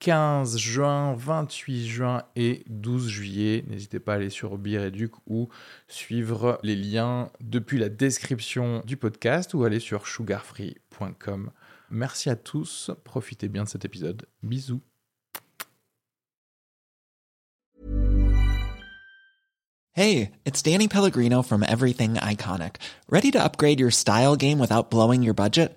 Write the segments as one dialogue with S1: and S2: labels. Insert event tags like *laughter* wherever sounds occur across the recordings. S1: 15 juin, 28 juin et 12 juillet. N'hésitez pas à aller sur Bireduc ou suivre les liens depuis la description du podcast ou aller sur sugarfree.com. Merci à tous, profitez bien de cet épisode. Bisous.
S2: Hey, it's Danny Pellegrino from Everything Iconic. Ready to upgrade your style game without blowing your budget?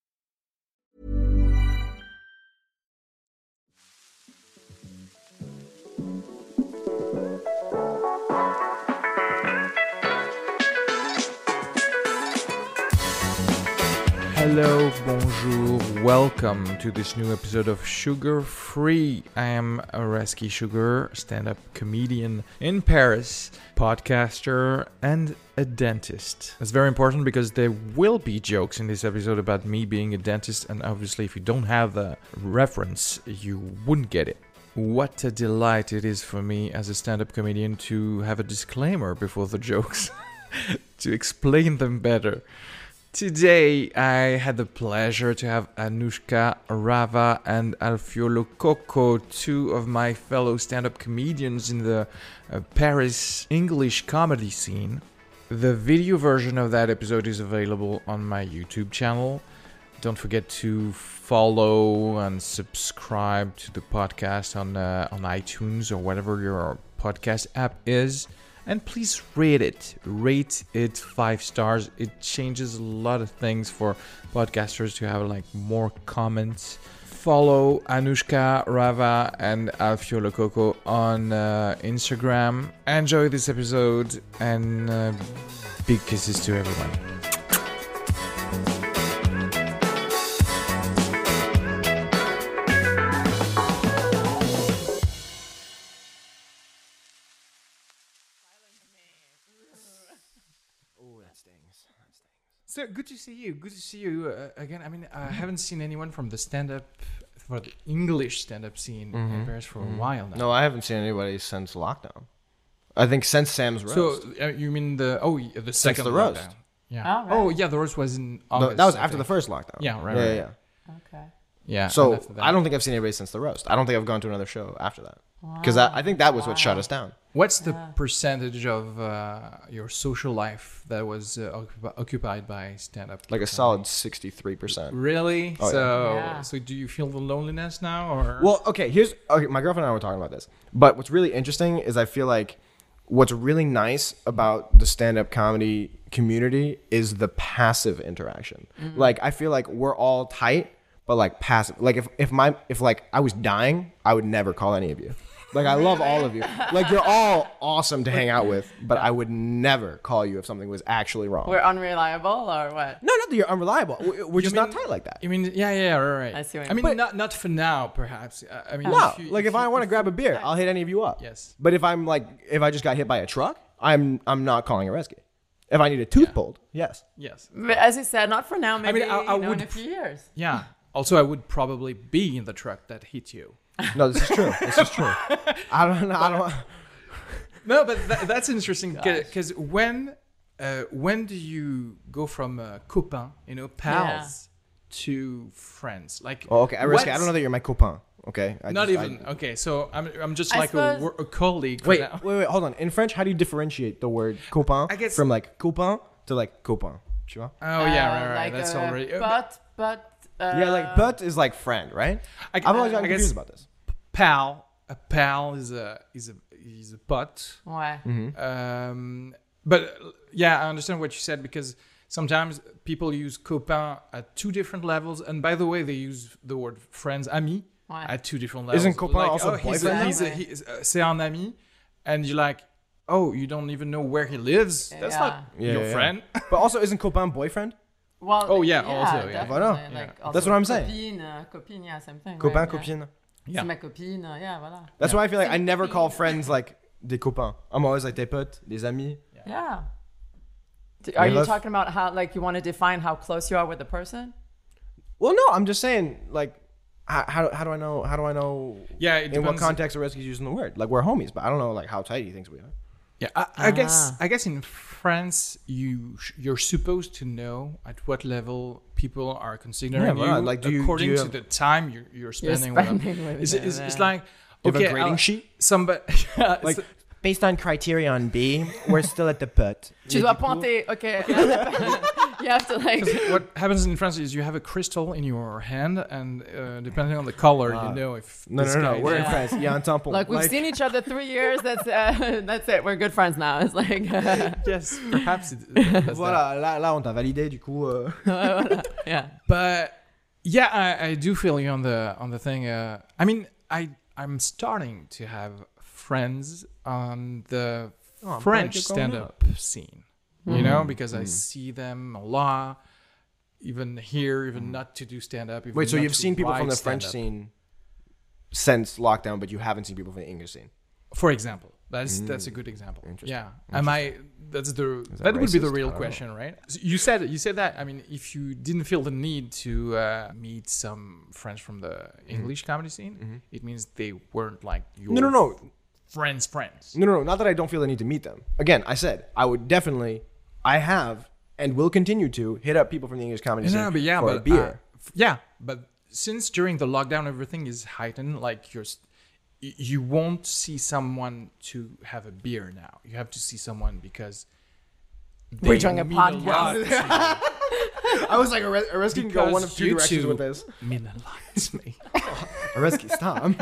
S1: Hello, bonjour, welcome to this new episode of Sugar Free. I am Reski Sugar, stand up comedian in Paris, podcaster, and a dentist. That's very important because there will be jokes in this episode about me being a dentist, and obviously, if you don't have the reference, you wouldn't get it. What a delight it is for me as a stand up comedian to have a disclaimer before the jokes *laughs* to explain them better. Today, I had the pleasure to have Anushka Rava and Alfiolo Coco, two of my fellow stand up comedians in the uh, Paris English comedy scene. The video version of that episode is available on my YouTube channel. Don't forget to follow and subscribe to the podcast on uh, on iTunes or whatever your podcast app is. And please rate it. Rate it five stars. It changes a lot of things for podcasters to have like more comments. Follow Anushka Rava and Alfio Lococo on uh, Instagram. Enjoy this episode and uh, big kisses to everyone. So good to see you. Good to see you uh, again. I mean, I haven't seen anyone from the stand-up, for the English stand-up scene in Paris for a while now.
S3: No, I haven't seen anybody since lockdown. I think since Sam's roast.
S1: So uh, you mean the oh y- the second
S3: the roast.
S1: lockdown. Yeah.
S4: Oh, right.
S1: Oh yeah, the roast was in
S3: No,
S1: August.
S3: that was
S1: I
S3: after the
S1: think.
S3: first lockdown.
S1: Yeah, right,
S3: Yeah,
S1: right.
S3: yeah.
S4: Okay.
S1: Yeah.
S3: So
S1: and after that.
S3: I don't think I've seen anybody since the roast. I don't think I've gone to another show after that because I, I think that was what shut us down.
S1: What's the percentage of uh, your social life that was uh, occupi- occupied by stand-up?
S3: Like a solid sixty-three percent.
S1: Really?
S3: yeah.
S1: so
S4: Yeah.
S1: so do you feel the loneliness now or
S3: Well, okay, here's okay, my girlfriend and I were talking about this. But what's really interesting is I feel like what's really nice about the stand-up comedy community is the passive interaction.
S1: Mm-hmm.
S3: Like I feel like we're all tight, but like passive. Like if if my if like I was dying, I would never call any of you. Like I love all of you. Like you're all awesome to hang out with, but I would never call you if something was actually wrong.
S4: We're unreliable or what?
S3: no, not that you're unreliable. We- We're just not
S1: mean-
S3: tight like that.
S1: You mean yeah yeah right right.
S4: I see what you
S1: I mean
S4: mean.
S1: not not for now perhaps. I- I mean
S3: No,
S1: you-
S3: like if, I
S1: you-
S3: want to grab a beer, I'll hit any of you up.
S1: Yes.
S3: But if I'm like, if I just got hit by a truck, I'm I'm not calling a rescue. If I need a tooth pulled,
S1: *laughs*
S3: yes.
S1: yes.
S4: But as you said, not for now. Maybe
S1: I- I
S4: you know,
S1: would-
S4: in a few years.
S1: Yeah. Also I would probably be in the truck that hit you.
S3: No, this is true. This is
S1: *laughs*
S3: true. I don't know. I don't.
S1: No, but tha that's
S4: *laughs*
S1: interesting because when uh, when do you go from uh, copain, you know, pals, to friends? Like,
S3: Oh, okay. I risk it. I
S1: what's-
S3: don't know that you're my copain. Okay. I
S1: Not
S3: just- I-
S1: even okay. So I'm I'm just
S4: I
S1: like a,
S4: suppose-
S1: wor- a colleague. for
S3: wait,
S1: now.
S3: wait, wait. Hold on. In French, how do you differentiate the word copain
S1: I guess-
S3: from like copain to like copain? Tu vois?
S1: Oh yeah, right, right.
S4: like
S1: that's
S4: uh,
S1: already. uh,
S4: But but. Uh,
S3: yeah, like but is like friend, right?
S1: I-
S3: I've always gotten
S1: I guess-
S3: confused about this.
S1: pal, a pal is a is a is a butt.
S4: Ouais.
S1: Mm-hmm.
S3: Mm-hmm.
S1: Um, but uh, yeah, I understand what you said because Sometimes people use copain at two different levels, and by the way, they use the word friends, ami,
S4: Why?
S1: at two different levels. oh,
S3: Isn't copain also
S1: he's
S4: boyfriend?
S1: a, he's a,
S4: Exactly.
S1: he's a- c'est un ami, and you're like, oh, you don't even know where he lives. That's not
S3: Yeah,
S1: your
S3: yeah.
S1: friend.
S3: but also, isn't copain boyfriend?
S4: Well,
S1: Oh, yeah, also, yeah.
S4: definitely,
S3: Voilà.
S4: like,
S3: Yeah.
S4: also
S3: That's what I'm saying.
S4: Copine, uh, copine, yeah, same thing.
S3: Copain,
S4: right? Yeah.
S3: copine.
S1: Yeah.
S4: C'est ma copine, uh, yeah, voilà.
S3: That's why I feel like I never call friends like des copains. I'm always like des potes, des amis.
S4: Yeah. Do- Are you
S3: that's-
S4: talking about how, like, you want to define how close you are with the person?
S3: Well, no, I'm just saying like. How, how, how do I know? How do I know?
S1: Yeah, it
S3: in what
S1: depends.
S3: context are rescues using the word? Like we're homies, but I don't know like how tight he thinks we are.
S1: Yeah, I, I
S4: Ah.
S1: guess I guess in France you sh- you're supposed to know at what level people are considering
S3: Yeah,
S1: you
S3: right, like, do you- do
S1: according
S3: you
S1: to
S3: have-
S1: the time you're, you're spending, with
S4: spending
S1: them.
S4: with
S1: It's,
S4: them,
S1: it's, it's
S4: yeah.
S1: like
S3: You have a
S1: okay,
S3: grading
S1: I'll-
S3: sheet?
S1: Somebody *laughs* yeah,
S3: Like-
S1: so-
S3: Based on criterion B, *laughs* we're still at the put.
S4: Tu dois pointer,
S3: *laughs*
S4: okay. *laughs* you have to, like,
S1: what happens in France is you have a crystal in your hand, and uh, depending on the color, you know if
S3: Ah. No,
S1: this
S3: no, no,
S1: guy-
S3: no. We're in *laughs*
S4: Yeah.
S3: France. Yeah, on temple.
S4: like we've seen each other three years. That's uh, *laughs* that's it. We're good friends now. It's like, *laughs*
S1: yes, perhaps. *laughs* It, that's that.
S3: Voilà, là, là, on t'a validé du coup. euh.
S4: yeah.
S1: but yeah I, I do feel you on the on the thing uh i mean i i'm starting to have friends on the
S3: Oh, glad
S1: french
S3: you're growing
S1: stand-up scene you know because i see them a lot even here even not to do stand-up even
S3: Wait, so
S1: not
S3: you've
S1: to
S3: seen people from
S1: write
S3: the French
S1: stand-up.
S3: scene since lockdown, but you haven't seen people from the English scene.
S1: for example that's that's
S3: Mm,
S1: a good example yeah am i that's the that,
S3: that
S1: would be the
S3: racist? I
S1: real
S3: don't know.
S1: question right So you said you said that i mean if you didn't feel the need to uh, meet some friends from the english comedy scene it means they weren't like your
S3: Mm-hmm. No, no, no,
S1: friends friends
S3: no, no, no. Not that I don't feel the need to meet them. Again, I said I would definitely, I have, and will continue to hit up people from the English comedy
S1: no,
S3: scene
S1: no, but yeah
S3: Mm-hmm. for
S1: but
S3: a
S1: uh,
S3: beer.
S1: f- yeah but since during the lockdown everything is heightened like you're s- y- you won't see someone to have a beer now you have to see someone because they
S4: We're doing a
S1: mean lot to
S4: podcast.
S3: *laughs*
S1: you.
S3: I was like, Ares- Areski can go one of
S1: Because
S3: two
S1: you
S3: directions
S1: two-
S3: with this.
S1: mean a lot to me.
S3: *laughs* Areski, *laughs* stop.
S1: *laughs*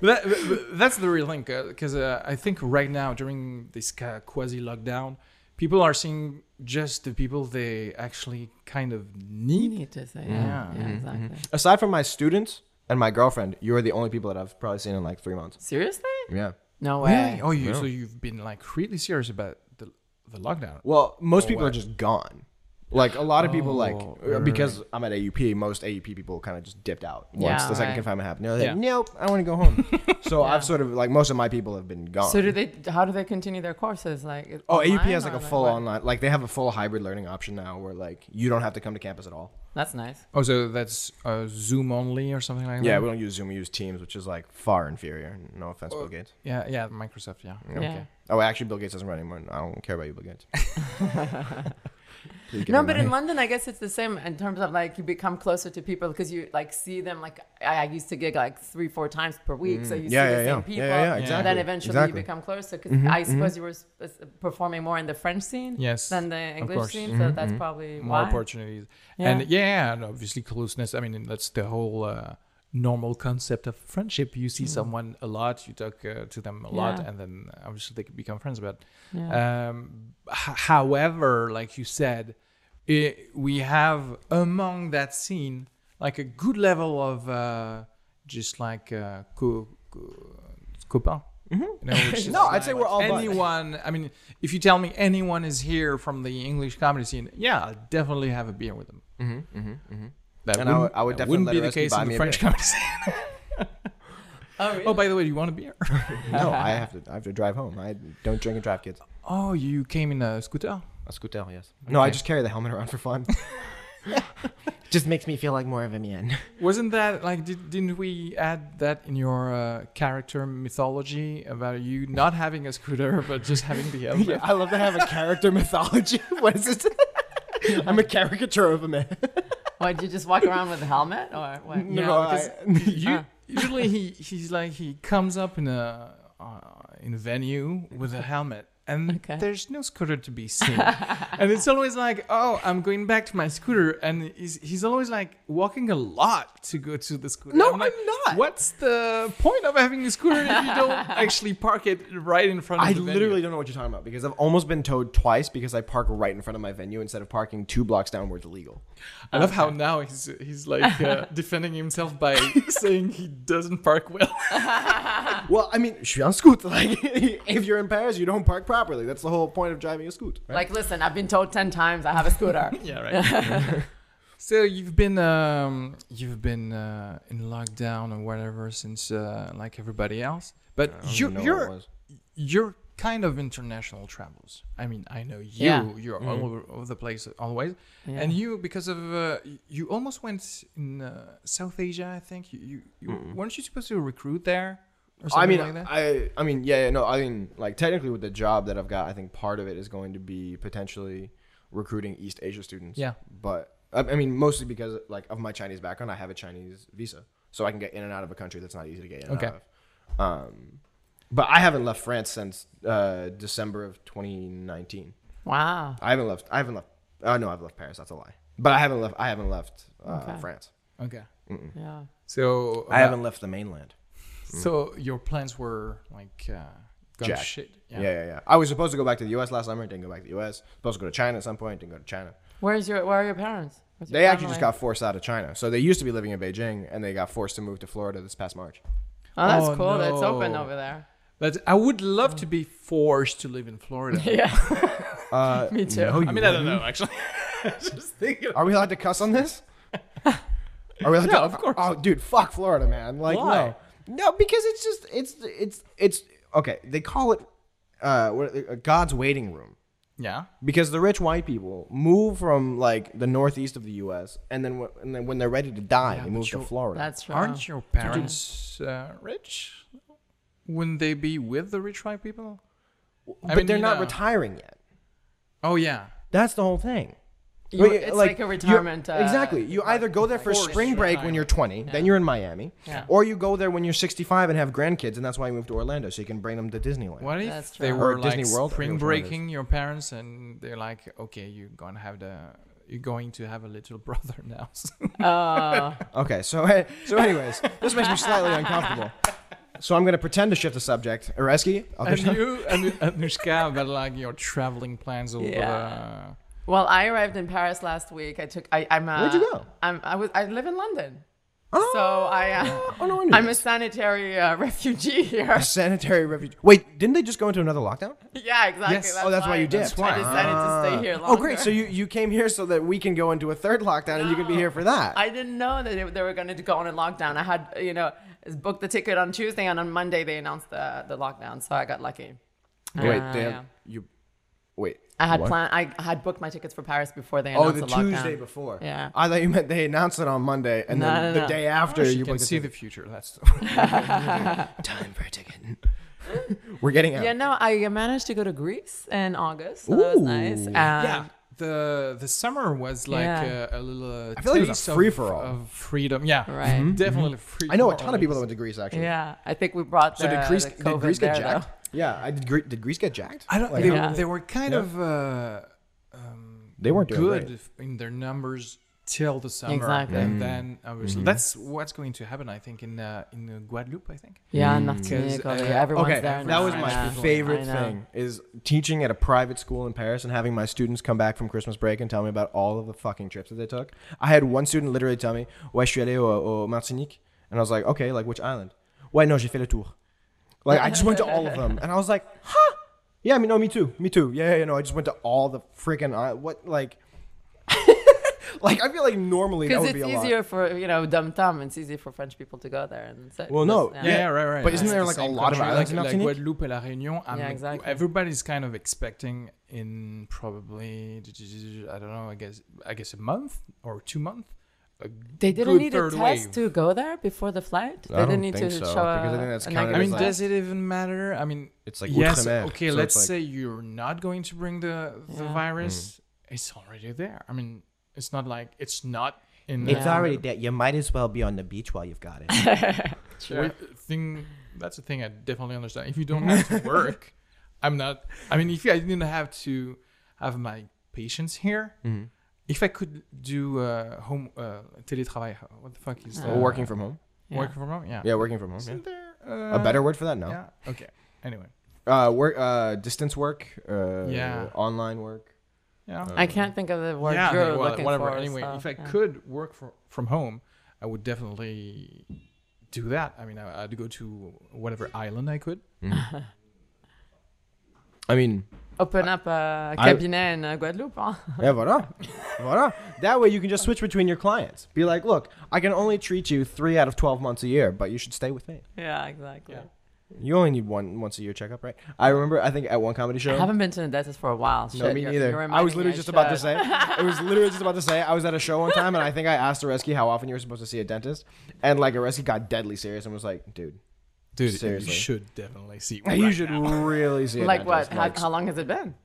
S1: But that, but that's the real thing, because uh, I think right now during this quasi lockdown, people are seeing just the people they actually kind of
S4: You
S1: need.
S4: need to say, yeah,
S1: Yeah.
S4: yeah, exactly.
S3: Aside from my students and my girlfriend, you are the only people that I've probably seen in like three months.
S4: Seriously?
S3: Yeah.
S4: No way.
S1: Really? Oh, you
S3: Yeah.
S1: so you've been like really serious about the the lockdown.
S3: Well, most
S1: Oh,
S3: people
S1: wow.
S3: are just gone. Like a lot of people, like
S1: Oh,
S3: uh, because I'm at AUP, most AUP people kind of just dipped out once
S4: Yeah,
S3: the second
S4: right.
S3: confinement happened. They're like,
S1: Yeah.
S3: nope, I want to go
S4: *laughs*
S3: home. so
S4: Yeah.
S3: I've sort of like most of my people have been gone.
S4: So do they? How do they continue their courses? Like
S3: oh,
S4: online
S3: AUP has like
S4: or
S3: a full
S4: what?
S3: online, like they have a full hybrid learning option now, where like you don't have to come to campus at all.
S4: That's nice.
S1: Oh, so that's uh, Zoom only or something like
S3: Yeah,
S1: that.
S3: we don't use Zoom, we use Teams, which is like far inferior. No offense, Bill Gates.
S1: Yeah, yeah, Microsoft. Yeah.
S4: Yeah.
S3: Oh, actually, Bill Gates doesn't run anymore. I don't care about you, Bill
S4: *laughs*
S3: Gates. Please give
S4: No,
S3: me
S4: but
S3: money.
S4: in London, I guess it's the same in terms of like you become closer to people because you like see them. Like I, I used to gig like three, four times per week, so you
S3: Mm. Yeah,
S4: see
S3: yeah,
S4: the
S3: yeah.
S4: same people.
S3: Yeah, yeah, yeah,
S4: And then
S3: exactly,
S4: eventually
S3: exactly. Mm-hmm,
S4: you become closer because I suppose you were s- s- performing more in the French scene
S1: Yes,
S4: than the English
S1: course.
S4: scene, so
S3: Mm-hmm,
S4: that's probably
S1: more
S4: why.
S1: opportunities
S4: Yeah.
S1: and yeah and obviously closeness i mean and that's the whole uh, normal concept of friendship you
S3: Hmm.
S1: see someone a lot you talk uh, to them a lot
S4: Yeah.
S1: and then obviously they could become friends but
S4: Yeah.
S1: um, h- however like you said i we have among that scene like a good level of uh, just like uh, co- co- copain you know,
S3: *laughs*
S1: which is
S3: Mm-hmm. No, I'd say we're all buds.
S1: anyone. I mean, if you tell me anyone is here from the English comedy scene, yeah, I'll definitely have a beer with them. Mm-hmm, That
S3: And I
S1: wouldn't-
S3: would- I would
S1: that
S3: definitely
S1: wouldn't be
S3: let
S1: the
S3: Oreski
S1: case
S3: buy
S1: in
S3: me
S1: the
S3: a
S1: French
S3: beer.
S1: comedy scene.
S4: oh, really?
S1: oh, by the way, do you want a beer?
S3: no, I have to. I have to drive home. I don't drink and drive, kids.
S1: oh, you came in a scooter.
S3: A scooter, yes. No, I
S1: Okay.
S3: just carry the helmet around for
S4: *laughs*
S3: fun. *laughs*
S5: just makes me feel like more of a man.
S1: Wasn't that like? Did, didn't we add that in your uh, character mythology about you not having a scooter but just having *laughs* the helmet?
S3: *laughs* I love to have a character mythology. *laughs* What is
S4: *laughs*
S3: it? I'm a caricature of a man.
S4: Why did you just walk around with a helmet or what?
S1: Yeah,
S3: No,
S1: because *laughs*
S3: I-
S1: you,
S4: Ah.
S1: usually he he's like he comes up in a uh, in a venue with a helmet
S3: *laughs*
S1: and
S4: Okay.
S1: there's no scooter to be seen. and it's always like, oh, I'm going back to my scooter, and he's, he's always like walking a lot to go to the scooter.
S3: No,
S1: like,
S3: I'm not.
S1: What's the point of having a scooter if you don't
S3: *laughs*
S1: actually park it right in front of
S3: I
S1: the venue?
S3: literally don't know what you're talking about because I've almost been towed twice because I park right in front of my venue instead of parking two blocks down where it's legal.
S1: I love how now he's he's like
S3: *laughs*
S1: uh, defending himself by saying he doesn't park well. Uh.
S3: Well, I mean, *laughs* je suis en scoot. Like, *laughs* if you're in Paris, you don't park properly. That's the whole point of driving a scoot. Right?
S4: Like, listen, I've been told ten times I have a
S3: *laughs*
S4: scooter. *laughs*
S1: yeah, right. *laughs* so you've been um, you've been uh, in lockdown or whatever since uh, like everybody else, but
S3: don't
S1: you,
S3: even know what it
S1: you're
S3: was.
S1: you're kind of international travels. I mean, I know you.
S4: Yeah.
S3: Mm-hmm.
S1: You're all over, over the place always,
S4: Yeah.
S1: and you because of uh, y- you almost went in uh, South Asia. I think you, you, you weren't you supposed to recruit there or something
S3: I
S1: like
S3: mean,
S1: that.
S3: I, I mean, yeah, yeah, no, I mean, like technically with the job that I've got, I think part of it is going to be potentially recruiting East Asia students.
S1: Yeah.
S3: but I, I mean, mostly because like of my Chinese background, I have a Chinese visa, so I can get in and out of a country that's not easy to get in and
S1: Okay.
S3: out of. Um, but I haven't left France since uh, December of 2019.
S4: wow.
S3: I haven't left. I haven't left. Uh, no, I've left Paris. That's a lie. But I haven't left. I haven't left uh,
S4: Okay.
S3: France.
S1: okay.
S4: Yeah.
S1: So uh,
S3: I haven't left the mainland.
S1: So your plans were like uh, gone to
S3: Jack.
S1: shit.
S3: Yeah. yeah, yeah, I was supposed to go back to the U.S. last summer. Didn't go back to the U.S. Supposed to go to China at some point. Didn't go to China.
S4: Where's your? Where are your parents? Where's your
S3: They actually
S4: family?
S3: just got forced out of China. So they used to be living in Beijing, and they got forced to move to Florida this past
S1: *laughs*
S3: March.
S4: Oh, that's
S1: Oh,
S4: cool. That's open
S1: no.
S4: over there.
S1: But I would love to be forced to live in Florida.
S4: Yeah.
S3: Uh,
S4: Me too.
S3: no,
S1: *laughs*
S3: you
S1: I mean, I don't
S3: wouldn't.
S1: know actually. Just thinking.
S3: Are we allowed to cuss
S1: *laughs*
S3: on this? Are we allowed
S1: Yeah,
S3: to?
S1: of course.
S3: Oh, dude, fuck Florida, man. Like,
S1: Why?
S3: no, no, because it's just it's it's it's okay. They call it uh, what, uh God's waiting room.
S1: Yeah.
S3: because the rich white people move from like the northeast of the U.S. and then wh- and then when they're ready to die, they move to Florida.
S4: That's true.
S1: Aren't your parents uh, rich? Wouldn't they be with the rich white people?
S3: but they're
S1: you
S3: not
S1: know-
S3: retiring yet.
S1: Oh yeah.
S3: That's the whole thing.
S4: You-
S3: Like,
S4: it's like a
S3: you're-
S4: retirement, uh,
S3: exactly. You either go there for spring break when you're 20, then you're in Miami,
S4: Yeah.
S3: or you go there when you're 65 and have grandkids, and that's why you moved to Orlando so you can bring them to Disneyland.
S1: What if
S4: That's
S1: they
S4: true.
S1: were
S3: Or
S1: like
S3: Disney World, I
S1: spring
S3: think it was one of those.
S1: breaking your parents, and they're like, "Okay, you're gonna have the, you're going to have a little *laughs* brother now."
S4: Oh,
S3: Okay, so *laughs* eh, so anyways, this makes me slightly uncomfortable. So I'm gonna pretend to shift the subject. Ereski, other
S1: and
S3: stuff?
S1: you, *laughs* and Anushka, about like your traveling plans over
S4: Yeah.
S1: the.
S4: well, I arrived in Paris last week. I took. I, I'm. Uh,
S3: Where'd you go?
S4: I'm. I was. I live in London.
S3: Oh,
S4: So I. Uh,
S3: oh, no, I knew
S4: *laughs* I'm a
S3: this.
S4: sanitary uh, *laughs* refugee here.
S3: a sanitary refugee. Wait, didn't they just go into another lockdown?
S4: *laughs* yeah, exactly.
S1: Yes.
S3: Oh, that's why you
S1: That's
S3: dipped.
S1: why.
S4: I decided to stay here longer.
S3: Oh, great. So you, you came here so that we can go into a third lockdown and you can be here for that.
S4: I didn't know that they, they were going to go on a lockdown. I had, you know, booked the ticket on Tuesday, and on Monday they announced the, the lockdown. So I got lucky.
S3: wait,
S4: Uh,
S3: Dan,
S4: yeah.
S3: you. Wait.
S4: I had
S3: what?
S4: planned. I had booked my tickets for Paris before they
S3: Oh, the
S4: announced lockdown.
S3: Tuesday before.
S4: Yeah.
S3: I thought you meant they announced it on Monday and
S4: No,
S3: then
S4: no,
S3: the
S4: no. Oh,
S3: day after
S1: you
S3: you
S1: can
S3: booked
S1: see
S3: the
S1: the future. That's
S3: time for a ticket. *laughs* We're getting out.
S4: Yeah, no, I managed to go to Greece in August, so that was nice.
S3: Ooh.
S4: Um,
S1: yeah. The the summer was like
S4: Yeah.
S1: a, a little. uh,
S3: I feel like it was a
S1: taste of-
S3: free-for-all. Mm-hmm.
S1: of freedom. Yeah, Mm-hmm.
S4: Right. Mhm.
S1: Definitely free.
S3: I know a ton of people that went to Greece, actually.
S4: yeah. I think we brought the,
S3: So did Greece,
S4: the
S3: did
S4: COVID
S3: Greece get
S4: there,
S3: jacked?
S4: though.
S3: Yeah. I did, Gre- did Greece get jacked?
S1: I don't.
S3: Like,
S1: they,
S4: Yeah.
S1: they were kind
S3: Yeah.
S1: of uh, um,
S3: They weren't doing
S1: good
S3: great. Mm-hmm.
S1: in their numbers till the summer,
S4: Exactly.
S1: and then obviously that's what's going to happen. I think in uh, in uh, Guadeloupe, I think.
S4: Yeah,
S3: Mm.
S4: not to
S1: Because,
S4: me,
S1: uh,
S4: COVID. Everyone's
S3: Okay,
S4: there.
S3: that
S4: now,
S3: was my
S4: yeah.
S3: favorite
S4: I know.
S3: thing is teaching at a private school in Paris and having my students come back from Christmas break and tell me about all of the fucking trips that they took. I had one student literally tell me, "Ouais, je suis allé au, au Martinique," and I was like, "Okay, like which island?" "Ouais, no, j'ai fait le tour." Like I just went to all of them, and I was like, "Huh? Yeah, I mean, no, me too, me too. Yeah, yeah, yeah, no, I just went to all the freaking I- what like." *laughs* like I feel like normally that
S4: Because
S3: would be
S4: it's
S3: a lot.
S4: easier for you know dumb dumb. It's easy for French people to go there and so,
S3: Well, no,
S1: Yeah, right, right.
S3: But isn't
S1: It's
S3: there,
S1: the
S3: like, a
S1: same
S3: lot of
S1: country,
S3: islands in
S1: like, like
S3: Martinique?
S1: Guadeloupe and La Réunion? I'm
S4: Yeah,
S1: like,
S4: exactly.
S1: Everybody's kind of expecting in probably I don't know. I guess I guess a month or two month. a
S4: They didn't
S1: good
S4: need a
S1: third
S4: test
S1: wave.
S4: to go there before the flight. They
S3: don't
S4: didn't need
S3: think
S4: to
S3: so,
S4: show a,
S3: because I think that's
S4: a
S3: counted
S1: I
S4: negative
S1: mean,
S3: like-
S1: does it even matter? I mean,
S3: It's like
S1: yes.
S3: outre-mer,
S1: Okay,
S3: so
S1: let's
S3: it's like-
S1: say you're not going to bring the the
S4: Yeah.
S1: virus.
S3: Mm-hmm.
S1: It's already there. I mean, it's not like it's not in.
S4: It's
S1: the-
S4: already
S6: dead. You might as well be on the beach while you've
S3: *laughs*
S6: got it.
S4: *laughs*
S1: *laughs* Wait, thing. That's a thing I definitely understand. If you don't have to work, I'm not. I mean, if I didn't have to have my patients here,
S3: Mm-hmm.
S1: if I could do uh, home uh, teletravail, what the fuck is that?
S4: Uh,
S3: Or working from home.
S1: Working from home? Uh, Yeah.
S3: Yeah, working from home.
S1: Isn't
S3: Yeah.
S1: there uh,
S3: A better word for that? No.
S1: Yeah. Okay. Anyway.
S3: Uh, work. Uh, distance work. Uh,
S1: Yeah.
S3: Online work. Um,
S1: Yeah.
S4: I can't think of the word
S1: yeah, I
S4: you're
S1: mean, well,
S4: looking
S1: whatever.
S4: for.
S1: anyway,
S4: so,
S1: if I
S4: yeah.
S1: could work for, from home, I would definitely do that. I mean, I, I'd go to whatever island I could.
S3: I
S4: *laughs*
S3: mean,
S4: open up a
S3: I-
S4: cabinet in uh, Guadeloupe, huh? *laughs*
S3: yeah, voilà. voilà. That way you can just switch between your clients. Be like, look, I can only treat you three out of 12 months a year, but you should stay with me.
S4: yeah, exactly.
S1: Yeah.
S3: You only need one once a year checkup, right? I remember, I think at one comedy show.
S4: I haven't been to the dentist for a while.
S3: No,
S4: Shit,
S3: me
S4: you're-
S3: neither.
S4: you're
S3: I was
S4: reminding
S3: literally
S4: me
S3: just about to
S4: should.
S3: say. It was literally just about to say. I was at a show one time, and I think I asked Areski how often you were supposed to see a dentist, and like Areski got deadly serious and was like, "Dude,
S1: Dude,
S3: Seriously.
S1: you should definitely see.
S3: *laughs* you should really see a
S4: Like what?
S3: dentist."
S4: How, how long has it been?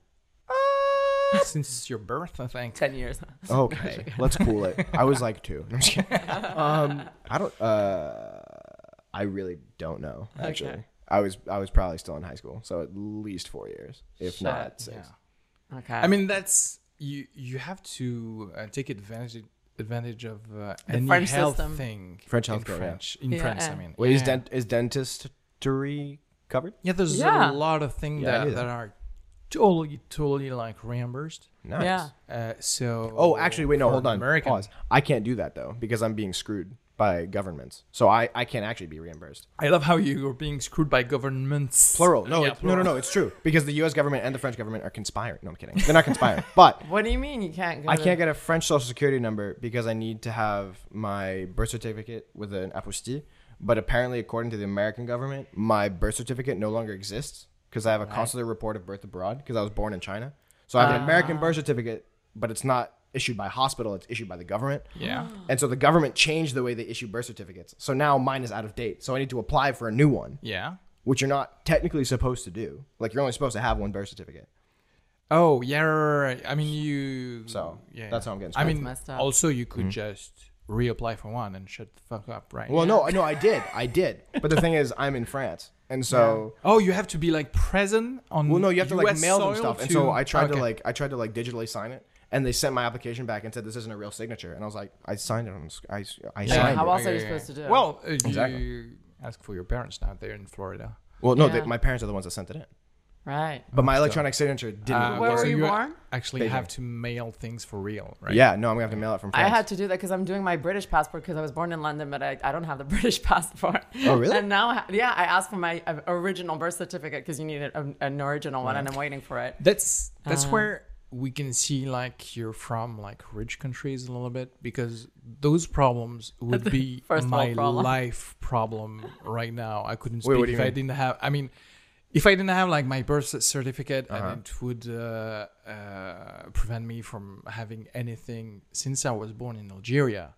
S1: *laughs* since your birth, I think.
S3: *laughs*
S4: Ten years.
S3: Oh, okay, let's cool it. I was like two. I'm just kidding.
S4: *laughs*
S3: Um, I don't. Uh, I really don't know. Actually,
S4: Okay.
S3: I was I was probably still in high school, so at least four years, if not six.
S1: Yeah.
S4: Okay.
S1: I mean, that's you. You have to uh, take advantage advantage of uh, any
S4: French
S1: health
S4: system.
S1: thing.
S3: French
S1: in
S3: healthcare, yeah.
S1: French in
S4: Yeah,
S1: France. I
S4: yeah.
S1: mean,
S3: Wait, is
S1: yeah.
S3: dent is dentistry covered?
S1: Yeah, there's a
S4: Yeah.
S1: lot of things
S3: Yeah, I
S1: that,
S3: knew that.
S1: that are totally, totally like reimbursed.
S3: Nice.
S4: Yeah.
S1: Uh, so.
S3: Oh, actually, wait, no,
S1: for
S3: hold on.
S1: American,
S3: Pause. I can't do that though because I'm being screwed by governments, so I I can't actually be reimbursed.
S1: I love how you are being screwed by governments.
S3: Plural. No,
S1: Yeah,
S3: it- no, no, no. It's true because the U.S. government and the French government are conspiring. No, I'm kidding. They're not conspiring, *laughs* but
S4: what do you mean you can't? Go
S3: I
S4: to-
S3: can't get a French social security number because I need to have my birth certificate with an apostille. But apparently, according to the American government, my birth certificate no longer exists because I have a consular report of birth abroad because I was born in China. So I have an American birth certificate, but it's not issued by hospital; it's issued by the government.
S4: *gasps*
S1: Yeah.
S3: And so the government changed the way they issue birth certificates. So now mine is out of date. So I need to apply for a new one,
S1: Yeah.
S3: which you're not technically supposed to do. Like you're only supposed to have one birth certificate.
S1: Oh, yeah. Right, right, right. I mean, you.
S3: So,
S1: yeah,
S3: that's
S1: yeah.
S3: how I'm getting
S1: I
S3: screwed.
S1: mean,
S3: Mm-hmm.
S4: That's messed up.
S1: also you could just reapply for one and shut the fuck up, right?
S3: Well, no, no, I did, I did. But the thing is, I'm in France, and so
S1: Oh, you have to be like present on.
S3: well, no, you have to like
S1: US
S3: mail them
S1: soil
S3: stuff. And
S1: to-
S3: so I tried to
S1: Okay.
S3: like I tried to like digitally sign it, and they sent my application back and said this isn't a real signature. And I was like, I signed it on sc- I s- I
S1: Yeah,
S3: signed
S4: How
S3: it.
S4: else are you supposed to do it?
S1: Well, uh,
S3: Exactly.
S1: you ask for your parents now. They're in Florida.
S3: Well, no,
S4: Yeah.
S3: they, my parents are the ones that sent it in,
S4: right.
S3: but my electronic signature didn't.
S1: Uh,
S4: Where
S1: okay.
S4: were
S1: So
S4: you
S1: a-
S4: born?
S1: Actually,
S3: Beijing.
S1: have to mail things for real, right?
S3: Yeah, no, I'm gonna have to mail it from France.
S4: I had to do that because I'm doing my British passport because I was born in London, but I, I don't have the *laughs* British passport.
S3: Oh, really?
S4: And now, I ha- yeah, I asked for my uh, original birth certificate because you need a, an original one, and I'm waiting for it.
S1: That's that's
S4: Uh.
S1: where we can see like you're from like rich countries a little bit because those
S4: *laughs*
S1: problems would be
S4: first
S1: my
S4: world problem.
S1: life problem right now. I couldn't
S3: Wait,
S1: speak
S3: what do
S1: if
S3: you
S1: I
S3: mean?
S1: didn't have. I mean. If I didn't have like my birth cer- certificate,
S3: Uh-huh.
S1: and it would uh, uh, prevent me from having anything since I was born in Algeria,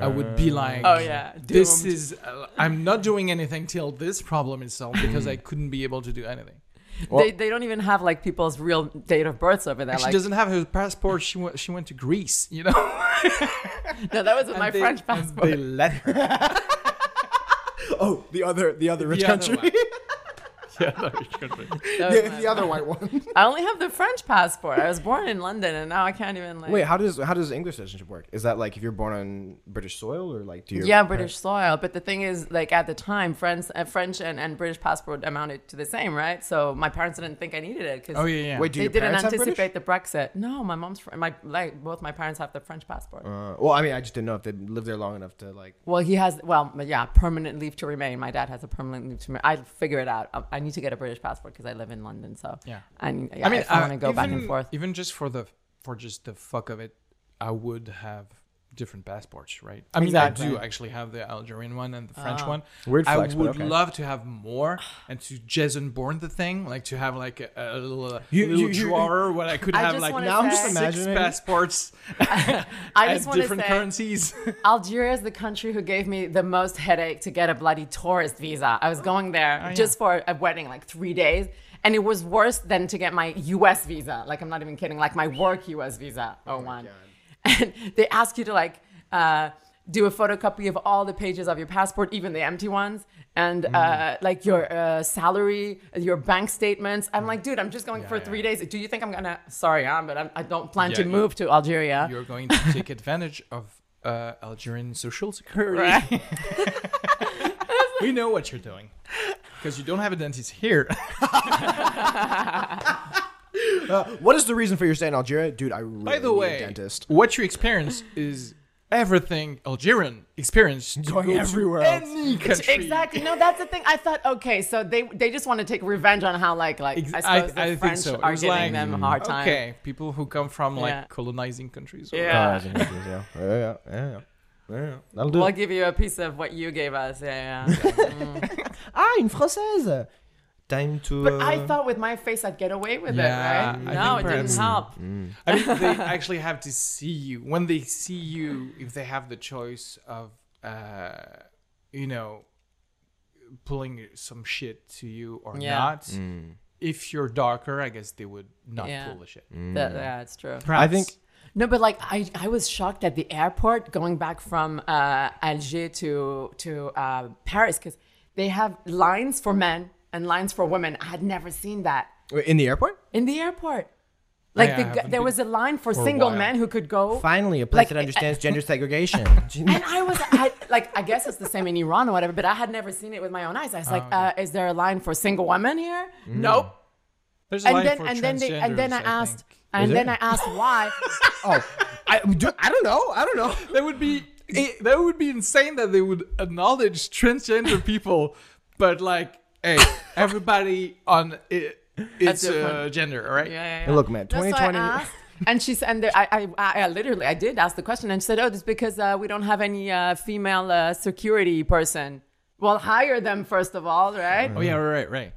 S1: I would
S3: Uh.
S1: be like,
S4: Oh, yeah,
S1: this
S4: doomed."
S1: is uh, I'm not doing anything till this problem is solved
S3: Hmm.
S1: because I couldn't be able to do anything."
S4: they, they don't even have like people's real date of births over there.
S1: she
S4: like,
S1: doesn't have her passport. She went. She went to Greece.
S3: *laughs*
S1: You know,
S4: *laughs* no, that was with my
S1: they-
S4: French passport.
S1: they let her.
S3: *laughs* oh, the other, the other rich
S1: The other
S3: country,
S1: one. *laughs* Yeah, no, it could be.
S3: *laughs*
S4: That was
S3: the,
S4: my-
S3: the other white one.
S4: *laughs* I only have the French passport. I was born in London, and now I can't even like.
S3: Wait, how does how does English citizenship work? Is that like if you're born on British soil or like do you?
S4: yeah, British soil. But the thing is, like at the time, French, uh, French and, and British passport amounted to the same, right? So my parents didn't think I needed it because
S1: Oh yeah, yeah.
S3: Wait, do
S4: they
S3: your
S4: didn't
S3: parents have British?
S4: anticipate the Brexit. No, my mom's fr- my like both my parents have the French passport.
S3: Uh, well, I mean, I just didn't know if they lived there long enough to like.
S4: well, he has well, but yeah, permanent leave to remain. My dad has a permanent leave to remain. I figure it out. I, I need to get a British passport because I live in London. So
S1: Yeah. uh,
S4: and yeah, I mean, I want to go back and
S1: even-
S4: forth.
S1: Even just for the for just the fuck of it, I would have different passports, right? I mean, I do
S4: Exactly. Oh.
S1: actually have the Algerian one and the French one.
S3: Weird flex,
S1: I
S3: but
S1: would
S3: okay.
S1: love to have more and to Jason Bourne the thing, like to have like a, a little,
S3: You-
S1: little
S3: you- you-
S1: drawer where I could
S4: I
S1: have
S4: just
S1: like
S4: wanna
S1: now
S4: say-
S1: six
S3: Imagining.
S1: passports
S4: I
S1: and
S4: just want to
S1: different
S4: say,
S1: currencies.
S4: Algeria is the country who gave me the most headache to get a bloody tourist visa. I was going there
S1: Oh,
S4: just for a wedding, like three days, and it was worse than to get my U.S. visa. Like I'm not Oh, even kidding. Like my work U.S. visa, oh one. And they ask you to like. Uh, do a photocopy of all the pages of your passport, even the empty ones, and
S1: Mm.
S4: uh, like your uh, salary, your bank statements. I'm like, dude, I'm just going for
S1: Mm. yeah.
S4: three days. Do you think I'm gonna? Sorry, I'm, but I'm, I don't plan
S1: Yeah,
S4: to
S1: you-
S4: move to Algeria.
S1: You're going to take advantage of uh, Algerian social security.
S4: Right.
S1: we know what you're doing because you don't have a dentist here. *laughs*
S3: What is the reason for your stay in Algeria, dude? I really
S1: By the
S3: need a
S1: way,
S3: dentist.
S1: what you experience is everything Algerian experience to
S3: Going
S1: go to
S3: everywhere else.
S1: Any country.
S4: Exactly. No, that's the thing. I thought, okay, so they they just want to take revenge on how like like
S1: Ex-
S4: I
S1: I-
S4: suppose
S1: I
S4: the
S1: think
S4: French
S1: so. It
S4: are
S1: was
S4: giving
S1: like,
S4: them a hard time.
S1: Okay, people who come from like
S4: Yeah.
S1: colonizing countries. or-
S4: Yeah.
S3: yeah, *laughs* yeah, yeah, yeah, yeah. That'll do.
S4: We'll
S3: it.
S4: give you a piece of what you gave us. Yeah. yeah.
S3: ah, une française. Time to.
S4: But I
S3: uh,
S4: thought with my face I'd get away with
S1: Yeah,
S4: it,
S1: I
S4: right? No, it
S1: think perhaps-
S4: didn't help.
S1: I mean, they
S4: *laughs*
S1: actually have to see you. When they see you, if they have the choice of, uh, you know, pulling some shit to you or
S4: Yeah.
S1: not, if you're darker, I guess they would not
S4: Yeah.
S1: pull the shit.
S4: That- yeah, it's true.
S3: I think
S4: No, but like I, I was shocked at the airport going back from uh, Alger to to uh, Paris because they have lines for men and lines for women. I had never seen that
S3: Wait, in the airport.
S4: in the airport.
S1: I
S4: Like the,
S1: haven't
S4: gu- there
S1: been
S4: was a line for
S1: for a
S4: single
S1: while.
S4: men who could go.
S7: Finally, a
S4: Like,
S3: eh,
S7: place that understands
S3: *laughs*
S7: gender segregation.
S4: And I was I, like, I guess it's the same in Iran or whatever, but I had never seen it with my own eyes. I was like, uh, is there a line for single women here? Nope.
S1: There's a
S4: And
S1: line
S4: then
S1: for
S4: and then they and then
S1: transgenders,
S4: I asked
S1: think.
S4: and
S3: Is
S4: then I
S3: there?
S4: asked why.
S3: Oh, I, do, I don't know. I don't know.
S1: That would be that would be insane that they would acknowledge transgender *laughs* people, but like, hey, everybody on it, it's uh,
S4: different-
S1: gender, all right?
S4: yeah,
S3: Hey, look, man,
S4: No, so I
S3: 2020
S4: asked, and she said, and there, I, I, I, I literally, I did ask the question, and she said, "Oh, it's because uh, we don't have any uh, female uh, security person." Well, hire them first of all, right?
S1: Oh yeah, right, right.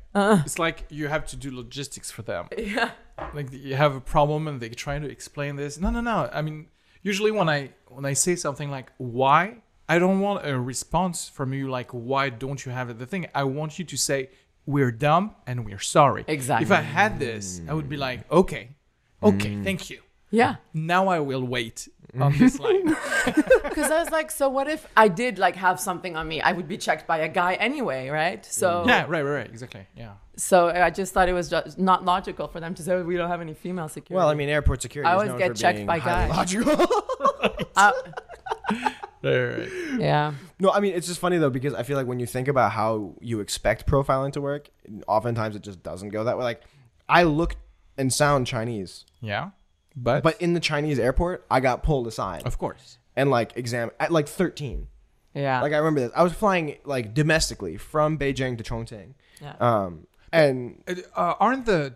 S1: it's like you have to do logistics for them. Yeah. Like you have a problem and they're trying to explain this. No, no, no. I mean, usually when I when I say something like why, I don't want a response from you like why don't you have the thing. I want you to say we're dumb and we're sorry. If
S4: Exactly.
S1: I had this, I would be like, okay, okay, thank you.
S4: Yeah,
S1: Now I will *laughs* wait on this line.
S4: because I was like, so what if I did like have something on me? I would be checked by a guy anyway, right?
S3: Mm.
S4: So
S1: yeah, right, right, right. Exactly. Yeah.
S4: so I just thought it was just not logical for them to say "Oh, we don't have any female security.
S7: well, I mean, airport security.
S4: I
S7: is
S4: always
S7: known
S4: get
S7: for
S4: checked
S7: being
S4: by
S7: highly-
S4: guys.
S3: Logical.
S1: Right, right, right.
S4: Uh, yeah.
S3: *laughs* no, I mean it's just funny though because I feel like when you think about how you expect profiling to work, oftentimes it just doesn't go that way. Like, I look and sound Chinese,
S1: Yeah. But,
S3: but in the Chinese airport, I got pulled aside
S1: of course.
S3: and like exam at like 13.
S4: Yeah.
S3: Like I remember this. I was flying like domestically from Beijing to Chongqing.
S4: Yeah.
S3: Um, and
S1: Uh, aren't the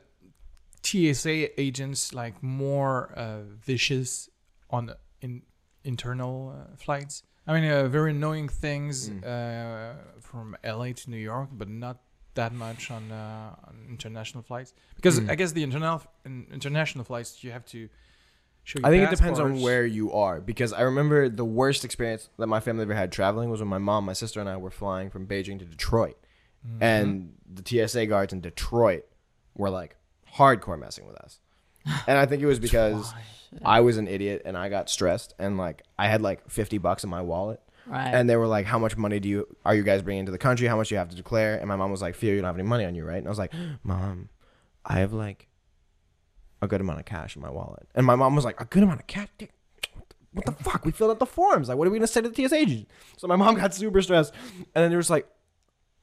S1: TSA agents like more uh, vicious on in internal uh, flights? I mean, uh, very annoying things
S3: Mm.
S1: uh, from LA to New York, but not that much on, uh, on international flights. Because
S3: Mm.
S1: I guess the internal in, international flights, you have to show. Your
S3: I think it depends on
S1: passports.
S3: where you are because I remember the worst experience that my family ever had traveling was when my mom, my sister, and I were flying from Beijing to Detroit, and the TSA guards in Detroit were like hardcore messing with us, and I think it was because I was an idiot and I got stressed and like I had like fifty bucks in my wallet.
S4: Right.
S3: And they were like, "How much money do you are you guys bringing into the country? How much do you have to declare?" And my mom was like, "Fear, you don't have any money on you, right?" And I was like, "Mom, I have like a good amount of cash in my wallet. And my mom was like, a good amount of cash? Dude, What the fuck? We filled out the forms. Like, what are we gonna say to the TSA agent? So my mom got super stressed, and then they were just like,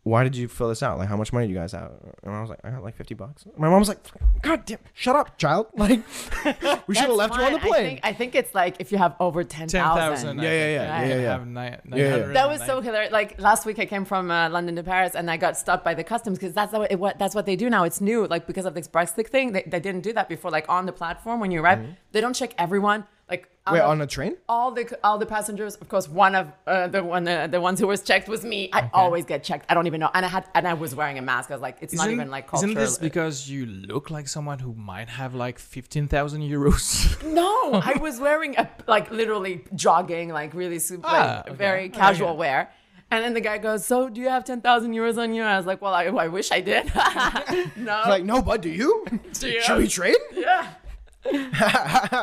S3: "Why did you fill this out? Like, how much money do you guys have?" And I was like, "I got like fifty bucks." My mom was like, "God damn, shut up, child! *laughs* Like,
S4: *laughs*
S3: we should have left you on the
S4: Fine. I
S3: plane."
S4: think, I think it's like if you have over
S1: ten thousand.
S4: 10,000.
S3: Yeah, yeah, yeah, yeah, yeah.
S1: Have nine,
S3: Yeah, yeah.
S4: That was so hilarious. Like last week, I came from uh, London to Paris, and I got stopped by the customs because that's what, it, what that's what they do now. It's new, like because of this Brexit thing. They, they didn't do that before. Like on the platform when you arrive, they don't check everyone. Like
S3: Mm-hmm.
S4: out
S3: Wait,
S4: of
S3: on a train?
S4: all the all the passengers. Of course, one of uh, the one uh, the ones who was checked was me. I always get checked. I don't even know, and I had and I was wearing a mask. I was like, it's not even like cultural.
S1: isn't this because you look like someone who might have like fifteen thousand euros? *laughs*
S4: No, I was wearing a like literally jogging, like really super,
S1: Ah,
S4: like,
S1: okay.
S4: very
S1: Okay.
S4: casual wear. And then the guy goes, "So do you have ten thousand euros on you?" And I was like, "Well, I, I wish I did." *laughs* no,
S3: Like, no, bud, do you?
S4: um, *laughs* Do you?
S3: Should we trade?
S4: yeah,
S3: *laughs*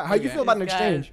S3: How you feel about an
S4: Guys.
S3: exchange?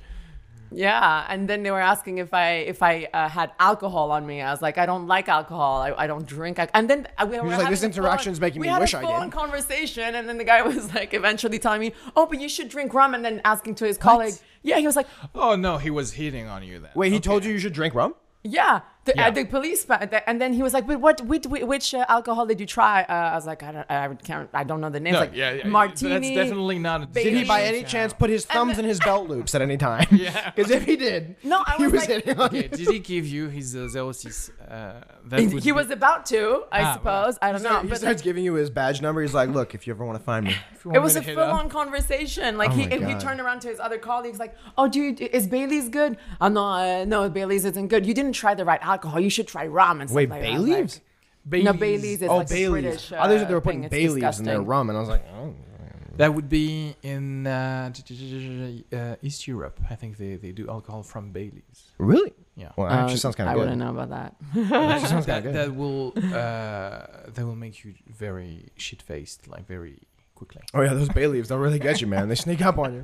S4: Yeah, and then they were asking if I if I uh, had alcohol on me. I was like, I don't like alcohol. I, I don't drink. Al-. And then uh, we were
S3: like,
S4: having
S3: "This
S4: a
S3: interaction's
S4: phone-
S3: making
S4: we
S3: me
S4: had
S3: wish
S4: a
S3: I
S4: phone
S3: did."
S4: conversation, and then the guy *laughs* was like, eventually telling me, "Oh, but you should drink rum." And then asking to his colleague, "Yeah," he was like,
S1: Oh no, he was hitting on you then.
S3: Wait, he told you you should drink rum?
S4: "Yeah." The,
S1: Yeah.
S4: Uh, the police, fa- the- and then he was like, "But what? Which, which uh, alcohol did you try?" Uh, I was like, "I don't, I can't, I don't know the names."
S1: No,
S4: like
S1: yeah, yeah,
S4: martini.
S1: That's definitely not. A
S4: Did
S3: Did he by
S4: Yeah.
S3: any chance put his thumbs in his belt loops at any
S4: *laughs*
S3: time?
S1: Yeah.
S3: Because if he did,
S4: No, I
S3: he
S4: was
S3: was
S4: like-
S3: hitting on *laughs*
S8: Okay,
S3: you.
S8: did he give you his uh, 06? Uh, that
S4: He,
S8: would
S4: he
S8: be-
S4: was about
S8: Ah,
S4: to, I
S8: well.
S4: suppose. I don't know.
S3: he
S4: but
S3: starts
S4: like,
S3: giving you his badge number. He's like, look, if you ever want to find me.
S4: it was a full-on conversation. Like he,
S3: my
S4: and he
S3: God.
S4: turned around to his other colleagues, like, "Oh, do you, is Bailey's good? Oh no, uh, no, Bailey's isn't good. You didn't try the right alcohol. You should try rum and stuff
S3: Wait,
S4: like
S3: bay
S4: that."
S3: leaves?
S4: Like, no, Bailey's is
S3: oh,
S4: like
S3: bay
S4: a
S3: leaves.
S4: British.
S3: I thought
S4: Uh,
S3: they were putting
S4: thing. It's
S3: bay leaves in their
S4: disgusting.
S3: rum, and I was like, oh.
S1: That would be in uh, uh, East Europe. I think they, they do alcohol from bay leaves.
S3: Really?
S1: Yeah.
S3: Well,
S4: Uh,
S3: actually, sounds kind
S4: I
S3: of good.
S4: wouldn't know about that.
S1: that,
S3: good.
S1: that will uh, that will make you very shit faced, like very quickly.
S3: Oh yeah, those bay leaves don't really get you, man. They sneak up on you.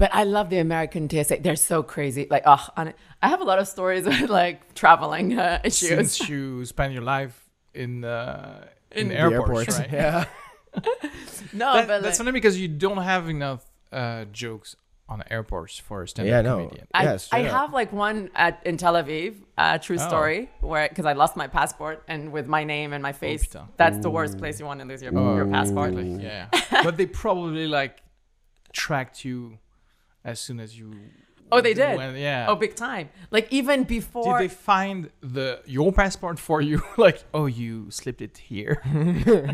S4: But I love the American TSA. They're so crazy. Like, oh, on- I have a lot of stories *laughs* with like traveling
S3: *laughs*
S4: uh, *laughs* issues.
S1: Since you spend your life in uh, in,
S3: The
S1: airports, right?
S3: *laughs* Yeah.
S4: no,
S1: That-
S4: but
S1: that's
S4: like,
S1: only because you don't have enough uh, jokes on airports for a stand-up
S3: Yeah, no.
S1: comedian.
S4: I,
S3: Yes,
S4: I
S3: yeah.
S4: have like one at, in Tel Aviv, uh, true
S1: Oh.
S4: story, where because I lost my passport and with my name and my face,
S1: putain.
S4: that's the worst place you want to lose your, your passport.
S1: Like,
S3: Mm.
S1: yeah, but they probably like tracked you as soon as you.
S4: Oh, they did.
S1: went- yeah.
S4: Oh, big time! Like even
S1: did
S4: before,
S1: they find the your passport for you? *laughs* like, oh, you slipped it
S3: *laughs*
S1: here.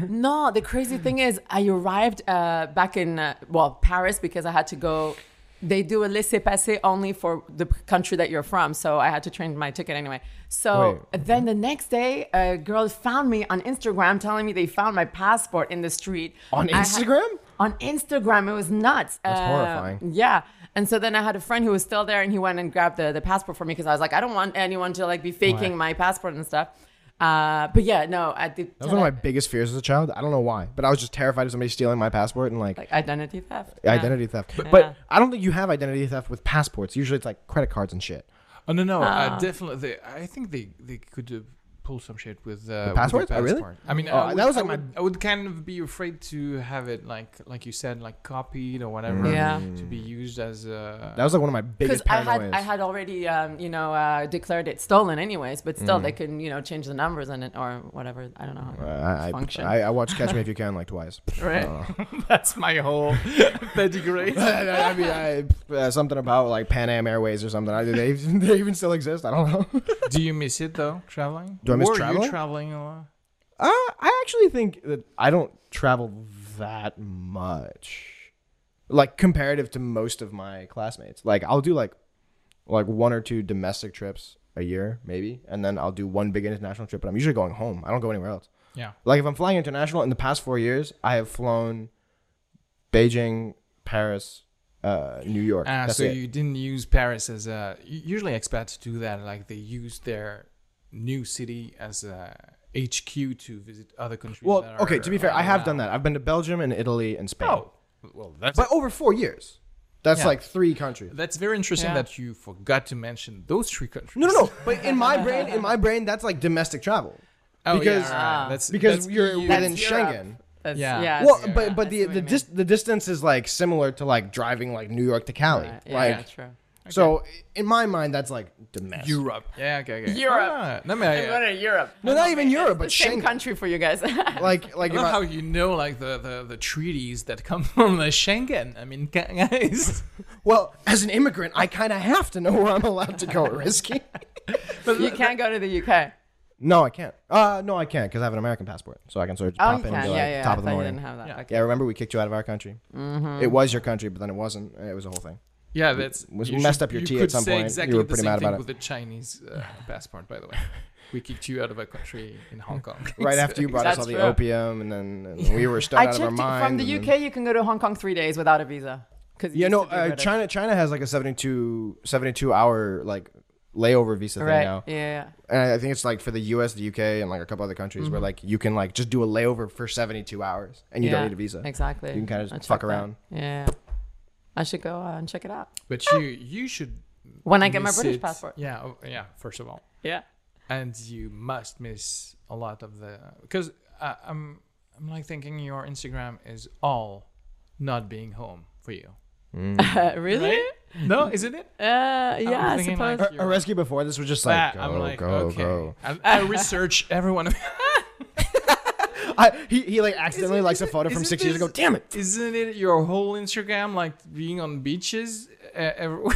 S4: no. The crazy thing is, I arrived uh, back in uh, well Paris because I had to go. They do a laissez passer only for the p- country that you're from, so I had to change my ticket anyway. So then the next day, a girl found me on Instagram telling me they found my passport in the street
S3: On
S4: I had-
S3: Instagram?
S4: on Instagram. It was nuts. That's
S3: horrifying.
S4: Yeah. And so then I had a friend who was still there and he went and grabbed the, the passport for me because I was like, I don't want anyone to like be faking my passport and stuff. Uh, but yeah, no, I did
S3: That was one of my biggest fears as a child. I don't know why, but I was just terrified of somebody stealing my passport and like,
S4: like identity theft. Yeah.
S3: identity theft. But,
S4: Yeah.
S3: but I don't think you have identity theft with passports. Usually, it's like credit cards and shit.
S1: Oh no no! Uh, definitely, they, I think they they could uh, pull some shit with uh,
S3: passport?
S1: With
S3: Oh,
S1: your
S3: really?
S1: passport. I mean,
S3: Oh,
S1: I would,
S3: that was
S1: I
S3: like my-
S1: would- I would kind of be afraid to have it like like you said, like copied or whatever.
S4: Yeah.
S1: To be used as a.
S3: Mm. That was like one of my
S4: Because
S3: biggest
S4: I had
S3: paranoias.
S4: I had already um, you know uh, declared it stolen anyways, but
S3: Mm.
S4: still they can you know change the numbers and it or whatever I don't know. how it
S3: Uh, I,
S4: function.
S3: I, I, watched Catch Me If You Can like twice. Uh,
S4: Right.
S1: that's my *laughs* whole pedigree.
S3: *laughs* I mean, I, uh, something about like Pan Am Airways or something. I, do they, *laughs* they even still exist? I don't know.
S1: Do you miss it though, traveling?
S3: Do I miss
S1: Were
S3: traveling?
S1: you traveling a lot?
S3: Uh, I actually think that I don't travel that much, like comparative to most of my classmates. Like I'll do like like one or two domestic trips a year, maybe, and then I'll do one big international trip. But I'm usually going home. I don't go anywhere else.
S1: Yeah.
S3: Like if I'm flying international, in the past four years, I have flown Beijing, Paris, uh, New York.
S1: Ah,
S3: That's
S1: so
S3: it.
S1: you didn't use Paris as a. u- Usually expats do that. Like they use their new city as a HQ to visit other countries.
S3: well,
S1: that
S3: okay. To be
S1: are
S3: fair, I have
S1: around.
S3: done that. I've been to Belgium and Italy and Spain,
S1: Oh, well, that's
S3: but over four years. That's
S1: Yeah.
S3: like three countries.
S1: That's very interesting
S4: Yeah.
S1: that you forgot to mention those three countries.
S3: No,
S1: *laughs*
S3: no, no. But in my brain, in my brain, that's like domestic travel
S1: Oh,
S3: Because-
S1: yeah, right, right. that's
S3: because
S1: that's E
S3: you're
S1: EU.
S3: within
S4: That's Europe.
S3: Schengen.
S4: That's,
S1: Yeah.
S4: yeah.
S3: Well,
S4: it's-
S3: but but
S4: I
S3: the
S4: see
S3: the
S4: what you mean.
S3: dis- the distance is like similar to like driving like New York to Cali.
S4: Right. Yeah,
S3: like
S4: yeah, true.
S3: so, in my mind, that's like domestic.
S1: Europe. Yeah, okay, okay.
S4: Europe.
S1: Ah, no, I, mean,
S4: I'm
S1: I,
S4: going to Europe.
S3: No, not even Europe,
S4: It's
S3: but
S4: the *laughs* same
S3: Schengen.
S4: country for you guys.
S3: Like like
S1: I
S3: if
S1: love
S3: I-
S1: how you know like the, the, the treaties that come *laughs* from the Schengen. I mean, guys.
S3: well, as an immigrant, I kind of have to know where I'm allowed to go.
S4: *laughs*
S3: Risky.
S4: *laughs* you can't go to the UK.
S3: No, I can't. Uh, no, I can't because I have an American passport, so I can sort of pop
S4: Oh, you
S3: in and
S4: can.
S3: be
S4: Yeah,
S3: like
S4: yeah. I
S3: top of the
S4: thought you
S3: morning.
S4: didn't have Mm-hmm. that. Okay.
S3: Yeah, remember we kicked you out of our country. It was your country, but then it wasn't. It was a whole thing.
S1: *laughs* Yeah, that's
S3: Was
S1: you
S3: messed up your
S1: you
S3: tea
S1: could
S3: at some
S1: say
S3: point. You
S1: Exactly
S3: were
S1: the
S3: pretty
S1: same
S3: mad
S1: thing
S3: about it.
S1: with the Chinese
S3: *laughs*
S1: uh, passport, by the way. We kicked you out of a country in Hong Kong.
S3: *laughs* Right
S1: *laughs*
S3: after you brought us all
S4: That's
S3: the
S4: true.
S3: opium, and then
S4: *laughs*
S3: and we were stoned
S4: I
S3: out
S4: checked
S3: of our mind.
S4: it from the
S3: and
S4: UK. You can go to Hong Kong three days without a visa. Because
S3: Yeah, no, uh, China China has like a 72, 72 hour like layover visa
S4: Right.
S3: thing now.
S4: Yeah, yeah.
S3: And I think it's like for the US, the UK, and like a couple other countries
S4: Mm-hmm.
S3: where like you can like just do a layover for 72 hours and you
S4: Yeah,
S3: don't need a visa.
S4: Exactly.
S3: You can kinda just
S4: I checked
S3: fuck
S4: that.
S3: around.
S4: Yeah. I should go uh, and check it out.
S1: But you you should
S4: When I get my
S9: miss
S4: British
S9: it.
S4: passport.
S1: Yeah, oh, yeah. First of all,
S4: Yeah.
S1: and you must miss a lot of the because uh, I'm I'm like thinking your Instagram is all not being home for you.
S4: *laughs* really?
S1: No, isn't it?
S4: Uh, yeah, I
S1: thinking,
S4: suppose.
S1: like, you're-
S3: A rescue before this was just like
S1: that.
S3: go,
S1: I'm like,
S3: go,
S1: okay.
S3: go.
S1: I, I research *laughs* everyone.
S3: I, he, he like accidentally likes a photo from
S1: Isn't
S3: six years
S1: this-
S3: ago. Damn it!
S1: Isn't it your whole Instagram like being on beaches? Uh, every-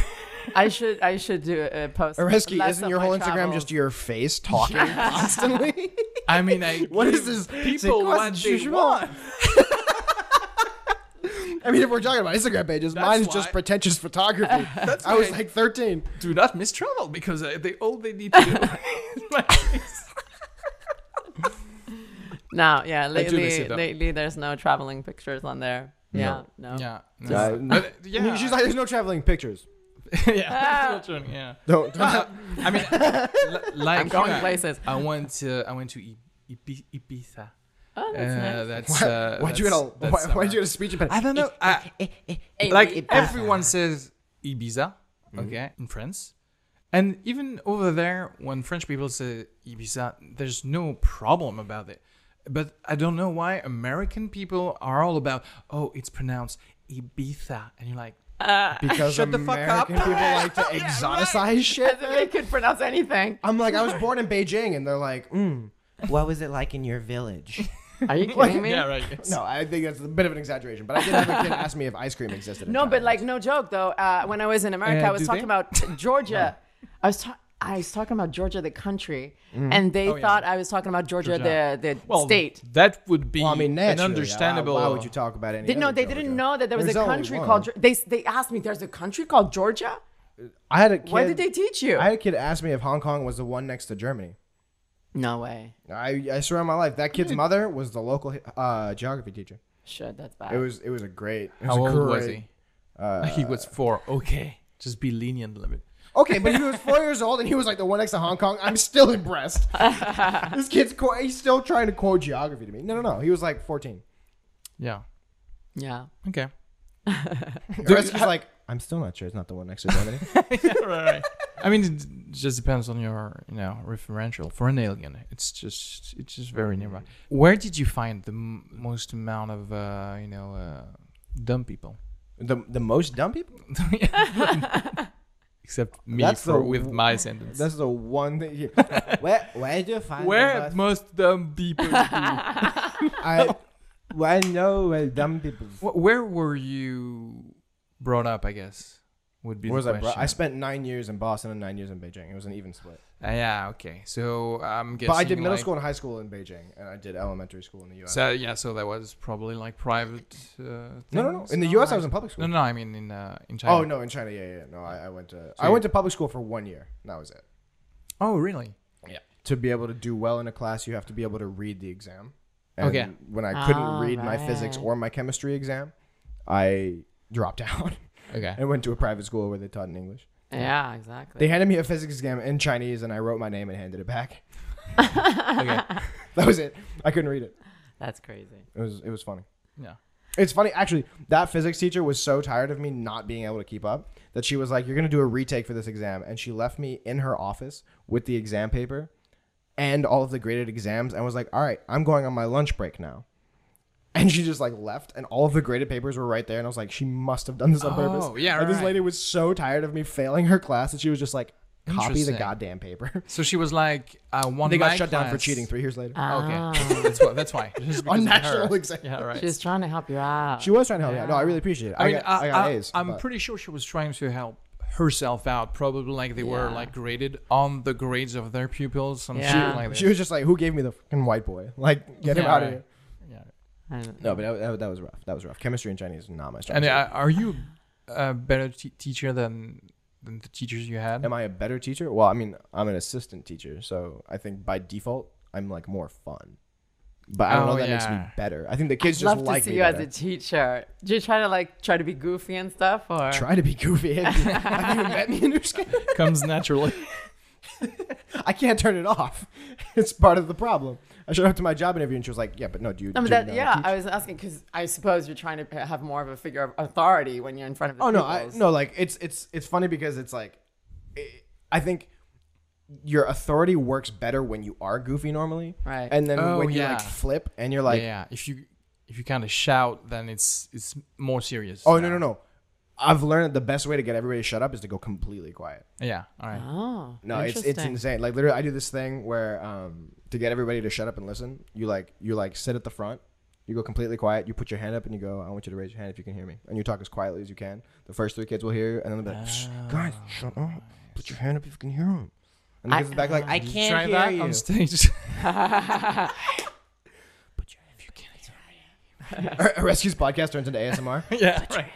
S4: I should I should do a a post.
S3: Areski,
S4: less
S3: isn't
S4: of
S3: your
S4: my
S3: whole Instagram
S4: travels.
S3: just your
S4: *laughs*
S3: face talking constantly?
S1: I mean, I
S3: What
S1: give
S3: is this? C'est
S1: People
S3: quoi
S1: what
S3: ce
S1: they
S3: jugement?
S1: want.
S3: *laughs* I mean, if we're talking about Instagram pages,
S1: That's
S3: mine is just
S1: why-
S3: pretentious
S1: *laughs*
S3: photography. I was like 13.
S1: Do not miss travel because uh, they all they need to do. *laughs* is my face.
S4: No, yeah.
S1: miss
S4: Lately,
S1: it, though.
S4: lately, there's no traveling pictures on there. Yeah, no.
S1: yeah, no.
S3: Yeah.
S1: But, uh, yeah. *laughs*
S3: She's like, there's no traveling pictures.
S1: yeah, yeah.
S3: Don't.
S1: Uh, I mean, li- like
S4: I'm going
S1: you, I-
S4: places.
S1: I went to I went to I- Ibi- Ibiza.
S4: Oh, that's
S1: Uh,
S4: nice.
S1: that's uh,
S3: why'd you get a
S1: that's-
S3: why,
S1: that's
S3: why'd
S1: summer.
S3: you get a speech impediment?
S1: I don't know.
S4: Eh,
S1: I- like
S3: Ah.
S1: everyone says Ibiza,
S3: Mm-hmm.
S1: okay, in France, and even over there, when French people say Ibiza, there's no problem about it. But I don't know why American people are all about, oh, it's pronounced Ibiza, and you're like,
S4: Ah,
S3: because
S1: Shut the fuck up. *laughs*
S3: American people like to exoticize shit.
S4: *laughs* they could pronounce anything.
S3: I'm like, I was born in Beijing, and they're like, mm.
S10: What was it like in your village?
S4: Are you kidding me?
S1: "Hmm, *laughs* yeah, right. it's-
S3: no, I think that's a bit of an exaggeration. But I did have a kid ask me if ice cream existed. in
S4: No, but
S3: China.
S4: like no joke though. Uh, when I was in America,
S1: Uh,
S4: I was
S1: do
S4: talking
S1: they?
S3: *laughs*
S4: about Georgia. I was ta- I was talking about Georgia, the country,
S3: Mm-hmm.
S4: and they
S3: Oh,
S1: yeah.
S4: thought I was talking about Georgia,
S1: Georgia.
S4: the the
S1: Well,
S4: state.
S1: That would be
S3: well, I mean,
S1: an
S3: naturally,
S1: understandable.
S3: Why, why would you talk about any?
S4: They, no,
S3: other
S4: they
S3: Georgia?
S4: didn't know that there was
S3: There's
S4: a
S3: only
S4: country
S3: one.
S4: called. Ge- They they asked me, "There's a country called Georgia?
S3: I had a kid.
S4: Why did they teach you?"
S3: I had a kid ask me if Hong Kong was the one next to Germany.
S4: no way.
S3: I, I swear on my life, that kid's mother was the local uh, geography teacher.
S4: Shit, that's
S3: It
S4: bad.
S3: was it was a great. It was
S1: How
S3: a Uh,
S1: old was
S3: great-
S1: he? *laughs* he was four. Okay, just be lenient a little bit.
S3: Okay, but he was four years old and he was like the one next to Hong Kong. I'm still
S4: *laughs*
S3: impressed. this kid's qu- he's still trying to quote geography to me. No, no, no. He was like 14.
S1: Yeah.
S4: yeah.
S1: Okay.
S3: The rest he's like, I'm still not sure. It's not the one next to Germany.
S1: *laughs* I mean, it just depends on your, you know, referential. For an alien, it's just, it's just
S3: Mm.
S1: very nearby. Where did you find the m- most amount of, uh, you know, uh, dumb people?
S3: *laughs* the the most dumb people.
S1: Except me
S3: That's
S1: for,
S3: the
S1: with
S3: w-
S1: my sentence.
S3: That's the one thing. *laughs* You, where where do you find
S1: Where most dumb people? be?
S3: *laughs* I well know where dumb people.
S1: Wh- Where were you brought up? I guess would be
S3: Where was
S1: the
S3: I? Bro?
S1: question.
S3: I spent nine years in Boston and nine years in Beijing. It was an even split.
S1: Uh, yeah. Okay. So I'm guessing.
S3: But I did middle
S1: like-
S3: school and high school in Beijing, and I did elementary school in the U.S.
S1: So yeah. So that was probably like private. Uh,
S3: no, no, no.
S1: things?
S3: In the U.S., I was in public
S1: No,
S3: school.
S1: no. I mean in uh, in China.
S3: Oh no, in China, yeah, yeah. No, I, I went to I went to public school for one year. and That was it.
S1: Oh really?
S3: Yeah. To be able to do well in a class, you have to be able to read the exam.
S1: Okay.
S3: When I couldn't
S4: Ah,
S3: read my physics
S4: right.
S3: or my chemistry exam, I dropped *laughs* out
S1: Okay.
S3: and went to a private school where they taught in English.
S4: Yeah, exactly.
S3: They handed me a physics exam in Chinese, and I wrote my name and handed it back. *laughs*
S1: Oh, okay.
S3: That was it. I couldn't read it.
S4: That's crazy.
S3: It was it was funny.
S1: Yeah.
S3: It's funny, actually, that physics teacher was so tired of me not being able to keep up that she was like, You're going to do a retake for this exam. And she left me in her office with the exam paper and all of the graded exams and was like, All right, I'm going on my lunch break now. *laughs* And she just like left, and all of the graded papers were right there. And I was like, She must have done this on purpose.
S1: Oh, yeah,
S3: Like, This
S1: right.
S3: lady was so tired of me failing her class that she was just like, Copy the
S1: Interesting.
S3: goddamn paper. *laughs*
S1: So she was like, I want
S3: they got
S1: my
S3: shut down for
S1: class. Oh,
S3: cheating Oh. three years *laughs* later.
S1: Okay. that's why. That's
S3: *laughs*
S1: why. Just because
S3: on
S1: of her.
S3: national exam.
S1: Yeah, right.
S4: She's trying to help you out.
S3: She was trying to help me out. No, I really appreciate it. I,
S1: I mean, uh,
S3: got, I, got A's.
S1: am
S3: but-
S1: pretty sure she was trying to help herself out. Probably like they were
S4: Yeah.
S1: like graded on the grades of their pupils, some
S4: Yeah.
S1: shit like that.
S3: She was just like, "Who gave me the fucking white boy? Like, get him
S1: Yeah,
S3: out of
S1: right.
S3: here."
S1: Yeah.
S4: I don't-
S3: No, but that, that, that was rough. That was rough. Chemistry and Chinese is not my strong
S1: And
S3: suit.
S1: uh, are you a better t- teacher than than the teachers you had?
S3: Am I a better teacher? Well, I mean, I'm an assistant teacher, so I think by default, I'm like more fun. But I don't know
S1: Oh,
S3: if that makes me
S1: yeah.
S3: better. I think the kids just
S4: Love
S3: like
S4: to see
S3: me
S4: you as
S3: better.
S4: a teacher. Do you try to like try to be goofy and stuff, or
S3: Try to be goofy. *laughs* Have
S4: *laughs*
S3: you met me in your skin?
S1: Comes naturally.
S3: I can't turn it off. *laughs* It's part of the problem. I showed up to my job interview and she was like, "Yeah, but no, do you?"
S4: No,
S3: do
S4: but
S3: you know how
S4: that,
S3: to
S4: yeah,
S3: teach?"
S4: I was asking because I suppose you're trying to have more of a figure of authority when you're in front of the
S3: Oh no, I,
S4: pupils.
S3: no, like it's it's it's funny because it's like I think your authority works better when you are goofy normally,
S4: Right.
S3: And then
S1: Oh,
S3: when you
S1: yeah.
S3: like flip and you're
S1: *laughs*
S3: like,
S1: yeah, if you if you kind of shout, then it's it's more serious.
S3: oh no no no, I've learned that the best way to get everybody to shut up is to go completely quiet.
S1: Yeah, all
S3: Ah.
S1: right.
S4: Oh,
S3: No, it's it's
S4: interesting.
S3: insane. Like literally, I do this thing where um, to get everybody to shut up and listen, you like you like sit at the front, you go completely quiet, you put your hand up, and you go, "I want you to raise your hand if you can hear me," and you talk as quietly as you can. The first three kids will hear, you, and then they'll be like, "Shh, "Guys, shut up! Put your hand up if you can hear him." And the
S4: I-
S3: kids are back like, *laughs* "I can't
S1: Try
S3: hear
S1: that
S3: you."
S1: on
S3: *laughs*
S1: stage. *laughs*
S3: A Rescues podcast turns into ASMR.
S1: yeah, right.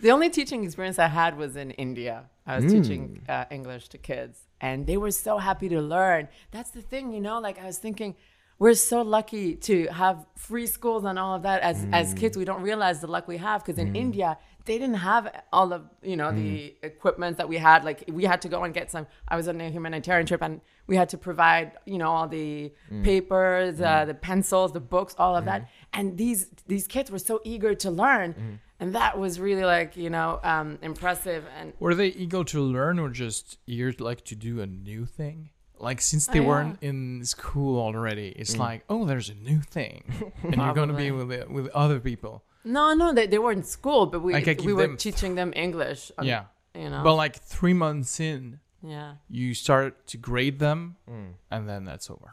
S4: The only teaching experience I had was in India. I was teaching uh, English to kids, and they were so happy to learn. That's the thing, you know. Like I was thinking, we're so lucky to have free schools and all of that. As as kids, we don't realize the luck we have because in India they didn't have all of you know the equipment that we had. Like we had to go and get some. I was on a humanitarian trip, and we had to provide you know all the papers, uh, the pencils, the books, all of that. And these these kids were so eager to learn. And that was really like, you know, um, impressive. And
S1: Were they eager to learn or just eager to, like to do a new thing? Like since they
S4: Oh, yeah.
S1: weren't in school already,
S3: Mm.
S1: it's like oh, there's a new
S4: *laughs*
S1: thing, and you're gonna be
S4: Probably.
S1: with it, with other people.
S4: no, no, they, they were in school, but we,
S1: Like, I
S4: we
S1: give
S4: were
S1: them-
S4: teaching them English. um,
S1: yeah,
S4: You know?
S1: but like three months in,
S4: yeah.
S1: you start to grade them,
S3: Mm.
S1: and then that's over.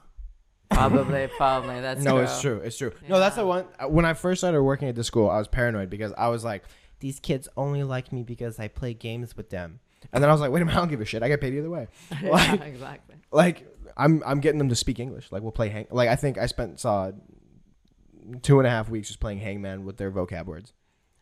S4: Probably, probably. That's
S3: No, it's true. It's true. No, that's the one. uh, When I first started working at the school, I was paranoid because I was like, these kids only like me because I play games with them. And then I was like, wait a minute, I don't give a shit. I get paid either
S4: *laughs*
S3: way. *laughs* Like,
S4: Yeah, exactly.
S3: like I'm I'm getting them to speak English. Like we'll play hang. Like I think I spent saw two and a half weeks just playing Hangman with their vocab words.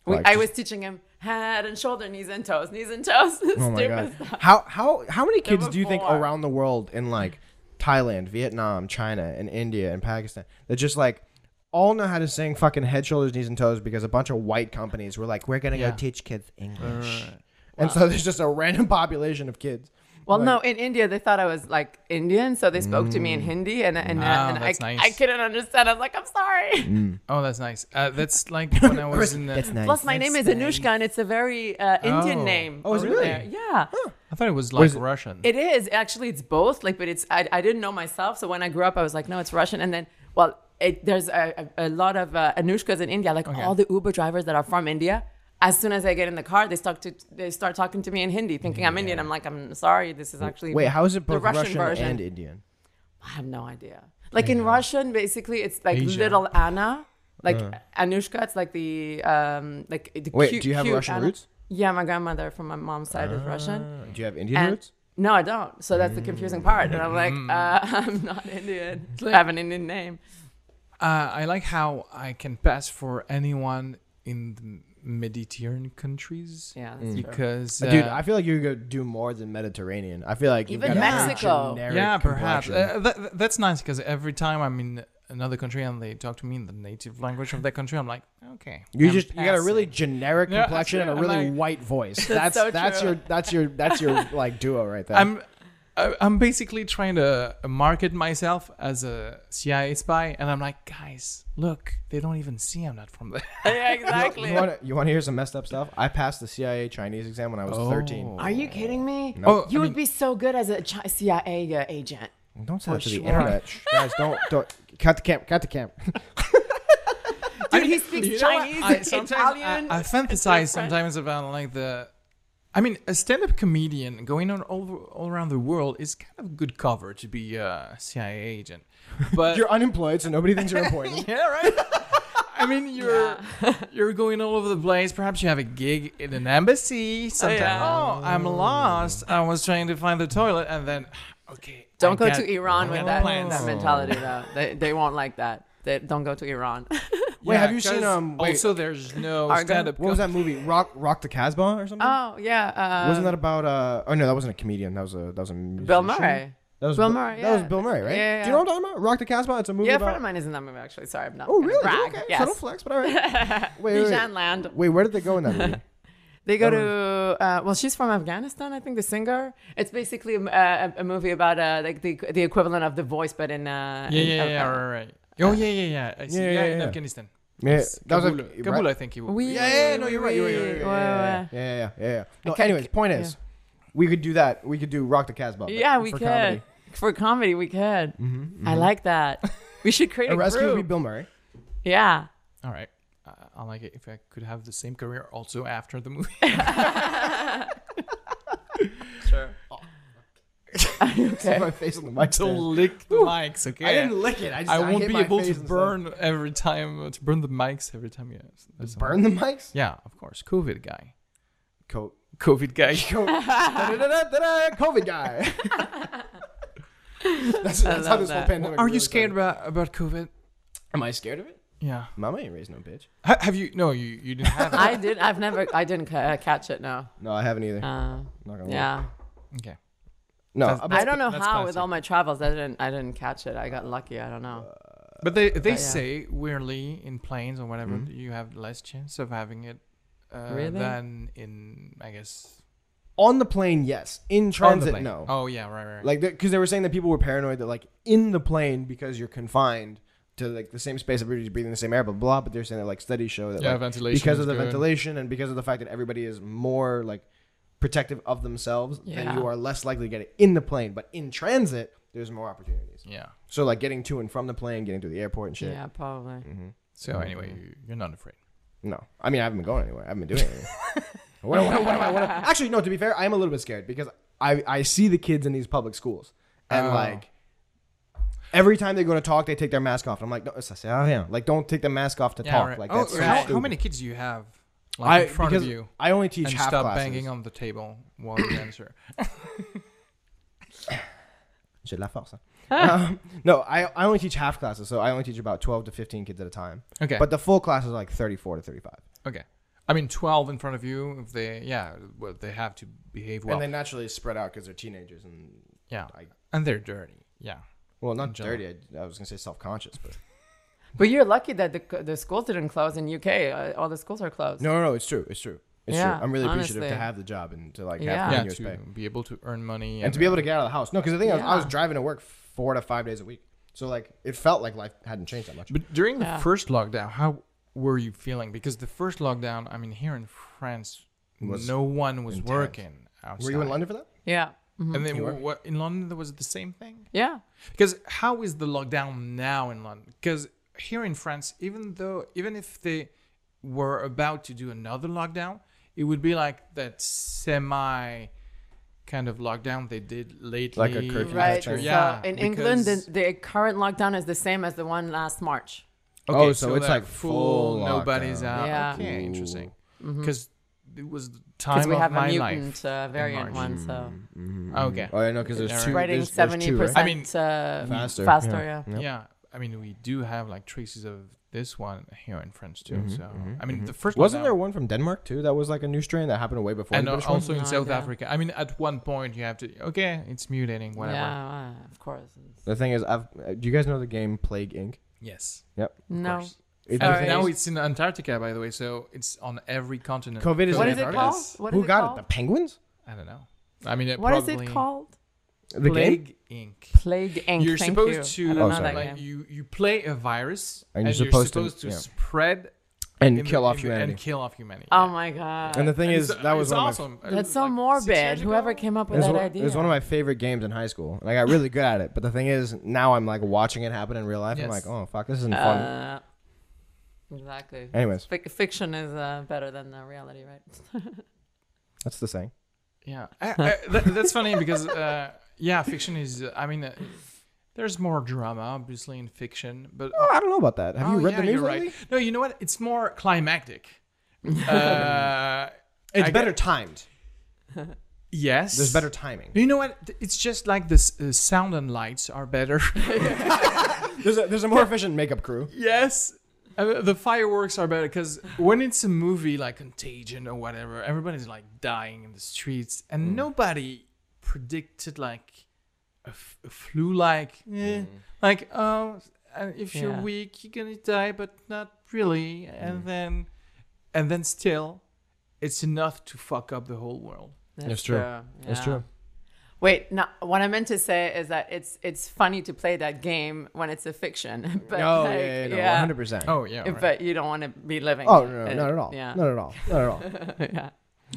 S4: We,
S3: Like,
S4: I
S3: just-
S4: was teaching him head and shoulder, knees and toes, knees and toes. *laughs*
S3: Oh my
S4: Stupid
S3: god!
S4: stuff.
S3: How how how many kids
S4: were
S3: do you think
S4: four.
S3: around the world in like Thailand, Vietnam, China, and India and Pakistan that just like all know how to sing fucking head, shoulders, knees, and toes because a bunch of white companies were like, we're gonna
S1: Yeah.
S3: go teach kids English, and so there's just a random population of kids.
S4: Well, no, in India they thought I was like Indian, so they spoke to me
S3: Mm.
S4: in Hindi, and and,
S1: Ah,
S4: and I,
S1: that's nice.
S4: I couldn't understand. I was like, I'm sorry.
S1: Oh, that's nice. Uh, that's
S4: *laughs*
S1: like when I was in. The,
S10: That's nice.
S4: Plus, my name is Anushka, and it's a very uh, Indian
S1: Oh.
S4: name.
S3: Oh, is it
S4: over
S3: really?
S4: there. Yeah,
S1: I thought it was like
S3: is it?
S1: Russian.
S4: it is actually. It's both. Like, but it's I, I didn't know myself, so when I grew up, I was like, no, it's Russian. And then, well, it, there's a, a, a lot of uh, Anushkas in India.
S3: Oh,
S4: Like all the Uber drivers that are from India. As soon as I get in the car, they start to they start talking to me in Hindi, thinking I'm Indian. I'm like, I'm sorry, this is actually
S3: Wait, how is it
S4: the
S3: both
S4: Russian
S3: Russian,
S4: version.
S3: and Indian?
S4: I have no idea. Like in Russian, basically, it's like
S1: Asia.
S4: little Anna, like Anushka. It's like the um, like the
S3: Uh. Wait,
S4: cute,
S3: do you have
S4: cute
S3: Russian
S4: Anna.
S3: roots? Ah.
S4: Yeah, my grandmother from my mom's side is Russian.
S3: Do you have Indian
S4: And-
S3: roots?
S4: No, I don't. So that's the confusing part. And I'm like,
S1: Mm.
S4: uh, *laughs* I'm not Indian. I have an Indian name. *laughs*
S1: Uh, I like how I can pass for anyone in the Mediterranean countries.
S4: Yeah, that's true.
S1: Because
S3: Dude,
S1: uh,
S3: I feel like you could do more than Mediterranean. I feel like you've
S4: Even
S3: got a pretty
S4: Mexico.
S3: generic
S1: yeah, perhaps
S3: complexion.
S1: uh, that, that- that's nice because every time I'm in another country and they talk to me in the native language of that country, I'm like, okay,
S3: You
S1: I'm
S3: just you got a really
S1: passing.
S3: generic
S1: Yeah,
S3: complexion and a
S1: absolutely.
S3: really
S1: Like-
S3: white voice. That's
S4: *laughs* That's
S3: that's,
S4: so true.
S3: your that's your that's
S4: *laughs*
S3: your like duo right there.
S1: I'm I- I'm basically trying to market myself as a CIA spy, and I'm like, guys, look, they don't even see I'm not from there.
S4: yeah,
S3: you
S4: exactly.
S3: want you want to hear some messed up stuff? I passed the CIA Chinese exam when I was 13.
S4: Are you kidding me?
S1: Oh,
S4: you
S1: I
S4: would
S1: mean-
S4: be so good as a chi- CIA uh, agent.
S3: Don't say that to the
S1: sure.
S3: internet, Shh, guys. Don't don't cut the camp. Cut the *laughs* camp.
S4: Dude, he
S1: *laughs*
S4: speaks
S1: You know what?
S4: Chinese,
S1: I, sometimes
S4: Italian.
S1: I, I fantasize sometimes about like the. I mean, a stand-up comedian going on all, all around the world is kind of good cover to be a CIA
S3: *laughs*
S1: agent, but
S3: You're unemployed, so nobody thinks you're
S4: *laughs*
S3: important.
S1: yeah, right. *laughs* I mean, you're *laughs* you're going all over the place. Perhaps you have a gig in an embassy. Sometimes,
S4: yeah.
S1: oh, I'm lost. I was trying to find the toilet, and then, okay,
S4: Don't
S1: I
S4: go
S1: got-
S4: to Iran
S1: I
S4: with
S1: got
S4: that,
S1: plans.
S4: that mentality, though. They, they won't like that. They don't go to *laughs* Iran.
S3: Wait,
S1: Yeah,
S3: have you seen
S1: 'cause
S3: um? Wait,
S1: also, there's no
S4: Argo?
S1: stand-up.
S3: what was that movie? Rock Rock the Casbah or something?
S4: oh yeah, uh,
S3: Wasn't that about uh? Oh no, that wasn't a comedian. That was a that was a
S4: Bill
S3: musician.
S4: Murray?
S3: That was
S4: Bill Murray,
S3: That was
S4: yeah.
S3: Bill Murray, right?
S4: Yeah, yeah,
S3: Do you know
S4: yeah.
S3: what I'm talking about? Rock the Casbah. It's a movie
S4: Yeah, a
S3: about.
S4: friend of mine is in that movie actually. Sorry, I'm not.
S3: oh
S4: gonna
S3: really?
S4: Brag.
S3: Okay.
S4: Yes.
S3: Subtle flex, but all
S4: *laughs*
S3: right. wait, wait,
S4: Bijan
S3: wait.
S4: Land.
S3: Wait, where did they go in that movie?
S4: They go to uh, well, she's from Afghanistan, I think. The singer. It's basically um, uh, a, a movie about uh, like the the equivalent of The Voice, but in uh,
S1: Yeah,
S4: in,
S1: yeah,
S4: uh,
S1: yeah,
S4: uh,
S1: right, right. Oh, yeah, yeah, yeah. I see.
S3: Yeah,
S1: Yeah,
S3: yeah,
S1: in
S3: yeah.
S1: Afghanistan.
S4: Eh,
S3: Yeah,
S1: It's
S3: that was a-
S1: Kabul,
S3: right?
S1: Kabul, I think he was.
S4: Oui,
S3: Yeah, yeah, yeah, no, you're right, you're right, you're right,
S4: oui,
S3: yeah,
S4: ouais, ouais.
S3: Yeah, yeah, yeah. yeah. No,
S4: Okay,
S3: anyways, point is, we could do that. We could do Rock the Casbah. but
S4: Yeah, we
S3: for
S4: could.
S3: comedy.
S4: For comedy, we could. I like that. We should create a
S3: A rescue would be
S4: group.
S3: Bill Murray.
S4: yeah.
S1: All right. Uh, I like it if I could have the same career also after the movie. sure.
S3: *laughs* Put my face on
S1: *laughs*
S3: the
S1: Don't
S3: mic. stand.
S1: lick the mics, okay?
S3: I didn't lick it. I just
S1: I won't
S3: hit
S1: be
S3: my
S1: able
S3: face
S1: to
S3: on the
S1: burn every time uh, to burn the mics every time. Yes, that's
S3: stand.
S1: all.
S3: Burn the mics.
S1: Yeah, of course. COVID guy. *laughs*
S3: Coat.
S1: COVID
S3: *laughs*
S1: guy.
S3: Coat. Da-da-da-da-da, COVID
S4: *laughs*
S3: guy. *laughs* that's that's how
S4: love
S3: this whole
S4: that.
S3: pandemic.
S1: Are
S3: really
S1: you scared
S3: started.
S1: about about COVID?
S3: Am I scared of it?
S1: Yeah.
S3: Mama ain't raised no bitch.
S1: Ha- Have you? No, you you didn't have. *laughs* it.
S4: I did. I've never. I didn't ca- uh, catch it. No.
S3: No, I haven't either.
S4: Uh,
S3: Not gonna lie.
S4: yeah.
S1: Okay.
S3: No,
S1: That's-
S3: about-
S4: I don't know how
S1: that's
S4: with
S1: classic.
S4: all my travels, I didn't. I didn't catch it. I got lucky. I don't know.
S1: But they they
S3: Uh,
S4: yeah.
S1: say weirdly in planes or whatever you have less chance of having it uh,
S4: Really?
S1: than in I guess
S3: on the plane, yes. In
S1: on the
S3: transit,
S1: plane.
S3: no.
S1: Oh yeah, right, right. right.
S3: Like, because they were saying that people were paranoid that like in the plane because you're confined to like the same space, everybody's breathing the same air, blah blah. blah, But they're saying that like studies show that
S1: Yeah,
S3: like,
S1: ventilation
S3: because
S1: is
S3: of the
S1: good.
S3: ventilation and because of the fact that everybody is more like protective of themselves, then
S4: Yeah.
S3: you are less likely to get it in the plane. But in transit, there's more opportunities.
S1: yeah.
S3: So like getting to and from the plane, getting to the airport and shit.
S4: Yeah, probably.
S3: Mm.
S1: So anyway, you- you're not afraid.
S3: No, I mean I haven't been going anywhere. I haven't been doing
S1: *laughs*
S3: anything. what, what, what am I? What am- Actually, no. To be fair, I am a little bit scared because I I see the kids in these public schools and
S1: Oh.
S3: like every time they're going to talk, they take their mask off. And I'm like, no, it's a- yeah, like don't take the mask off to talk. Like
S1: oh,
S3: that's so
S1: how,
S3: stupid.
S1: how many kids do you have
S3: I
S1: like, in front of
S3: because
S1: you?
S3: I only teach
S1: and
S3: half
S1: stop
S3: classes.
S1: banging on the table while you answer.
S3: *coughs* J'ai de
S1: *laughs*
S3: la force. huh? um, no, I, I only teach half classes, so I only teach about twelve to fifteen kids at a time.
S1: Okay.
S3: But the full class is like thirty four to thirty five,
S1: Okay. I mean, 12 in front of you, if they, yeah, well, they have to behave well.
S3: and they naturally spread out because they're teenagers and
S1: yeah.
S3: I-
S1: and they're dirty. Yeah.
S3: well, not
S1: general.
S3: dirty. I, I was gonna say self conscious, but
S4: But you're lucky that the co- the schools didn't close in UK. Uh, all the schools are closed.
S3: No, no, no, it's true. It's true. It's
S4: Yeah,
S3: true. I'm really appreciative to
S4: honestly.
S3: have the job and to like
S4: Yeah.
S3: have
S1: Yeah,
S3: yeah, years
S1: to
S3: pay
S1: be able to earn money.
S3: and to be able to get out of the house. No, because the thing is, I was
S4: Yeah.
S3: driving to work four to five days a week, so like it felt like life hadn't changed that much.
S1: But during the
S4: Yeah.
S1: first lockdown, how were you feeling? Because the first lockdown, I mean, here in France,
S3: Was
S1: no one was
S3: intense.
S1: working outside.
S3: Were you in London for that?
S4: Yeah. Mhm.
S1: And then what, in London, there was the same thing?
S4: Yeah.
S1: Because how is the lockdown now in London? Because here in France, even though even if they were about to do another lockdown, it would be like that semi kind of lockdown they did lately.
S3: Like a curfew.
S4: Right.
S3: True.
S4: So
S1: Yeah,
S4: in England, the,
S1: because-
S4: the current lockdown is the same as the one last March.
S3: Oh, so it's
S1: they're
S3: like full
S1: nobody's
S3: lockdown.
S1: out.
S4: Yeah. Mm-hmm.
S1: Okay, interesting. Because it was the
S4: Because
S1: time
S4: we
S1: of
S4: have a
S1: my
S4: mutant
S1: life.
S4: uh,
S1: in
S4: variant
S1: March.
S4: one, so
S1: Okay.
S3: Oh, yeah, no, because there's two.
S4: spreading
S3: there's, there's
S4: seventy
S3: two, right?
S4: percent.
S1: I mean,
S4: uh,
S3: Faster,
S4: Faster,
S3: yeah.
S4: yeah.
S1: Yeah, I mean, we do have like traces of this one here in France too. so I mean, the first
S3: Mm-hmm, Wasn't
S1: lockdown-
S3: there one from Denmark too? That was like a new strain that happened way before.
S1: and
S3: the
S1: al-
S3: British one?
S1: also in
S4: No
S1: South
S4: idea.
S1: Africa. I mean, at one point you have to okay, it's mutating, whatever.
S4: Yeah, uh, of course.
S3: the thing is, I've, uh, do you guys know the game Plague Inc?
S1: Yes.
S3: Yep.
S4: No.
S1: course.
S3: It-
S1: And
S4: All right.
S1: Now it's in Antarctica, by the way, so it's on every continent.
S3: COVID is
S4: What
S3: in
S4: is it
S3: Antarctica.
S4: called? What is
S3: Who
S4: it
S3: got
S4: called?
S3: it? The penguins?
S1: I don't know. I mean, it
S4: What is
S1: probably-
S4: it called?
S3: The game?
S1: Plague Inc.
S4: Plague Inc.
S1: You're
S4: Thank
S1: supposed
S4: you.
S1: to
S4: I don't
S3: Oh,
S4: know
S3: sorry.
S4: that
S1: like
S4: game.
S1: you, you play a virus
S3: And you're supposed to-
S1: supposed to,
S3: yeah.
S1: spread in
S3: And
S1: the-
S3: kill off
S1: in the-
S3: humanity.
S1: and kill off humanity.
S4: Oh my god.
S3: And the thing
S1: And
S3: is,
S1: it's-
S3: that was
S1: it's
S3: one of my
S1: awesome.
S4: That's so
S1: Like, six
S4: morbid.
S1: years
S4: Whoever
S1: ago?
S4: came up
S3: It
S4: with
S3: was,
S4: that
S3: one, it
S4: idea.
S3: was one of my favorite games in high school. and I got really good at it. But the thing is, now I'm like watching it happen in real life.
S1: Yes.
S3: I'm like, oh fuck, this isn't fun.
S4: Uh, exactly.
S3: Anyways,
S4: Fic- fiction is uh, better than uh, reality, right?
S3: that's the saying.
S1: Yeah, I, I, that, that's funny because uh, yeah, fiction is. uh, I mean, uh, there's more drama obviously in fiction, but
S3: Oh, I don't know about that. Have
S1: Oh,
S3: you read
S1: yeah,
S3: the news
S1: you're
S3: lately?
S1: No, you know what? It's more
S3: *laughs*
S1: climactic. uh,
S3: It's
S1: I
S3: better timed.
S1: yes,
S3: There's
S1: *laughs*
S3: better timing.
S1: You know what? Th- It's just like this. Uh, sound and lights are better.
S3: There's a, there's a more efficient makeup crew.
S1: yes. Uh, the fireworks are better because when it's a movie like Contagion or whatever, everybody's like dying in the streets, and nobody predicted like a, f- a flu like, eh, like oh, uh, if you're
S4: Yeah.
S1: weak, you're gonna die, but not really, and then, and then still, it's enough to fuck up the whole world.
S4: That's
S3: true. It's
S4: yeah.
S3: true.
S4: Wait, no. What I meant to say is that it's it's funny to play that game when it's a fiction, *laughs* but
S3: Oh
S4: like,
S3: yeah, yeah, no,
S4: yeah.
S3: 100%.
S11: Oh yeah. right.
S4: But you don't want to be living.
S3: Oh no, no,
S4: it.
S3: not at all.
S4: Yeah.
S3: Not at all. Not at all.
S4: *laughs* yeah.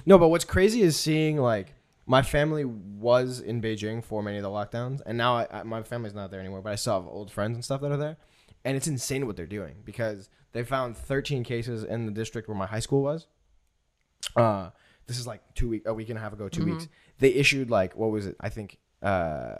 S3: No, but what's crazy is seeing like my family was in Beijing for many of the lockdowns, and now I, I, my family's not there anymore. But I still have old friends and stuff that are there, and it's insane what they're doing because they found 13 cases in the district where my high school was. Uh, this is like two week, a week and a half ago, 2 weeks. They issued like what was it? I think uh,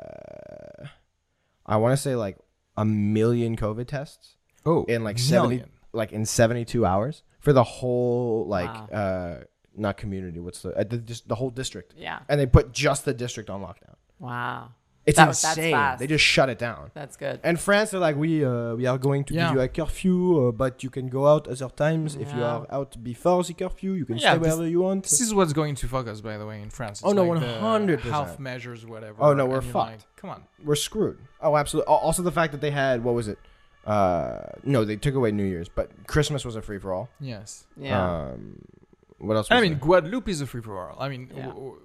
S3: I want to say like a million COVID tests
S11: oh,
S3: in like 70
S11: million.
S3: like in 72 hours for the whole like
S4: Wow.
S3: uh not community what's the, uh, the just the whole district
S4: Yeah.
S3: and they put just the district on lockdown
S4: Wow.
S3: it's
S4: That- that's
S3: insane
S4: fast.
S3: they just shut it down
S4: That's good.
S3: and France are like we uh, we are going to
S1: Yeah.
S3: give you a curfew uh, but you can go out other times if you
S4: Yeah.
S3: are out before the curfew you can
S1: Yeah,
S3: stay
S1: this-
S3: wherever you want
S1: This is what's going to fuck us, by the way, in France.
S3: Oh,
S1: It's
S3: no,
S1: like the
S3: 100%.
S1: Health measures, whatever.
S3: Oh, no, we're
S1: and you're like,
S3: fucked.
S1: Come on.
S3: we're screwed oh absolutely Al- also the fact that they had what was it uh no they took away new year's but christmas was a free for all
S1: Yes.
S4: Yeah.
S3: um what else was
S1: And I mean,
S3: there?
S1: Guadeloupe is a free for all. I mean,
S4: Yeah.
S1: w- w-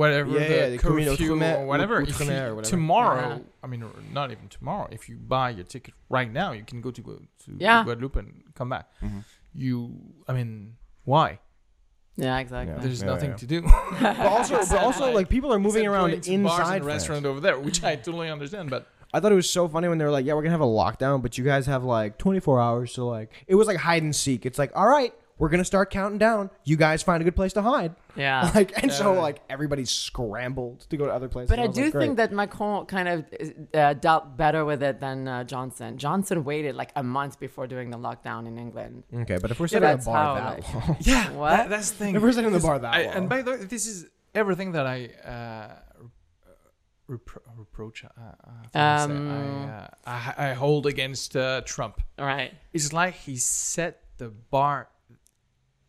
S1: whatever
S3: Yeah,
S1: the
S3: yeah, the commune
S1: curfew
S3: Outremer-
S1: or whatever.
S3: Out-
S1: if you-
S3: Outremer or whatever.
S1: Tomorrow,
S4: Yeah.
S1: I mean, or not even tomorrow. If you buy your ticket right now, you can go to, Gu- to
S4: Yeah.
S1: Guadeloupe and come back.
S3: Mm-hmm.
S1: You, I mean, why?
S4: yeah. Exactly.
S3: Yeah.
S1: There's nothing
S3: yeah. *laughs*
S1: to do.
S3: but also, but also, like people are moving
S1: Except
S3: around
S1: going to bars
S3: inside
S1: and
S3: France.
S1: restaurant over there, which I totally understand. But
S3: I thought it was so funny when they were like, "Yeah, we're gonna have a lockdown, but you guys have like 24 hours." So like, it was like hide and seek. It's like, all right, we're gonna start counting down. You guys find a good place to hide. *laughs*
S4: Yeah.
S3: Like, and so like everybody scrambled to go to other places.
S4: But
S3: and
S4: I
S3: was
S4: do
S3: like,
S4: think
S3: "Great."
S4: that Macron kind of uh, dealt better with it than uh, Johnson. Johnson waited like a month before doing the lockdown in England.
S3: Okay, but if we're sitting in a
S4: that's
S3: bar
S4: how,
S3: that
S4: like-
S3: long, *laughs*
S1: yeah,
S4: What?
S1: that- that's the thing.
S3: if we're sitting in the
S1: Because
S3: bar that
S1: I-
S3: long,
S1: And by the way, this is everything that I uh, repro- reproach. Uh, uh, I, forgot to say. I, uh, I, I hold against uh, Trump.
S4: Right.
S1: It's like he set the bar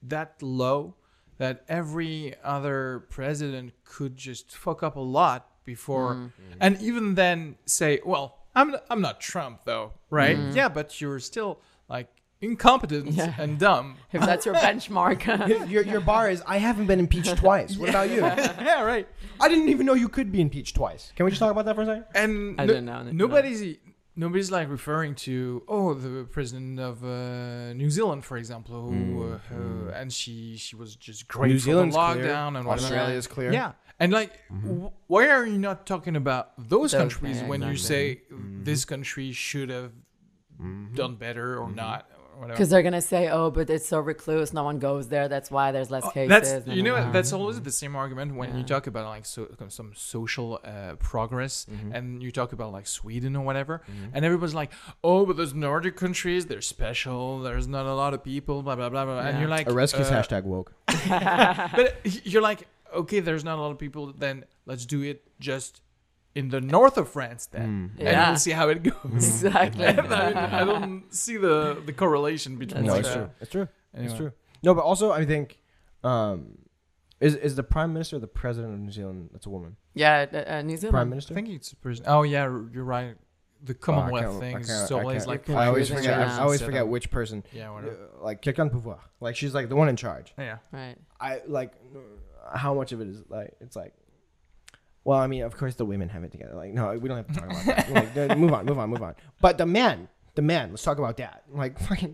S1: that low that every other president could just fuck up a lot before,
S3: Mm-hmm.
S1: and even then say, "Well, I'm I'm not Trump though, right? Yeah, but you're still like incompetent and
S3: *laughs*
S1: dumb."
S4: If that's your benchmark. *laughs*
S3: your your bar is. I haven't been impeached twice. What about you?
S1: yeah, right.
S3: I didn't even know you could be impeached twice. Can we just talk about that for a second?
S1: and
S4: I
S1: no-
S4: don't know, no.
S1: nobody's e, nobody's like referring to oh the president of uh, New Zealand for example who, uh, who- and she she was just great
S3: Hmm, New
S1: for
S3: Zealand's
S1: the
S3: clear.
S1: lockdown and whatever.
S3: Australia's clear. Mm-hmm.
S1: yeah and like w- why are you not talking about those, countries
S4: yeah,
S1: when you say
S3: Mm-hmm.
S1: this country should have done better
S3: Mm-hmm.
S1: or not or whatever
S4: Because they're going to say, oh, but it's so recluse. No one goes there. That's why there's
S3: Oh,
S4: less cases.
S1: Uh, that's
S4: blah,
S1: you
S4: blah,
S1: know
S4: blah.
S1: that's always the same argument when you talk about like so some social uh, progress
S3: Mm-hmm.
S1: and you talk about like Sweden or whatever and everyone's like oh but those Nordic countries they're special there's not a lot of people blah blah blah, blah. and
S4: Yeah.
S1: you're like
S3: Areskis
S1: uh,
S3: hashtag woke.
S1: *laughs* but you're like okay there's not a lot of people then let's do it just in the north of France
S3: Mm.
S1: then and
S4: Yeah.
S1: we'll see how it *laughs* goes
S4: *laughs*
S3: *laughs*
S4: Exactly.
S1: I, mean, I don't see the the correlation between
S3: No,
S1: like,
S3: it's
S1: uh,
S3: true. It's true.
S1: anyway.
S3: It's true. No, but also I think um, is is the prime minister or the president of New Zealand? That's a woman.
S4: yeah, uh, uh, New Zealand.
S3: Prime
S1: I
S3: minister.
S1: think it's prison. Oh yeah, r- you're right. The Commonwealth
S3: can't-
S1: thing
S3: I
S1: is
S3: can't- I
S1: always
S3: can't-
S1: like
S3: I always
S4: confusing
S3: forget.
S4: around.
S3: I always
S1: set
S3: forget
S1: up.
S3: which person.
S1: Yeah,
S3: uh,
S1: whatever.
S3: Like quelqu'un de pouvoir. Like she's like the one in charge.
S1: Yeah.
S4: Right.
S3: I like how much of it is like it's like. Well, I mean, of course the women have it together. Like, no, we don't have to talk about that. Like, th- move on, move on, move on. But the men, the men, let's talk about that. Like, fucking.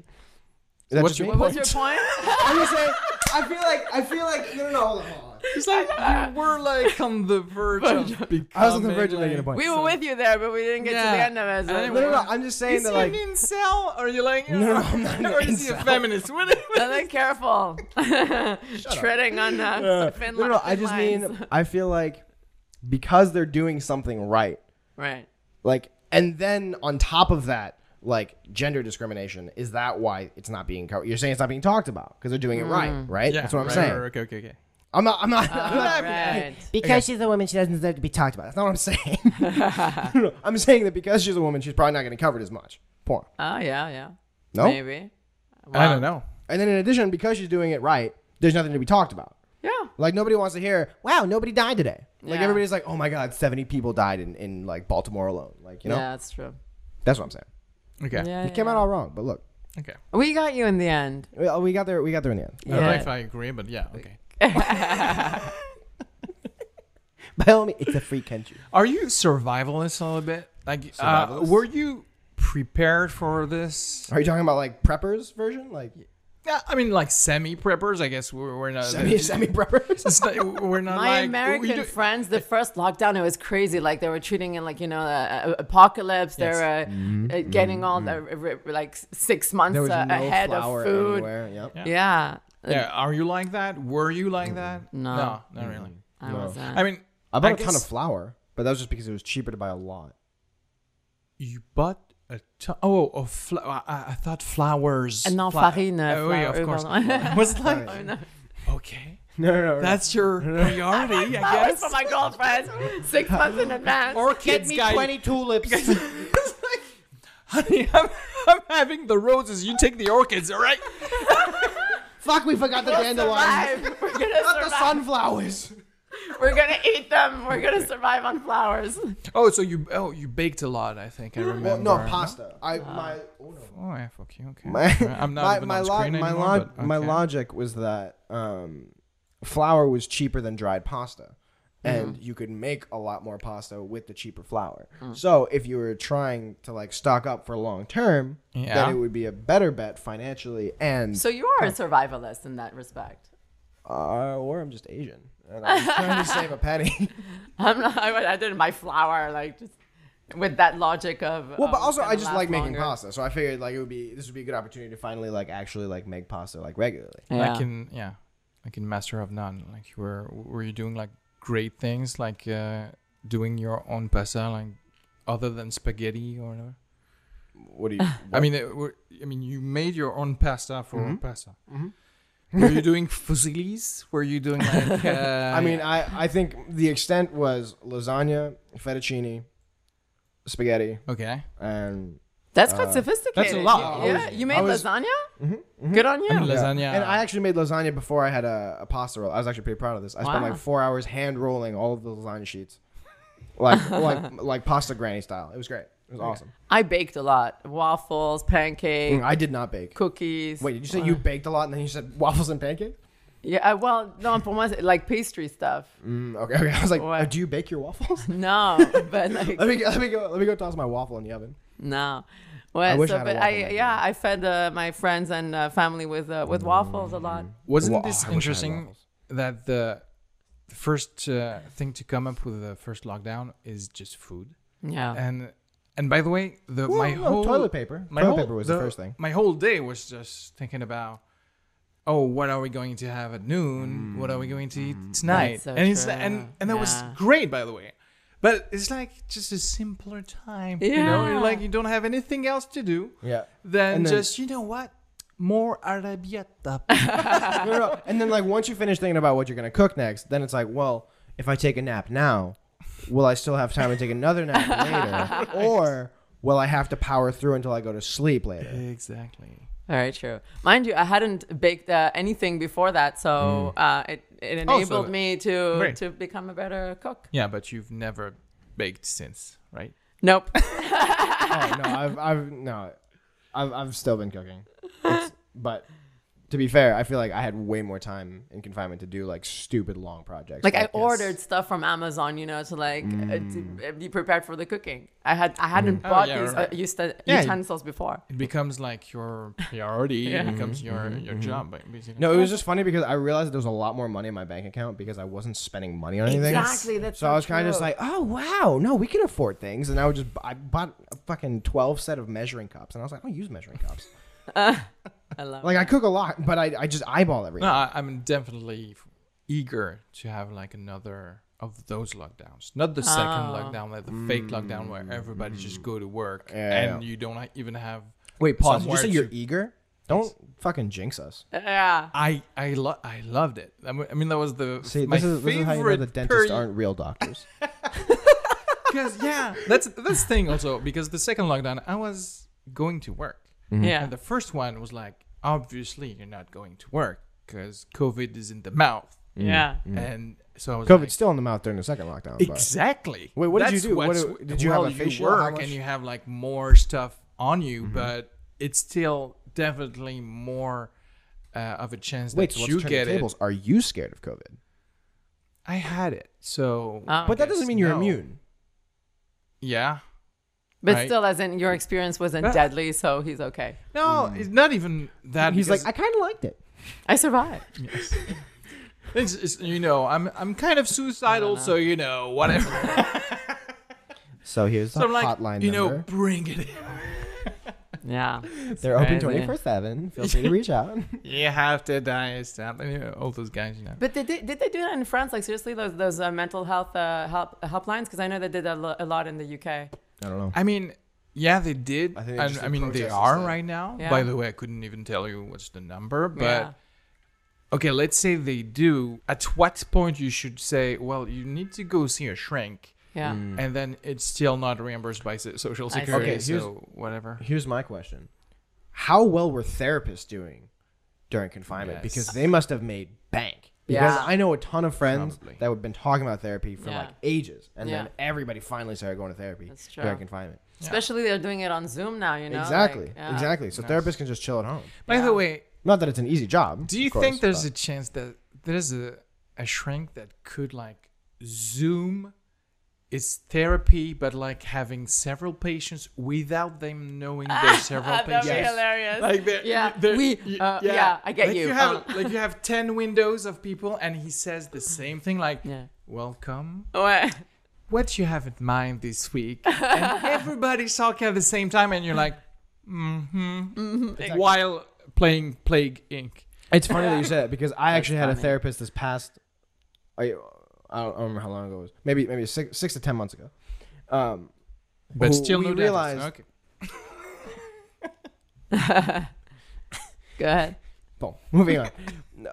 S3: Is that
S1: What's
S3: just
S1: your
S3: me?
S4: What was your point?
S3: *laughs*
S4: *laughs*
S3: I'm just saying. I feel like I feel like no, no, no. Hold on, hold on.
S1: It's like *laughs* you were like on the verge *laughs* of becoming.
S3: I was on the verge of making a point.
S4: we were with you there, but we didn't get to the
S1: Yeah.
S4: end of it.
S1: I
S4: So.
S1: didn't
S3: No, no,
S4: *laughs*
S3: no. I'm just saying
S1: Is he
S3: that, like, *laughs*
S1: an incel? Or are you like? *laughs*
S3: No, no, I'm not an
S1: Or is he a
S3: incel.
S1: feminist? What- *laughs*
S4: And
S3: *laughs*
S4: then careful. Treading on uh, thin
S3: no,
S4: li-
S3: no. I
S4: thin
S3: just
S4: lines.
S3: mean, I feel like because they're doing something right,
S4: Right.
S3: like, and then on top of that, like, gender discrimination is that why it's not being covered? You're saying it's not being talked about because they're doing it
S4: Mm.
S3: right, right? That's what I'm
S1: right,
S3: saying.
S1: right, Okay, okay, okay.
S3: I'm not. I'm not. *laughs* I'm not *laughs*
S4: Right.
S10: Because she's a woman, she doesn't deserve to be talked about.
S3: That's not
S10: *laughs*
S3: what I'm
S4: *laughs*
S3: saying. No, no, I'm saying that because she's a woman, she's probably not getting covered as much. Point.
S4: Oh, yeah, yeah.
S3: No.
S4: Maybe.
S1: I don't know.
S3: And then in addition, because she's doing it right, there's nothing to be talked about.
S4: Yeah.
S3: Like nobody wants to hear, wow, nobody died today. Like
S4: Yeah.
S3: everybody's like, oh my god, seventy people died in, in like Baltimore alone. Like you know,
S4: Yeah, that's true.
S3: that's what I'm saying.
S1: Okay.
S4: Yeah,
S3: It came
S4: yeah.
S3: out all wrong, but look,
S1: Okay.
S4: We got you in the end.
S3: we, uh, we got there. We *laughs* got there in the end.
S1: I don't know
S4: Yeah.
S1: if I agree, but yeah. Okay.
S10: By all means, it's a free country.
S1: Are you survivalist a little bit? Like, uh,
S3: Survivalist?
S1: were you prepared for this?
S3: Are you talking about like preppers version? Like
S1: Yeah, I mean, like semi preppers. I guess we're, we're not.
S3: semi semi
S1: *laughs*
S3: preppers?
S1: it's not- we're not like
S4: My
S1: we
S4: American
S1: do-
S4: friends, the first lockdown, it was crazy. Like they were treating it like you know, uh, uh, apocalypse. They were uh, uh, getting all the, uh, like six
S3: *laughs*
S4: months
S3: There was
S4: uh,
S3: no
S4: ahead
S3: flour
S4: of food.
S3: anywhere. Yep.
S4: Yeah,
S1: Yeah, are you like that? Were you like that?
S4: No.
S1: no, not really.
S4: I
S3: Uh, No.
S4: was. Uh,
S1: I mean,
S3: I bought
S1: a
S3: a ton of flour, but that was just because it was cheaper to buy a lot. *laughs*
S1: You bought a ton. Oh, oh fl- I, I thought flowers.
S4: And now
S1: Fla-
S4: farine, uh,
S1: Oh, yeah, of
S4: flour,
S1: course.
S4: *laughs*
S3: *laughs*
S4: pardon.
S1: *laughs* Was it like
S3: Oh,
S1: okay?
S3: No, no, no.
S1: That's
S3: *laughs*
S1: your priority, I
S4: That was
S1: guess.
S4: for my girlfriend six months in advance.
S1: Or kids, guy.
S4: *laughs*
S10: tulips.
S3: *laughs*
S1: It's like, *laughs* honey, I'm, I'm having the roses. You take the orchids, all right?
S10: Fuck, we forgot the dandelions.
S4: Survive. *laughs* We're gonna survive.
S10: sunflowers.
S4: We're gonna eat them. We're gonna survive on flowers.
S1: Oh, so you oh you baked a lot. I think I remember.
S3: Mm-hmm. well, no pasta. I my
S4: Uh.
S3: oh, no.
S1: Oh, yeah, fuck you. Okay.
S3: my
S1: I'm not
S3: my
S1: even
S3: my,
S1: on
S3: lo-
S1: screen
S3: my,
S1: anymore,
S3: log-
S1: but
S3: my
S1: okay.
S3: logic was that um, flour was cheaper than dried pasta,
S4: Mm-hmm.
S3: and you could make a lot more pasta with the cheaper flour.
S4: Mm.
S3: So if you were trying to like stock up for long term,
S1: Yeah.
S3: then it would be a better bet financially and
S4: So you are a survivalist in that respect.
S3: uh, or I'm just Asian and
S4: *laughs*
S3: I'm trying to save a penny.
S4: I'm not. I, would- I did my flower like just with that logic of.
S3: Well, but
S4: of
S3: also
S4: Oh, gonna
S3: I just
S4: last
S3: like making
S4: longer.
S3: pasta, so I figured like it would be this would be a good opportunity to finally like actually like make pasta like regularly.
S4: Yeah.
S1: I can yeah, I can master of none. Like you were were you doing like great things like uh doing your own pasta like other than spaghetti or whatever?
S3: What do you?
S1: I mean, it, were- I mean, you made your own pasta for
S3: Mm-hmm.
S1: pasta. Were
S3: *laughs*
S1: you doing fusillis? Were you doing like? Uh,
S3: I mean, I, I think the extent was lasagna, fettuccine, spaghetti,
S1: okay.
S3: and
S4: That's quite sophisticated.
S1: uh, that's a lot.
S4: You-
S1: I
S4: Yeah,
S1: was-
S4: you made
S3: I was- Mm-hmm,
S4: lasagna. Good on you.
S1: I mean, lasagna.
S3: and I actually made lasagna before I had a, a pasta roll. I was actually pretty proud of this. I spent
S4: Wow.
S3: like four hours hand rolling all of the lasagna sheets,
S1: *laughs*
S3: like like like pasta granny style. It was great. It was awesome.
S4: I baked a lot: waffles, pancakes,
S3: Mm, I did not bake.
S4: cookies.
S3: Wait, did you say you baked a lot and then you said waffles and pancakes?
S4: Yeah. uh, Well, no, for once, like pastry stuff. *laughs*
S3: Mm, okay, *laughs* okay. I was like,
S4: What?
S3: uh, do you bake your
S1: *laughs*
S3: waffles?
S4: No, but like
S3: let me let me go let me go toss my waffle in the oven.
S4: No. Well,
S3: wish
S4: so,
S3: I had a
S4: but
S3: waffle
S4: I,
S3: maker.
S4: yeah, I fed uh, my friends and uh, family with uh, with waffles a lot.
S1: Wasn't
S3: Wa-
S1: this
S3: I wish I had
S1: interesting
S3: waffles.
S1: that the the first uh, thing to come up with the first lockdown is just food?
S3: Mm.
S4: Yeah.
S1: And and by the way, the
S3: Well,
S1: my
S3: no,
S1: whole
S3: toilet paper.
S1: my
S3: Toilet
S1: whole-
S3: paper was the first thing.
S1: My whole day was just thinking about, oh, what are we going to have at noon? What are we going to eat tonight?
S4: Mm. That's so
S1: and
S4: true.
S1: and and that was
S4: Yeah.
S1: great, by the way. But it's like just a simpler time, you know.
S4: Yeah.
S1: You're Like you don't have anything else to do
S3: Yeah.
S1: than
S3: And then- *laughs*
S1: just you know what more arabiata.
S4: *laughs*
S3: no, no. And then like once you finish thinking about what you're gonna cook next, then it's like, well, if I take a nap now, will I still have time to take another nap later, or will I have to power through until I go to sleep later?
S1: exactly.
S4: Very true. Mind you, I hadn't baked uh, anything before that, so
S1: Mm.
S4: uh, it it
S1: Oh, so-
S4: enabled me to
S1: Great.
S4: to become a better cook.
S1: Yeah, but you've never baked since, right?
S4: *laughs* Nope.
S3: oh no, I've, I've no, I've, I've still been cooking, It's- but. To be fair, I feel like I had way more time in confinement to do like stupid long projects.
S4: like I
S3: this.
S4: ordered stuff from Amazon, you know, to like uh, to uh, be prepared for the cooking. I had I hadn't
S1: Mm. Oh,
S4: bought
S1: yeah,
S4: these
S1: right.
S4: uh, used
S3: Yeah.
S4: utensils before.
S1: It becomes like your priority. It becomes your your job, ba- basically.
S3: Mm-hmm. No, it was just funny because I realized there was a lot more money in my bank account because I wasn't spending money on anything.
S4: Exactly, that's
S3: so
S4: so
S3: I was kind of just
S4: true.
S3: like, oh wow, no, we can afford things, and I would just I bought a fucking twelve set of measuring cups, and I was like, I don't use measuring cups.
S4: I love.
S3: like I cook a lot, but I, I just eyeball everything.
S1: No, I, I'm definitely f- eager to have like another of those lockdowns. Not the second lockdown, like the fake lockdown where everybody just go to work
S3: Mm-hmm. Yeah,
S1: and
S3: yeah.
S1: you don't like, even have.
S3: Wait, pause. Did you
S1: somewhere
S3: say you're
S1: to-
S3: eager? Don't fucking jinx us.
S4: Uh, yeah.
S1: I I lo- I loved it. I mean, I mean, that was the
S3: See,
S1: my
S3: this is, this is how you know
S1: favorite
S3: the dentists
S1: period- *laughs*
S3: aren't real doctors.
S1: Because yeah, that's that's the thing also because the second lockdown I was going to work.
S3: Mm-hmm.
S4: Yeah.
S1: And the first one was like, obviously you're not going to work because COVID is in the mouth.
S4: Yeah.
S3: Mm-hmm.
S1: And so I was
S3: *laughs* COVID's
S1: like,
S3: still in the mouth during the second lockdown. But.
S1: Exactly.
S3: Wait, what did you
S1: That's
S3: do? What
S1: what's-
S3: do- did you have
S1: well,
S3: a facial?
S1: You
S3: How
S1: work
S3: much- Mm-hmm.
S1: and you have like more stuff on you, but it's still definitely more uh, of a chance
S3: Wait,
S1: that
S3: so let's
S1: you
S3: turn
S1: get
S3: the
S1: it.
S3: tables. Are you scared of COVID?
S1: I had it. So,
S3: But
S4: Oh.
S3: that
S1: guess
S3: doesn't mean you're
S1: no.
S3: immune.
S1: Yeah.
S4: But
S1: Right.
S4: still, as in your experience wasn't
S1: Well-
S4: deadly, so he's okay.
S1: No,
S3: Hmm.
S1: it's not even that.
S10: He's like,
S1: because-
S10: I kind of liked it.
S4: I survived.
S1: *laughs* It's, it's, you know, I'm I'm kind of suicidal, so you know, whatever.
S3: So here's the
S1: so I'm like,
S3: hotline
S1: you know,
S3: number.
S1: bring it in.
S4: Yeah.
S10: They're open
S4: crazy.
S10: 24 7.
S3: *laughs*
S10: Feel free to reach out.
S1: You have to die, stop. You know, all those guys, you know.
S4: But did they, did they do that in France? Like seriously, those those uh, mental health uh, help helplines? Because I know they did that lo- a lot in the UK.
S3: I don't know.
S1: I mean, yeah, they did.
S3: I
S1: I,
S3: think they
S1: and,
S3: just
S1: I
S3: did
S1: mean, they
S3: protests
S1: are
S3: instead.
S1: right now.
S4: Yeah.
S1: By the way, I couldn't even tell you what's the number, but
S4: Yeah.
S1: okay, let's say they do. At what point you should say, well, you need to go see a shrink,
S4: Yeah.
S3: Mm.
S1: and then it's still not reimbursed by so- social
S4: I see.
S1: security,
S3: Okay, here's-
S1: so whatever.
S3: Here's my question: How well were therapists doing during confinement?
S1: Yes.
S3: Because they must have made bank. Because
S4: Yeah.
S3: I know a ton of friends
S1: Probably.
S3: that have been talking about therapy for
S4: Yeah.
S3: like ages, and then
S4: Yeah.
S3: everybody finally started going to therapy
S4: That's true.
S3: during confinement.
S4: Especially they're doing it on Zoom now. You know. like,
S3: exactly,
S4: yeah.
S3: exactly. So therapists can just chill at home.
S1: By the way,
S3: Not that it's an easy job.
S1: Do you
S3: of course,
S1: think there's
S3: but-
S1: a chance that there's a, a shrink that could like Zoom is therapy, but like having several patients without them
S4: *laughs*
S1: knowing there's several
S4: That'd be
S1: patients?
S4: hilarious.
S1: Like they're-
S4: yeah.
S1: they're-
S4: we.
S1: y-
S4: Uh, yeah. I get
S1: like
S4: you.
S1: have
S4: Uh,
S1: like you have ten windows of people, and he says the same thing, like
S4: Yeah.
S1: "Welcome,
S4: *laughs* what?
S1: what you have in mind this week?" and everybody's talking at the same time, and you're like, "Mm-hmm,", while playing Plague Inc.
S3: It's funny that you said that because I actually had a therapist this past. I, I don't remember how long ago it was. Maybe maybe six, six to ten months ago. Um,
S1: But
S3: who
S1: still,
S3: we
S1: no
S3: realized
S1: dentist. Okay.
S4: *laughs* Go ahead.
S3: Boom. Moving
S1: *laughs*
S3: on. No,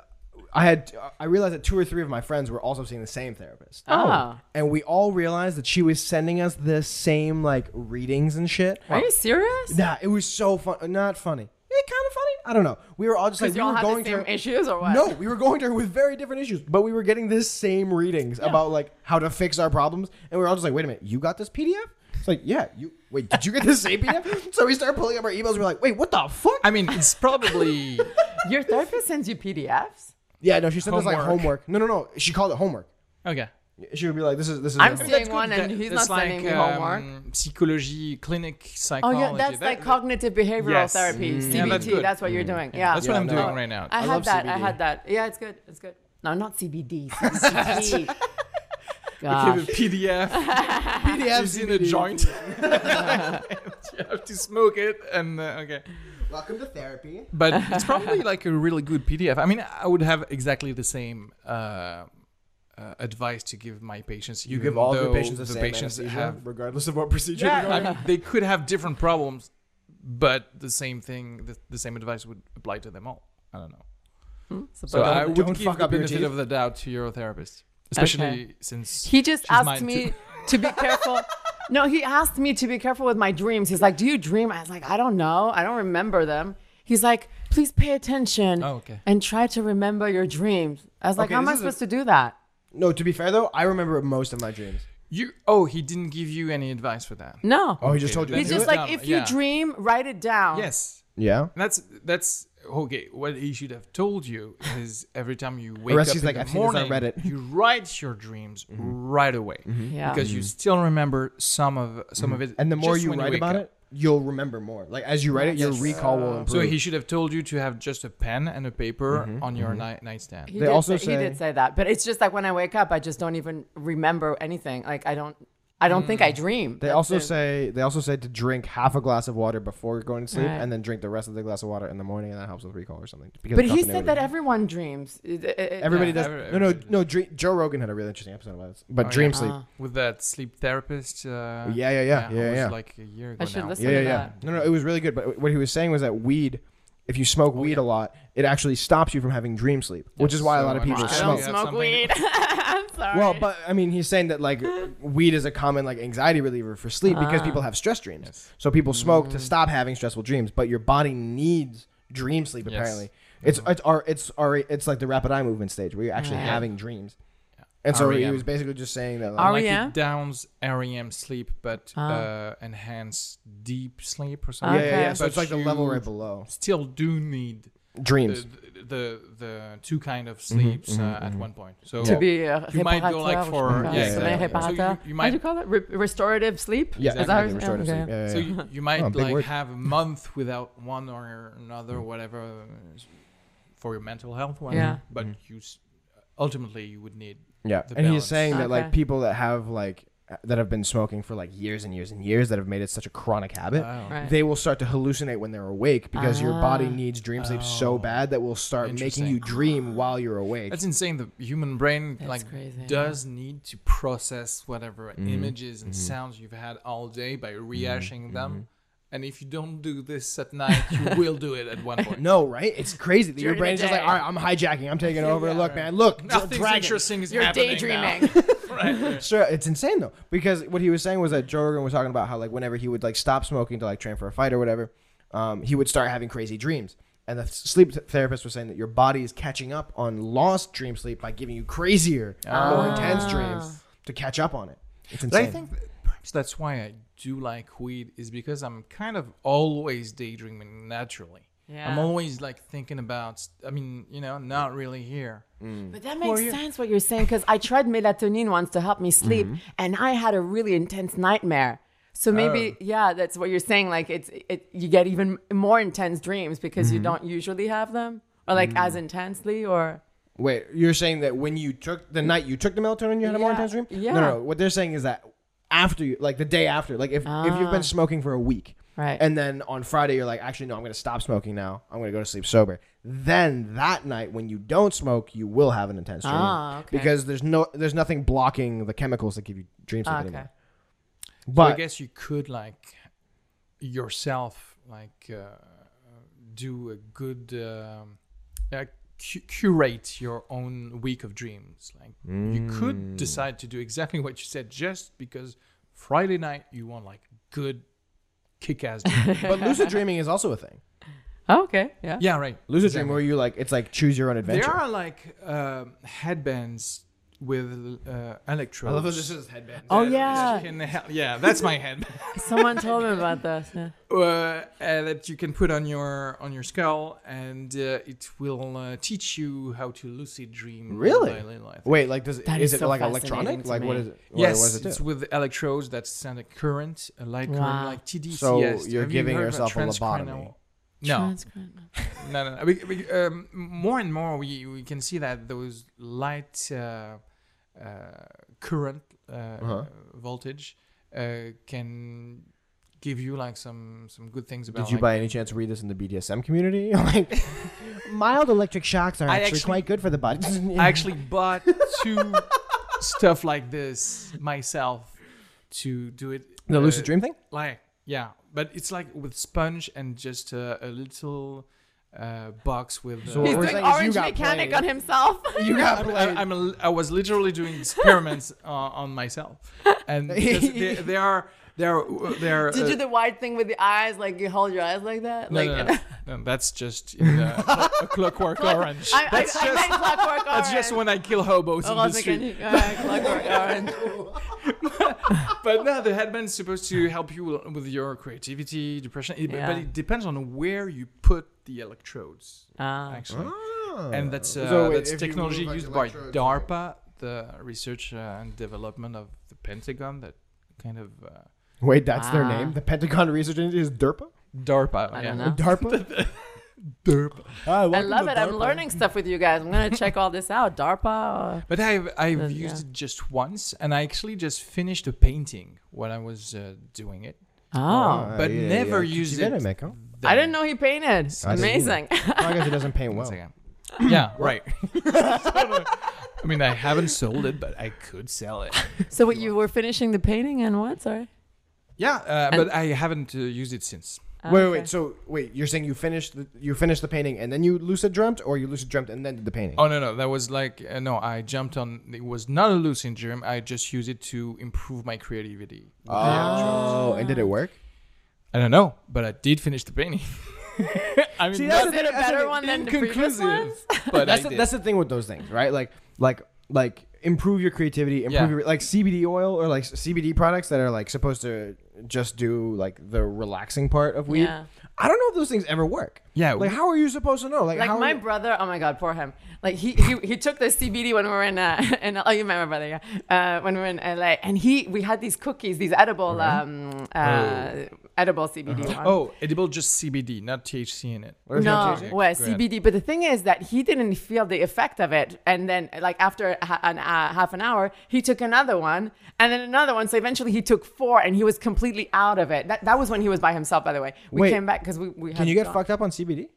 S3: I had I realized that two or three of my friends were also seeing the same therapist.
S4: Oh.
S3: And we all realized that she was sending us the same like readings and shit.
S4: Are you serious?
S3: Yeah, it was so fun. Not funny. It kind of funny. I don't know. We were all just like
S4: Because
S3: we
S4: you all
S3: were
S4: have
S3: going
S4: the same
S3: to her-
S4: issues or what?
S3: No, we were going to her with very different issues, but we were getting this same readings about like how to fix our problems, and we were all just like, "Wait a minute, you got this PDF?" It's like, "Yeah, you wait, did you get this
S1: *laughs*
S3: same PDF?" So we started pulling up our emails. We're like, "Wait, what the fuck?"
S1: I mean, it's
S4: *laughs*
S1: probably
S4: Your therapist sends you PDFs.
S3: yeah, no, she said this like
S1: Homework.
S3: homework. No, no, no, she called it homework.
S1: okay.
S3: She would be like, "This is this is."
S4: I'm
S3: your homework."
S4: seeing one, and he's not sending me homework.
S1: um, Psychology, clinic
S4: um, Oh
S1: psychology.
S4: yeah, that's
S1: That-
S4: like
S1: that-
S4: cognitive behavioral
S1: Yes.
S4: therapy,
S1: Mm.
S4: CBT.
S1: Yeah, that's
S4: that's,
S1: good.
S4: what you're doing. Yeah,
S1: That's what I'm
S3: no.
S1: doing right now.
S4: I, had
S3: love
S4: that. I
S3: CBD.
S4: had that. Yeah, it's good. It's good. No,
S3: *laughs*
S4: not CBD. CBT. Gosh.
S1: Give a PDF.
S3: PDFs
S1: She's in a
S3: *laughs*
S1: joint. *laughs* you have to smoke it, and uh, okay.
S3: Welcome to therapy.
S1: But it's probably like a really good PDF. I mean, I would have exactly the same. Uh, uh, advice to give my patients.
S3: You
S1: even
S3: give all the
S1: though
S3: patients the, same
S1: patients
S3: anesthesia,
S1: have
S3: regardless of what procedure.
S1: Yeah,
S3: they're
S1: I
S3: going
S1: mean, they could have different problems, but the same thing, the, the same advice would apply to them all. I don't know. So
S3: don't-
S1: I
S3: don't
S1: would give
S3: fuck
S1: the
S3: up your
S1: benefit
S3: teeth.
S1: of the doubt to your therapist, especially since
S4: He just
S1: she's mine
S4: asked
S1: too.
S4: me to be
S3: *laughs*
S4: careful. No, he asked me to be careful with my dreams. He's like, "Do you dream?" I was like, "I don't know. I don't remember them." He's like, "Please pay attention
S1: Oh, okay.
S4: and try to remember your dreams." I was like,
S3: Okay,
S4: "How am
S3: this
S4: I
S3: is a-
S4: supposed to do that?"
S3: No, to be fair though, I remember most of my dreams.
S1: You oh, he didn't give you any advice for that.
S4: No.
S3: Oh, he just told you.
S4: He's
S3: to do
S4: just
S3: it?
S4: like,
S1: No,
S4: "If you
S1: yeah.
S4: dream, write it down."
S1: Yes,
S3: yeah.
S1: that's that's okay. What he should have told you is every time you wake
S3: rest
S1: up
S3: he's
S1: in
S3: like,
S1: the
S3: "I've seen this on
S1: morning,
S3: Reddit."
S1: you write your dreams
S3: Mm-hmm.
S1: right away
S4: Yeah.
S1: because you still remember some of some of it.
S3: Mm-hmm. And the more
S1: just
S3: you
S1: when
S3: write
S1: wake
S3: about
S1: up.
S3: it, you'll remember more. Like as you write it, your recall will
S1: So
S3: improve.
S1: he should have told you to have just a pen and a paper
S3: Mm-hmm.
S1: on your night nightstand.
S4: He
S3: They
S4: did
S3: also
S4: say, he did
S3: say-
S4: say that, but it's just like when I wake up, I just don't even remember anything. Like I don't, I don't think I dream.
S3: Mm. they
S4: That's
S3: also
S4: it.
S3: say they also say to drink half a glass of water before going to sleep,
S4: Right.
S3: and then drink the rest of the glass of water in the morning, and that helps with recall or something. Because
S4: But
S3: of
S4: he said
S3: continuity.
S4: that everyone dreams. It- it- it-
S3: everybody
S1: Yeah,
S3: does.
S1: every-
S3: no, no,
S1: everybody
S3: no. Dream, Joe Rogan had a really interesting episode about this, but
S1: Oh,
S3: dream
S1: yeah.
S3: sleep.
S4: Ah.
S1: with that sleep therapist. Uh,
S3: Yeah, yeah, yeah,
S1: it
S3: yeah,
S1: was
S3: yeah.
S1: Like a year ago
S4: I should
S1: now.
S4: listen
S3: yeah, yeah,
S4: to
S3: yeah.
S4: that.
S3: No, no, it was really good. But what he was saying was that weed, if you
S1: Oh,
S3: smoke weed a lot, it actually stops you from having dream sleep, which is why a lot of
S1: So
S3: people
S1: I
S4: I
S1: Smoke.
S3: smoke.
S4: don't
S1: Yeah,
S4: smoke
S1: something-
S4: weed. I'm sorry.
S3: Well, but I mean, he's saying that like weed is a common like anxiety reliever for sleep because
S1: Ah.
S3: people have stress dreams. So people smoke
S1: Mm.
S3: to stop having stressful dreams, but your body needs dream sleep.
S1: Yes.
S3: Apparently, it's it's our it's our it's like the rapid eye movement stage where you're actually having dreams. And so he
S1: REM.
S3: was basically just saying that. Like,
S4: Are-
S1: Like
S4: REM?
S1: it downs REM sleep, but
S4: Ah.
S1: uh, enhance deep sleep or
S3: yeah,
S1: something.
S3: yeah, yeah. So
S1: But
S3: it's like the level
S1: you
S3: right below.
S1: Still do need
S3: Dreams.
S1: the, the, the the two kind of
S3: Mm-hmm,
S1: sleeps uh, at one point. So
S4: to be a
S1: You might go, like,
S4: reparateur,
S1: for-
S4: or something.
S3: yeah, yeah, yeah.
S4: Reparateur.
S1: So you- you
S4: How do
S1: might-
S4: you call it? Re- restorative sleep?
S3: yeah,
S4: Is that-
S3: exactly. Restorative
S4: okay.
S3: sleep. Yeah, yeah,
S1: E so
S3: yeah.
S1: you, you might
S3: Oh, big
S1: like
S3: word.
S1: have a month without one or another, whatever, uh, for your mental health. Whatever.
S4: Yeah.
S1: But
S3: Mm-hmm.
S1: you s- ultimately you would need.
S3: Yeah,
S1: the
S3: and
S1: balance.
S3: he's saying that
S4: Okay.
S3: like people that have like that have been smoking for like years and years and years that have made it such a chronic habit,
S1: Wow.
S4: Right.
S3: they will start to hallucinate when they're awake because your body
S4: Ah. Oh.
S3: needs dream sleep so bad that will start making
S1: Interesting.
S3: you dream while you're awake.
S1: That's insane. The human brain
S4: That's
S1: like
S4: crazy, Mm-hmm.
S1: does need to process whatever images and sounds you've had all day by rehashing
S4: Mm-hmm.
S1: them. And if you don't do this at night,
S4: *laughs*
S1: you will do it at one point.
S3: *laughs* no, right? It's crazy that your
S4: During the
S3: brain's just like,
S4: day.
S3: all right, I'm hijacking, I'm
S4: *laughs*
S3: taking over. look, man, look, dra-
S1: Nothing's
S3: dragon.
S1: interesting is
S4: You're
S1: happening now. *laughs* Hmm.
S4: *laughs* daydreaming.
S3: Sure, it's insane though because what he was saying was that Joe Rogan was talking about how like whenever he would like stop smoking to like train for a fight or whatever, um, he would start having crazy dreams. And the sleep th- therapist was saying that your body is catching up on lost dream sleep by giving you crazier,
S4: Ah.
S3: more intense dreams to catch up on it. It's
S1: But
S3: insane.
S1: I think that perhaps that's why I do like weed is because I'm kind of always daydreaming naturally. I'm
S4: Yeah.
S1: always like thinking about. I mean, you know, not really here.
S4: But that makes sense what you're saying because I tried melatonin once to help me sleep,
S1: Mm-hmm.
S4: and I had a really intense nightmare. So
S1: Oh.
S4: maybe yeah, that's what you're saying. Like it's it, you get even more intense dreams because
S1: Mm-hmm.
S4: you don't usually have them, or like as
S1: Mm.
S4: intensely, or
S3: Wait, you're saying that when you took the night you took the melatonin, you had a more
S4: Yeah,
S3: intense dream?
S4: yeah.
S3: No, no, no. What they're saying is that after you, like the day after, like if, if
S4: Ah.
S3: you've been smoking for a week,
S4: Right.
S3: And then on Friday you're like, actually no, I'm gonna stop smoking now. I'm gonna go to sleep sober. Then that night when you don't smoke, you will have an intense dream
S4: Ah, okay.
S3: because there's no there's nothing blocking the chemicals that give you dreams
S4: Ah,
S3: sleep
S4: okay.
S3: anymore.
S1: But I
S3: But
S1: guess you could like yourself like uh, do a good um, uh, cu- curate your own week of dreams. Like you could decide to do exactly *laughs* what you said just because Friday night you want like good kick-ass. dream.
S3: but lucid dreaming is also
S1: *laughs*
S3: a thing.
S4: Oh, okay, yeah.
S1: yeah, right.
S3: Lucid dream where you like it's like choose your own adventure.
S1: There are like um headbands with uh, electrodes.
S3: as headbands.
S4: Oh
S1: that
S4: yeah,
S1: can hel- yeah, that's my headband.
S4: someone told me about this. Yeah.
S1: uh, uh, that you can put on your on your skull, and uh, it will uh, teach you how to lucid dream.
S3: Really?
S1: by little, I think.
S3: Wait, like does
S4: That
S3: is
S4: is
S3: it
S4: so
S3: like
S4: fascinating
S3: electronic?
S4: to
S3: Like
S4: me.
S3: what is it? what-
S1: Yes,
S3: what does it do?
S1: it's with electrodes that send a current, a light current,
S4: Wow.
S1: like TDCS.
S3: So
S1: Have
S3: you're
S1: you
S3: giving
S1: heard
S3: yourself a
S1: about
S3: lobotomy.
S1: transcranial- No, no, no. no. We, we, um, more and more, we, we can see that those light uh, uh, current uh,
S3: Uh-huh.
S1: voltage uh, can give you like some some good things about.
S3: Did you
S1: like,
S3: by any chance read this in the BDSM community? *laughs* like, mild electric shocks are
S1: I
S3: actually,
S1: actually-
S3: quite good for the body. *laughs*
S1: I actually bought two stuff like this myself to do it.
S3: the
S1: uh,
S3: lucid dream thing.
S1: Like, yeah, but it's like with sponge and just uh, a little uh, box with. Uh,
S3: So
S4: He's
S3: What we're
S4: doing
S3: saying is you
S4: orange
S3: got
S4: mechanic
S3: played.
S4: on himself.
S3: You uh, got
S1: I'm, I, I'm a, I was literally doing experiments *laughs* uh, on myself,
S3: *laughs*
S1: and because they, they are they are they are. uh,
S4: Did you do the wide thing with the eyes? Like you hold your eyes like that?
S1: no,
S4: like
S1: no, no, no, that's just in, uh, clock- a clockwork orange.
S4: *laughs* I, I,
S1: that's
S4: I
S1: just
S4: meant clockwork
S1: that's just when
S4: Orange.
S1: I kill hobos
S4: Oh,
S1: in
S4: I
S1: the
S4: was
S1: street.
S4: thinking, uh,
S1: *laughs*
S4: clockwork orange.
S1: but no, the headband's supposed to help you with your creativity, depression. It,
S4: Yeah.
S1: But it depends on where you put the electrodes,
S4: Ah.
S1: actually. And that's uh,
S3: So wait,
S1: that's
S3: if you
S1: technology
S3: move, like,
S1: used by
S3: electrodes,
S1: DARPA, the research uh, and development of the Pentagon. That kind of uh,
S3: Wait, that's their
S4: Ah.
S3: name. The Pentagon Research Institute is *laughs* DARPA.
S1: DARPA.
S4: I
S1: yeah.
S4: don't know.
S3: DARPA.
S1: DARPA.
S3: Ah,
S4: I
S3: welcome
S4: love
S3: to
S4: it. I'm
S3: DARPA.
S4: learning stuff with you guys.
S1: *laughs*
S4: I'm gonna check all this out. DARPA.
S1: But I've I've
S4: Uh,
S1: used
S4: yeah.
S1: it just once, and I actually just finished a painting when I was uh, doing it.
S4: Oh,
S3: Ah,
S1: but never use
S3: Did
S1: it.
S3: I
S1: *laughs*
S3: make him?
S4: I didn't know he painted.
S3: I didn't
S4: Amazing.
S3: I guess he doesn't paint
S1: One
S3: well.
S1: second. yeah, right. *laughs* I mean, I haven't sold it, but I could sell it.
S4: so what you were finishing the painting and what? Sorry.
S1: Yeah, uh,
S4: And-
S1: but I haven't uh, used it since.
S3: Wait, wait, wait. So wait, you're saying you finished the, you finished the painting and then you lucid dreamt, or you lucid dreamt and then did the painting?
S1: Oh no, no, that was like uh, no, I jumped on. It was not a lucid dream. I just used it to improve my creativity.
S3: Oh, and did it work?
S1: I don't know, but I did finish the painting. *laughs* I mean, not
S3: that's
S4: Was it a better one than the previous
S1: inconclusive,
S4: ones?
S1: *laughs* but
S3: that's
S1: I
S3: the,
S1: did.
S3: that's the thing with those things, right? Like like like improve your creativity, improve
S1: Yeah.
S3: your, like CBD oil or like CBD products that are like supposed to just do like the relaxing part of weed.
S4: Yeah.
S3: I don't know if those things ever work.
S1: Yeah.
S3: Like how are you supposed to know? Like,
S4: Like
S3: how
S4: my brother, oh my god, poor him. Like he he, he took the CBD when we were in uh, *laughs* in oh you met my brother yeah uh, when we were in LA and he we had these cookies these edible um uh, edible CBD ones.
S1: Oh, edible just CBD, not THC in it.
S4: No,
S1: THC?
S4: well,
S1: Go ahead.
S4: CBD. But the thing is that he didn't feel the effect of it, and then like after ha- an, uh, half an hour, he took another one, and then another one. So eventually, he took four, and he was completely out of it. That, that was when he was by himself, by the way. We
S3: Wait,
S4: came back because we, we had
S3: can you get
S4: gone.
S3: fucked up on CBD?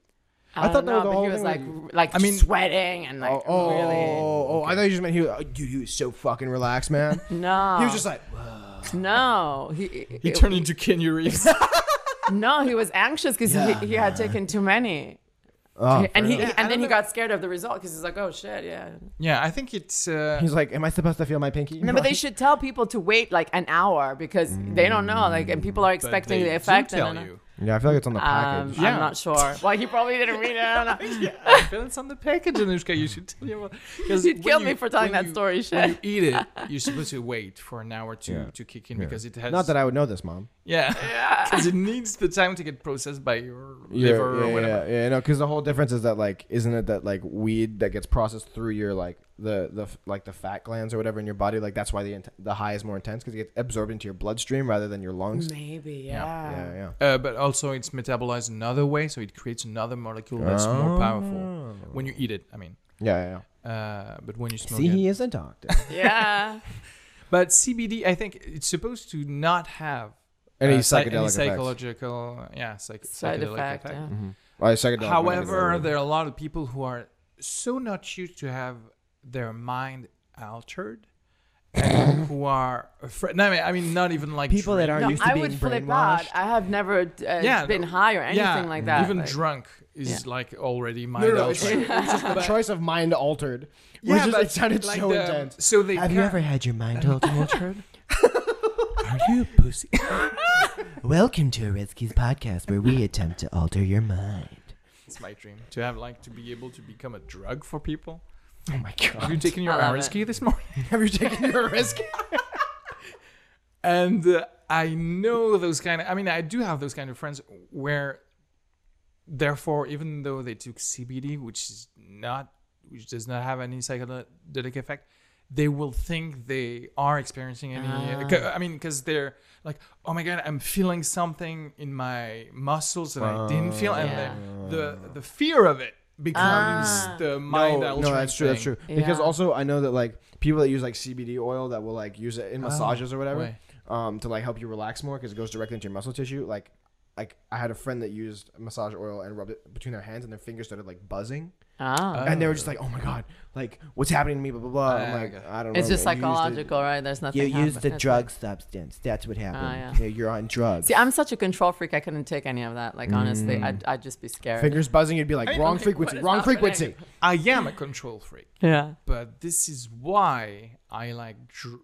S4: I, thought know,
S3: the
S4: but
S3: whole
S4: he was
S3: thing
S4: like
S3: was-
S4: r- like
S1: I mean-
S4: sweating and like
S3: Oh, oh,
S4: really
S3: oh, oh, I thought you just meant he was, oh, dude, he was so fucking relaxed,
S4: *laughs*
S3: man.
S4: no.
S3: He was just like,
S4: no. He,
S1: He turned into Kenya *laughs* Reeves.
S4: no. He was anxious because he, he had taken too many.
S3: Oh.
S4: and he and then he got scared of the result because he's like, oh shit, yeah.
S1: yeah, I think it's. Uh,
S3: he's like, am I supposed to feel my pinky?
S4: No, but they should tell people to wait like an hour because they don't know. Like, and people are
S1: but
S4: expecting
S1: they
S4: the effect.
S1: Do
S4: and
S1: tell
S4: then-
S1: you.
S3: Yeah, I feel like it's on the
S4: Um,
S3: package.
S1: Yeah.
S4: I'm not
S1: *laughs*
S4: sure. Well, he probably didn't read it. I don't know.
S1: I feel it's on the package, Anushka. You should tell you.
S4: You'd kill me for telling that story,
S1: When
S4: *laughs*
S1: you
S4: shit.
S1: eat it, you're supposed to wait for an hour to, to kick in because it has.
S3: Not that I would know this, mom.
S1: Yeah. *laughs* Because it needs the time to get processed by your
S3: Yeah,
S1: liver
S3: yeah,
S1: or whatever.
S3: Yeah, yeah, no, because the whole difference is that like, isn't it that like weed that gets processed through your like the the f- like the fat glands or whatever in your body, like that's why the int- the high is more intense because it gets absorbed into your bloodstream rather than your *laughs* lungs.
S4: Maybe, yeah.
S3: Yeah, yeah.
S1: Uh, but also, it's metabolized another way, so it creates another molecule that's more
S3: Oh.
S1: powerful when you eat it. I mean,
S3: Yeah, yeah.
S1: uh, but when you
S3: yeah.
S1: smoke
S3: See,
S1: it,
S3: he is a doctor.
S1: *laughs*
S4: Yeah.
S1: But CBD, I think it's supposed to not have
S3: *laughs* Any
S1: psy-
S3: psychedelic effects.
S1: psychological, yeah, psych-
S4: Side
S1: psychedelic
S4: effect.
S1: effect.
S4: yeah.
S3: Or psychedelic
S1: However,
S3: medical.
S1: there are a lot of people who are so not used to have their mind altered, and
S3: *coughs*
S1: who are afraid. No, I mean, I mean, not even like
S10: People that
S1: drink-
S10: aren't
S4: No,
S10: used to
S4: I
S10: being
S4: would flip
S10: brainwashed.
S4: out. I have never uh, been
S1: no.
S4: high or anything
S1: Yeah,
S4: like that.
S1: Even
S4: like,
S1: drunk is
S4: Yeah.
S1: like already mind
S3: No, no, no, it's,
S1: altering. *laughs*
S3: it's just
S4: *laughs*
S3: the choice of mind altered. Which is, it sounded
S1: like
S3: so
S1: the-
S3: intense.
S1: So they
S10: Have you
S1: can't- *laughs*
S10: ever had your mind all altered? Are you a pussy? *laughs* Welcome to Aretsky's podcast, where we attempt to alter your mind.
S1: It's my dream to have like to be able to become a drug for people.
S3: Oh my
S1: *laughs* Have
S3: god.
S1: you taken your
S4: I love
S1: RS
S4: it.
S1: key this morning? *laughs*
S3: Have you taken your risk?
S1: and uh, I know those kind of. I mean, I do have those kind of friends where, therefore, even though they took CBD, which is not, which does not have any psychedelic effect, they will think they are experiencing any.
S4: Ah.
S1: c- I mean, because they're like, oh my god, I'm feeling something in my muscles that I didn't feel, and the, the the fear of it becomes
S4: Ah.
S1: the mind
S3: no,
S1: altering
S3: no, that's true. That's
S1: thing.
S3: true. Because
S4: Yeah.
S3: also, I know that like people that use like CBD oil that will like use it in
S1: Oh,
S3: massages or whatever,
S1: right.
S3: um, to like help you relax more because it goes directly into your muscle tissue. Like, like I had a friend that used massage oil and rubbed it between their hands, and their fingers started like buzzing,
S4: Ah.
S3: and they were just like, "Oh my god, like what's happening to me?" Blah blah blah. I'm
S1: Ah,
S3: like,
S1: okay.
S3: I don't know.
S4: it's just
S3: man, you used it."
S4: psychological, right? There's nothing.
S10: You use the
S4: happening.
S10: drug substance. That's what happened.
S4: yeah.
S3: Yeah, you're on drugs.
S4: See, I'm such a control freak. I couldn't take any of that. Like, honestly, I'd, I'd just be scared.
S3: Fingers buzzing, you'd be like,
S1: I mean,
S3: "Wrong
S1: okay,
S3: frequency,
S1: what is
S3: wrong
S1: happening?
S3: frequency."
S1: I am a control freak.
S4: Yeah.
S1: but this is why I like dr-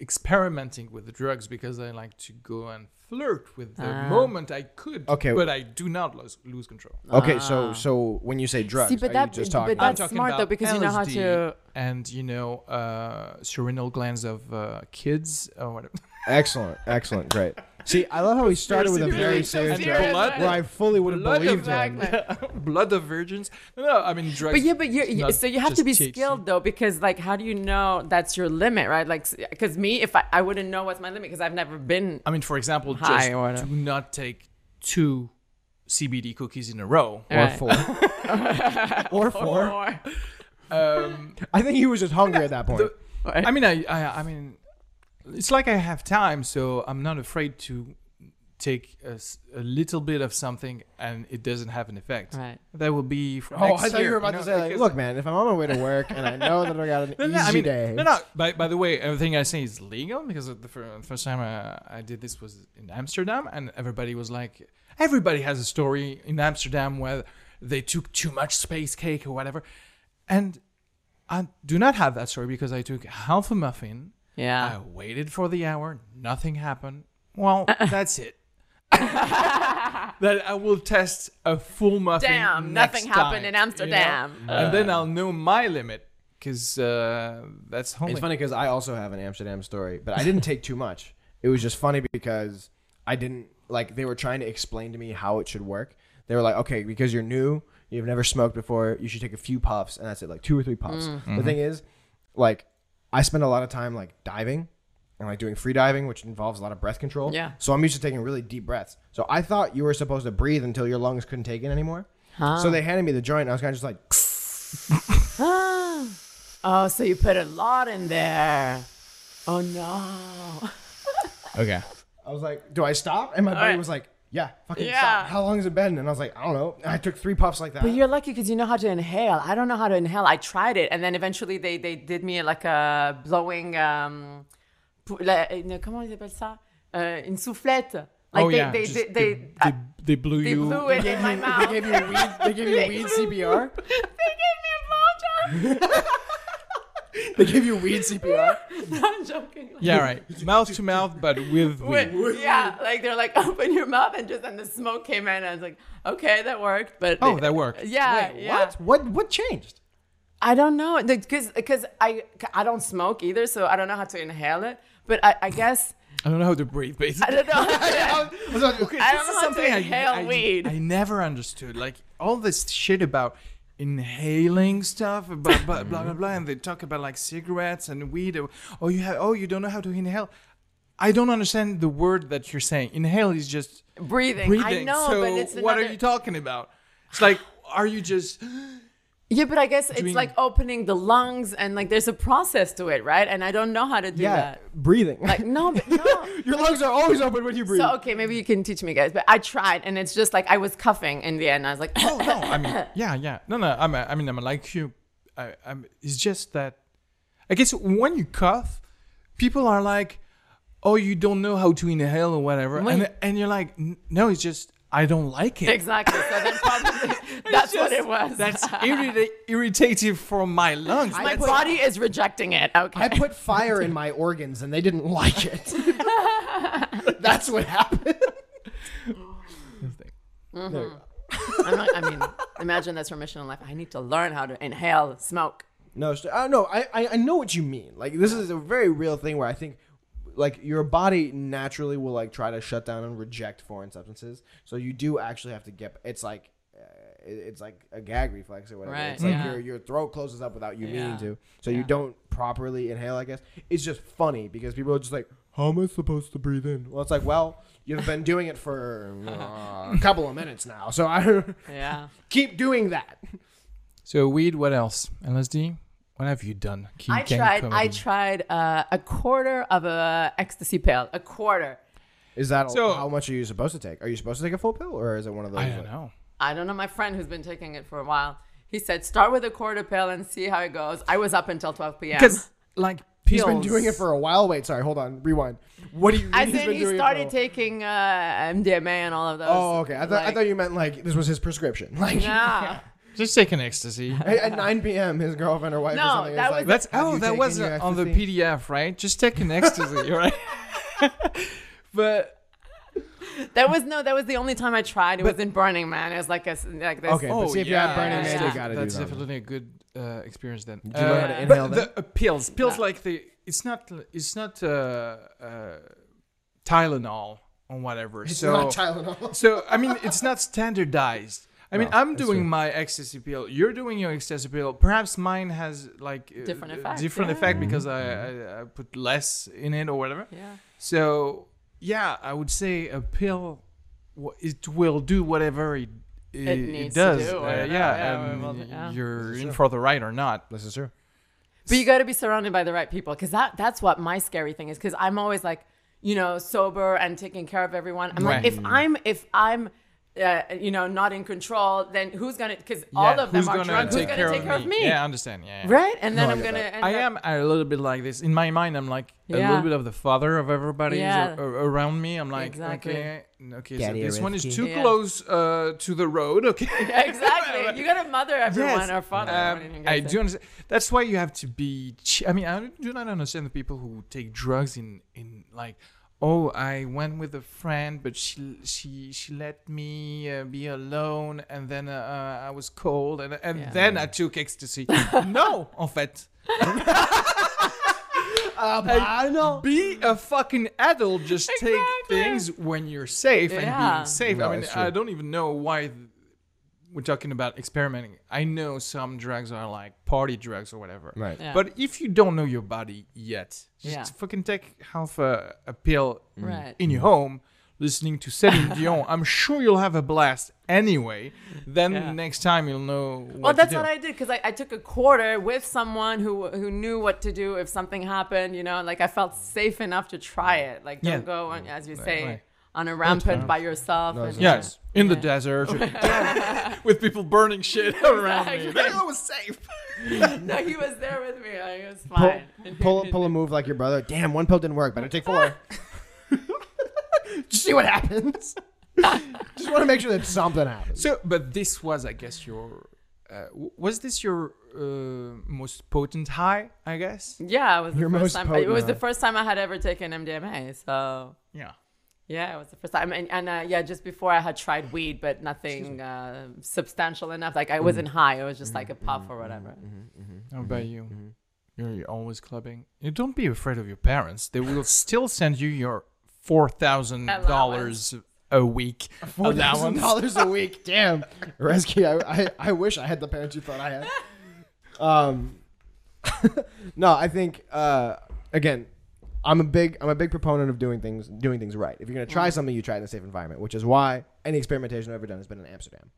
S1: experimenting with drugs because I like to go and flirt with the
S4: Ah.
S1: moment I could.
S3: Okay.
S1: but I do not lose, lose control.
S3: Okay, so so when you say drugs,
S4: See, but
S3: are
S4: that-
S3: you just
S4: but
S3: talking?
S4: that- That's smart, though, because you know how
S1: LSD
S4: to-
S1: and you know uh, serenal glands of uh, kids or
S4: *laughs*
S1: whatever.
S3: excellent, excellent, great. See, I love how he started with a very serious
S1: And
S4: serious,
S3: joke
S1: blood,
S3: where I fully would have
S1: blood
S3: believed
S1: of
S3: him.
S1: *laughs* blood of virgins. No, I mean drugs.
S4: But yeah, but you're,
S1: It's
S4: you
S1: not
S4: so you have
S1: just
S4: to be
S1: THC.
S4: skilled though, because like, how do you know that's your limit, right? Like, because me, if I, I wouldn't know what's my limit because I've never been.
S1: I mean, for example,
S4: High
S1: just
S4: or whatever.
S1: do not take two CBD cookies in a
S4: *laughs*
S1: row.
S4: All right.
S3: four. or
S4: Or-
S3: four.
S4: or-
S1: Um,
S3: I think he was just hungry at that point.
S1: The- I mean, I, I, I mean, it's like I have time, so I'm not afraid to take a, s- a little bit of something, and it doesn't have an effect.
S4: Right.
S1: That will be. For
S3: oh,
S1: next
S3: I thought you
S1: year,
S3: were about to
S1: know,
S3: say, like,
S1: because-
S3: look, man, if I'm on my way to work and I know that I got an
S1: *laughs* No,
S3: easy
S1: no, I mean,
S3: day.
S1: no, no. By, by the way, everything I say is legal because the fir- first time uh, I did this was in Amsterdam, and everybody was like, everybody has a story in Amsterdam where they took too much space cake or whatever, and I do not have that story because I took half a muffin. I
S4: yeah.
S1: waited for the hour. Nothing happened. Well,
S4: Uh-uh.
S1: that's it. *laughs* that I will test a full muffin.
S4: Damn,
S1: next
S4: nothing happened
S1: time,
S4: in Amsterdam.
S1: Uh. you know? And then I'll know my limit. because uh, that's homely.
S3: It's funny because I also have an Amsterdam story, but I didn't take too much. It was just funny because I didn't like. They were trying to explain to me how it should work. They were like, "Okay, because you're new, you've never smoked before, you should take a few puffs, and that's it, like two or three puffs." The thing is, like, I spend a lot of time like diving and like doing free diving, which involves a lot of breath control.
S4: Yeah.
S3: So I'm used to taking really deep breaths. So I thought you were supposed to breathe until your lungs couldn't take it anymore. So they handed me the joint, and I was kind of just like.
S4: *gasps* Oh, so you put a lot in there. Oh no.
S11: Okay.
S3: I was like, "Do I stop?" And my buddy
S4: right.
S3: was like, "Yeah, fucking
S4: Yeah.
S3: stop." How long has it been? And I was like, "I don't know." And I took three puffs like that.
S4: But you're lucky because you know how to inhale. I don't know how to inhale. I tried it, and then eventually they they did me like a blowing. Um, pou- la- une- comment ils appellent ça? Uh, une soufflette. Like
S1: oh
S4: they,
S1: yeah,
S4: they,
S1: just
S4: they,
S1: they,
S4: they,
S1: they-
S4: I-
S1: they blew
S4: they
S1: you. *laughs*
S4: blew it in my mouth.
S3: they gave you weed. They gave you
S10: *laughs*
S3: weed CPR.
S4: they gave me a
S3: They gave you weed CPR.
S4: blowjob. *laughs* I'm joking. Like,
S1: Yeah, right. Mouth to mouth, but with
S4: wait,
S1: weed.
S4: *laughs* yeah, like they're like open your mouth and just and the smoke came in and I was like, okay, that worked. But
S1: Oh, that worked.
S4: *laughs* yeah, yeah.
S3: What? What? What changed?
S4: I don't know because because I I don't smoke either, so I don't know how to inhale it. But I, I guess *laughs*
S1: I don't know how to breathe, basically.
S4: I don't
S1: *laughs*
S4: know.
S3: I was like, okay,
S4: I don't know how to inhale weed.
S1: I never understood. Like all this shit about inhaling stuff, about blah, blah blah blah, and they talk about like cigarettes and weed. Or, oh, you have. Oh, you don't know how to inhale. I don't understand the word that you're saying. Inhale is just
S4: *laughs* Breathing. I
S1: breathing.
S4: know,
S1: so
S4: but it's
S1: what are
S4: another-
S1: you talking about? It's like, are you just?
S4: yeah, but I guess
S1: Doing-
S4: it's like opening the lungs and like there's a process to it, right? And I don't know how to do
S3: yeah,
S4: that.
S3: breathing.
S4: Like no, but
S1: *laughs*
S4: no.
S3: your lungs are always open when you breathe.
S4: So okay, maybe you can teach me, guys. But I tried, and it's just like I was cuffing in the end. I was like,
S1: Oh no, I mean, yeah, yeah, no, no. I'm, a, I mean, I'm like you. I, I'm. It's just that, I guess when you cough, people are like, "Oh, you don't know how to inhale or whatever," and
S4: Wait.
S1: and you're like, "N- "No, it's just I don't like it."
S4: *laughs* exactly. So that's probably that's what it was.
S1: That's irrita- irritative for my lungs.
S4: my
S1: That's-
S4: body is rejecting it. Okay.
S3: I put fire in my organs and they didn't like
S10: *laughs*
S3: it. *laughs* That's what happened. There you go.
S4: I'm not, I mean, imagine that's her mission in life. I need to learn how to inhale smoke.
S3: No, st- I no, I, I I know what you mean. Like this is a very real thing where I think, like your body naturally will like try to shut down and reject foreign substances. So you do actually have to get. It's like, uh, it- it's like a gag reflex or whatever.
S4: Right,
S3: It's like
S4: yeah.
S3: your your throat closes up without you
S4: Yeah.
S3: meaning to. So
S4: Yeah.
S3: you don't properly inhale. I guess it's just funny because people are just like, how am I supposed to breathe in? Well, it's like, well, you've been doing it for uh, a couple of minutes now, so I *laughs*
S4: Yeah.
S3: keep doing that.
S1: So weed. What else? LSD. What have you done? King
S4: I
S1: Kang
S4: tried. I
S1: comedy?
S4: tried uh, a quarter of a ecstasy pill. A quarter.
S3: Is that
S1: So-
S3: how much are you supposed to take? Are you supposed to take a full pill, or is it one of those?
S1: I don't
S3: like-
S1: know.
S4: I don't know. My friend who's been taking it for a while. He said, start with a quarter pill and see how it goes. I was up until 12 p.m.
S1: Because like
S3: He's
S1: people
S3: been doing it for a while. Wait, sorry, hold on, rewind. What do you? mean
S4: I
S3: he's
S4: said
S3: been
S4: he
S3: doing it for a
S4: started
S3: while?
S4: taking uh, MDMA and all of those.
S3: Oh, okay. I thought I
S4: Like,
S3: thought you meant like this was his prescription. *laughs* Like
S4: Yeah.
S3: *laughs*
S1: just taking
S4: *laughs*
S1: ecstasy.
S3: at, at 9 p.m. his girlfriend or wife
S4: No,
S3: or something. is
S4: that
S3: like,
S4: was-
S1: That's
S3: "Have
S1: oh,
S3: you
S1: that
S3: taken
S1: was
S3: your
S1: uh, on the
S3: ecstasy?"
S1: PDF, right? Just take an ecstasy, right? *laughs* but
S4: That was no. That was the only time I tried. It was in Burning Man. It was like a s- like this.
S3: Okay. but see if you have Burning
S4: Man, you
S1: oh, that's-
S3: gotta do
S1: That's
S3: that.
S1: definitely a good uh, experience then.
S3: you learn how to
S1: but
S3: inhale
S1: the
S3: then?
S1: uh, pills, pills like the it's not it's not uh, uh, Tylenol or whatever.
S3: It's
S1: so
S3: not
S1: *laughs*
S3: Tylenol.
S1: so I mean, it's not standardized. I mean,
S3: No,
S1: I'm
S3: that's
S1: doing
S3: true.
S1: my ecstasy pill. You're doing your ecstasy pill. Perhaps mine has like uh,
S4: Different
S1: uh,
S4: effect,
S1: different
S4: yeah.
S3: Mm-hmm.
S1: effect because I, I I put less in it or whatever.
S4: Yeah.
S1: So yeah, I would say a pill, wh- it will do whatever it it, it
S4: needs to
S1: does.
S4: do,
S1: Uh,
S4: whatever, yeah,
S1: yeah, and
S4: well, yeah.
S1: you're in for the ride or not.
S3: This is true.
S4: But you got to be surrounded by the right people because that, that's what my scary thing is. Because I'm always like, you know, sober and taking care of everyone. I'm
S1: Right.
S4: like, if I'm, if I'm, uh, you know, not in control, then who's gonna? Because all
S1: Yeah,
S4: of them
S1: who's
S4: are
S1: gonna
S4: drunk. Who's gonna take care of me?
S1: Yeah, I understand. Yeah, yeah.
S4: Right, and then
S3: No, I
S4: I'm
S3: get
S4: gonna.
S3: that.
S4: End
S1: I
S4: up-
S1: am a little bit like this. In my mind, I'm like a
S4: Yeah.
S1: little bit of the father of everybody
S4: Yeah.
S1: ar- ar- around me. I'm like,
S4: Exactly.
S1: okay, n- okay,
S10: Daddy
S1: so this one is
S10: Arinsky.
S1: too
S4: Yeah.
S1: close uh, to the road. Okay,
S4: *laughs* exactly. You gotta
S3: *laughs*
S4: mother everyone
S1: Yes.
S4: or father.
S1: Um,
S4: everyone, you
S1: I
S4: guys
S1: do
S4: say.
S1: understand. That's why you have to be. Ch- I mean, I do not understand the people who take drugs in in like. oh i went with a friend but she she she let me uh, be alone and then uh, i was cold and, and
S4: Yeah.
S1: then i took *laughs* ecstasy no en *laughs* fait Ah, I know. Be a fucking adult. Just take
S4: Exactly.
S1: things when you're safe and
S4: Yeah.
S1: being safe.
S3: No,
S1: I mean,
S3: it's true.
S1: I don't even know why th- we're talking about experimenting. I know some drugs are like party drugs or whatever.
S3: Right.
S4: Yeah.
S1: But if you don't know your body yet, just
S4: Yeah. Mm.
S1: fucking take half a, a pill
S4: Right.
S1: in your home, listening to
S4: *laughs*
S1: Céline Dion. I'm sure you'll have a blast anyway. Then
S4: Yeah.
S1: next time you'll know. What
S4: well,
S1: to
S4: that's
S1: do.
S4: what I did because I, I took a quarter with someone who who knew what to do if something happened. You know, like I felt safe enough to try it. Like don't
S1: Yeah.
S4: go on, as you say
S1: right.
S4: on a rampant by yourself. and-
S1: Yes, in the desert,
S4: *laughs*
S1: *laughs* with people burning shit around me.
S4: Exactly.
S1: That was safe.
S4: *laughs* no, he was there with me. Like, it was
S3: Pull,
S4: fine.
S3: pull, pull a move like your brother. Damn, one pill didn't work. Better take
S4: *laughs*
S3: four. *laughs* Just see what happens. *laughs* Just want to make sure that something happens.
S1: So, but this was, I guess, your. Uh, w- was this your uh, most potent high? I guess.
S4: Yeah, it was the
S3: Your most
S4: first time. It
S3: potent
S4: was the
S3: high.
S4: first time I had ever taken MDMA. So
S1: Yeah.
S4: yeah, it was the first time. And, and uh, yeah, just before I had tried weed, but nothing uh, substantial enough. Like I
S3: Mm-hmm.
S4: wasn't high. It was just like a puff or whatever.
S1: How about
S3: Mm-hmm.
S1: you? You're, you're always clubbing. You don't be afraid of your parents. They will still send you your four thousand dollars a week allowance.
S3: dollars a week. Damn, Resky. I, I, I wish I had the parents you thought I had. Um, *laughs* no, I think uh, again, I'm a big I'm a big proponent of doing things doing things right. If you're gonna try something, you try it in a safe environment, which is why any experimentation I've ever done has been in Amsterdam,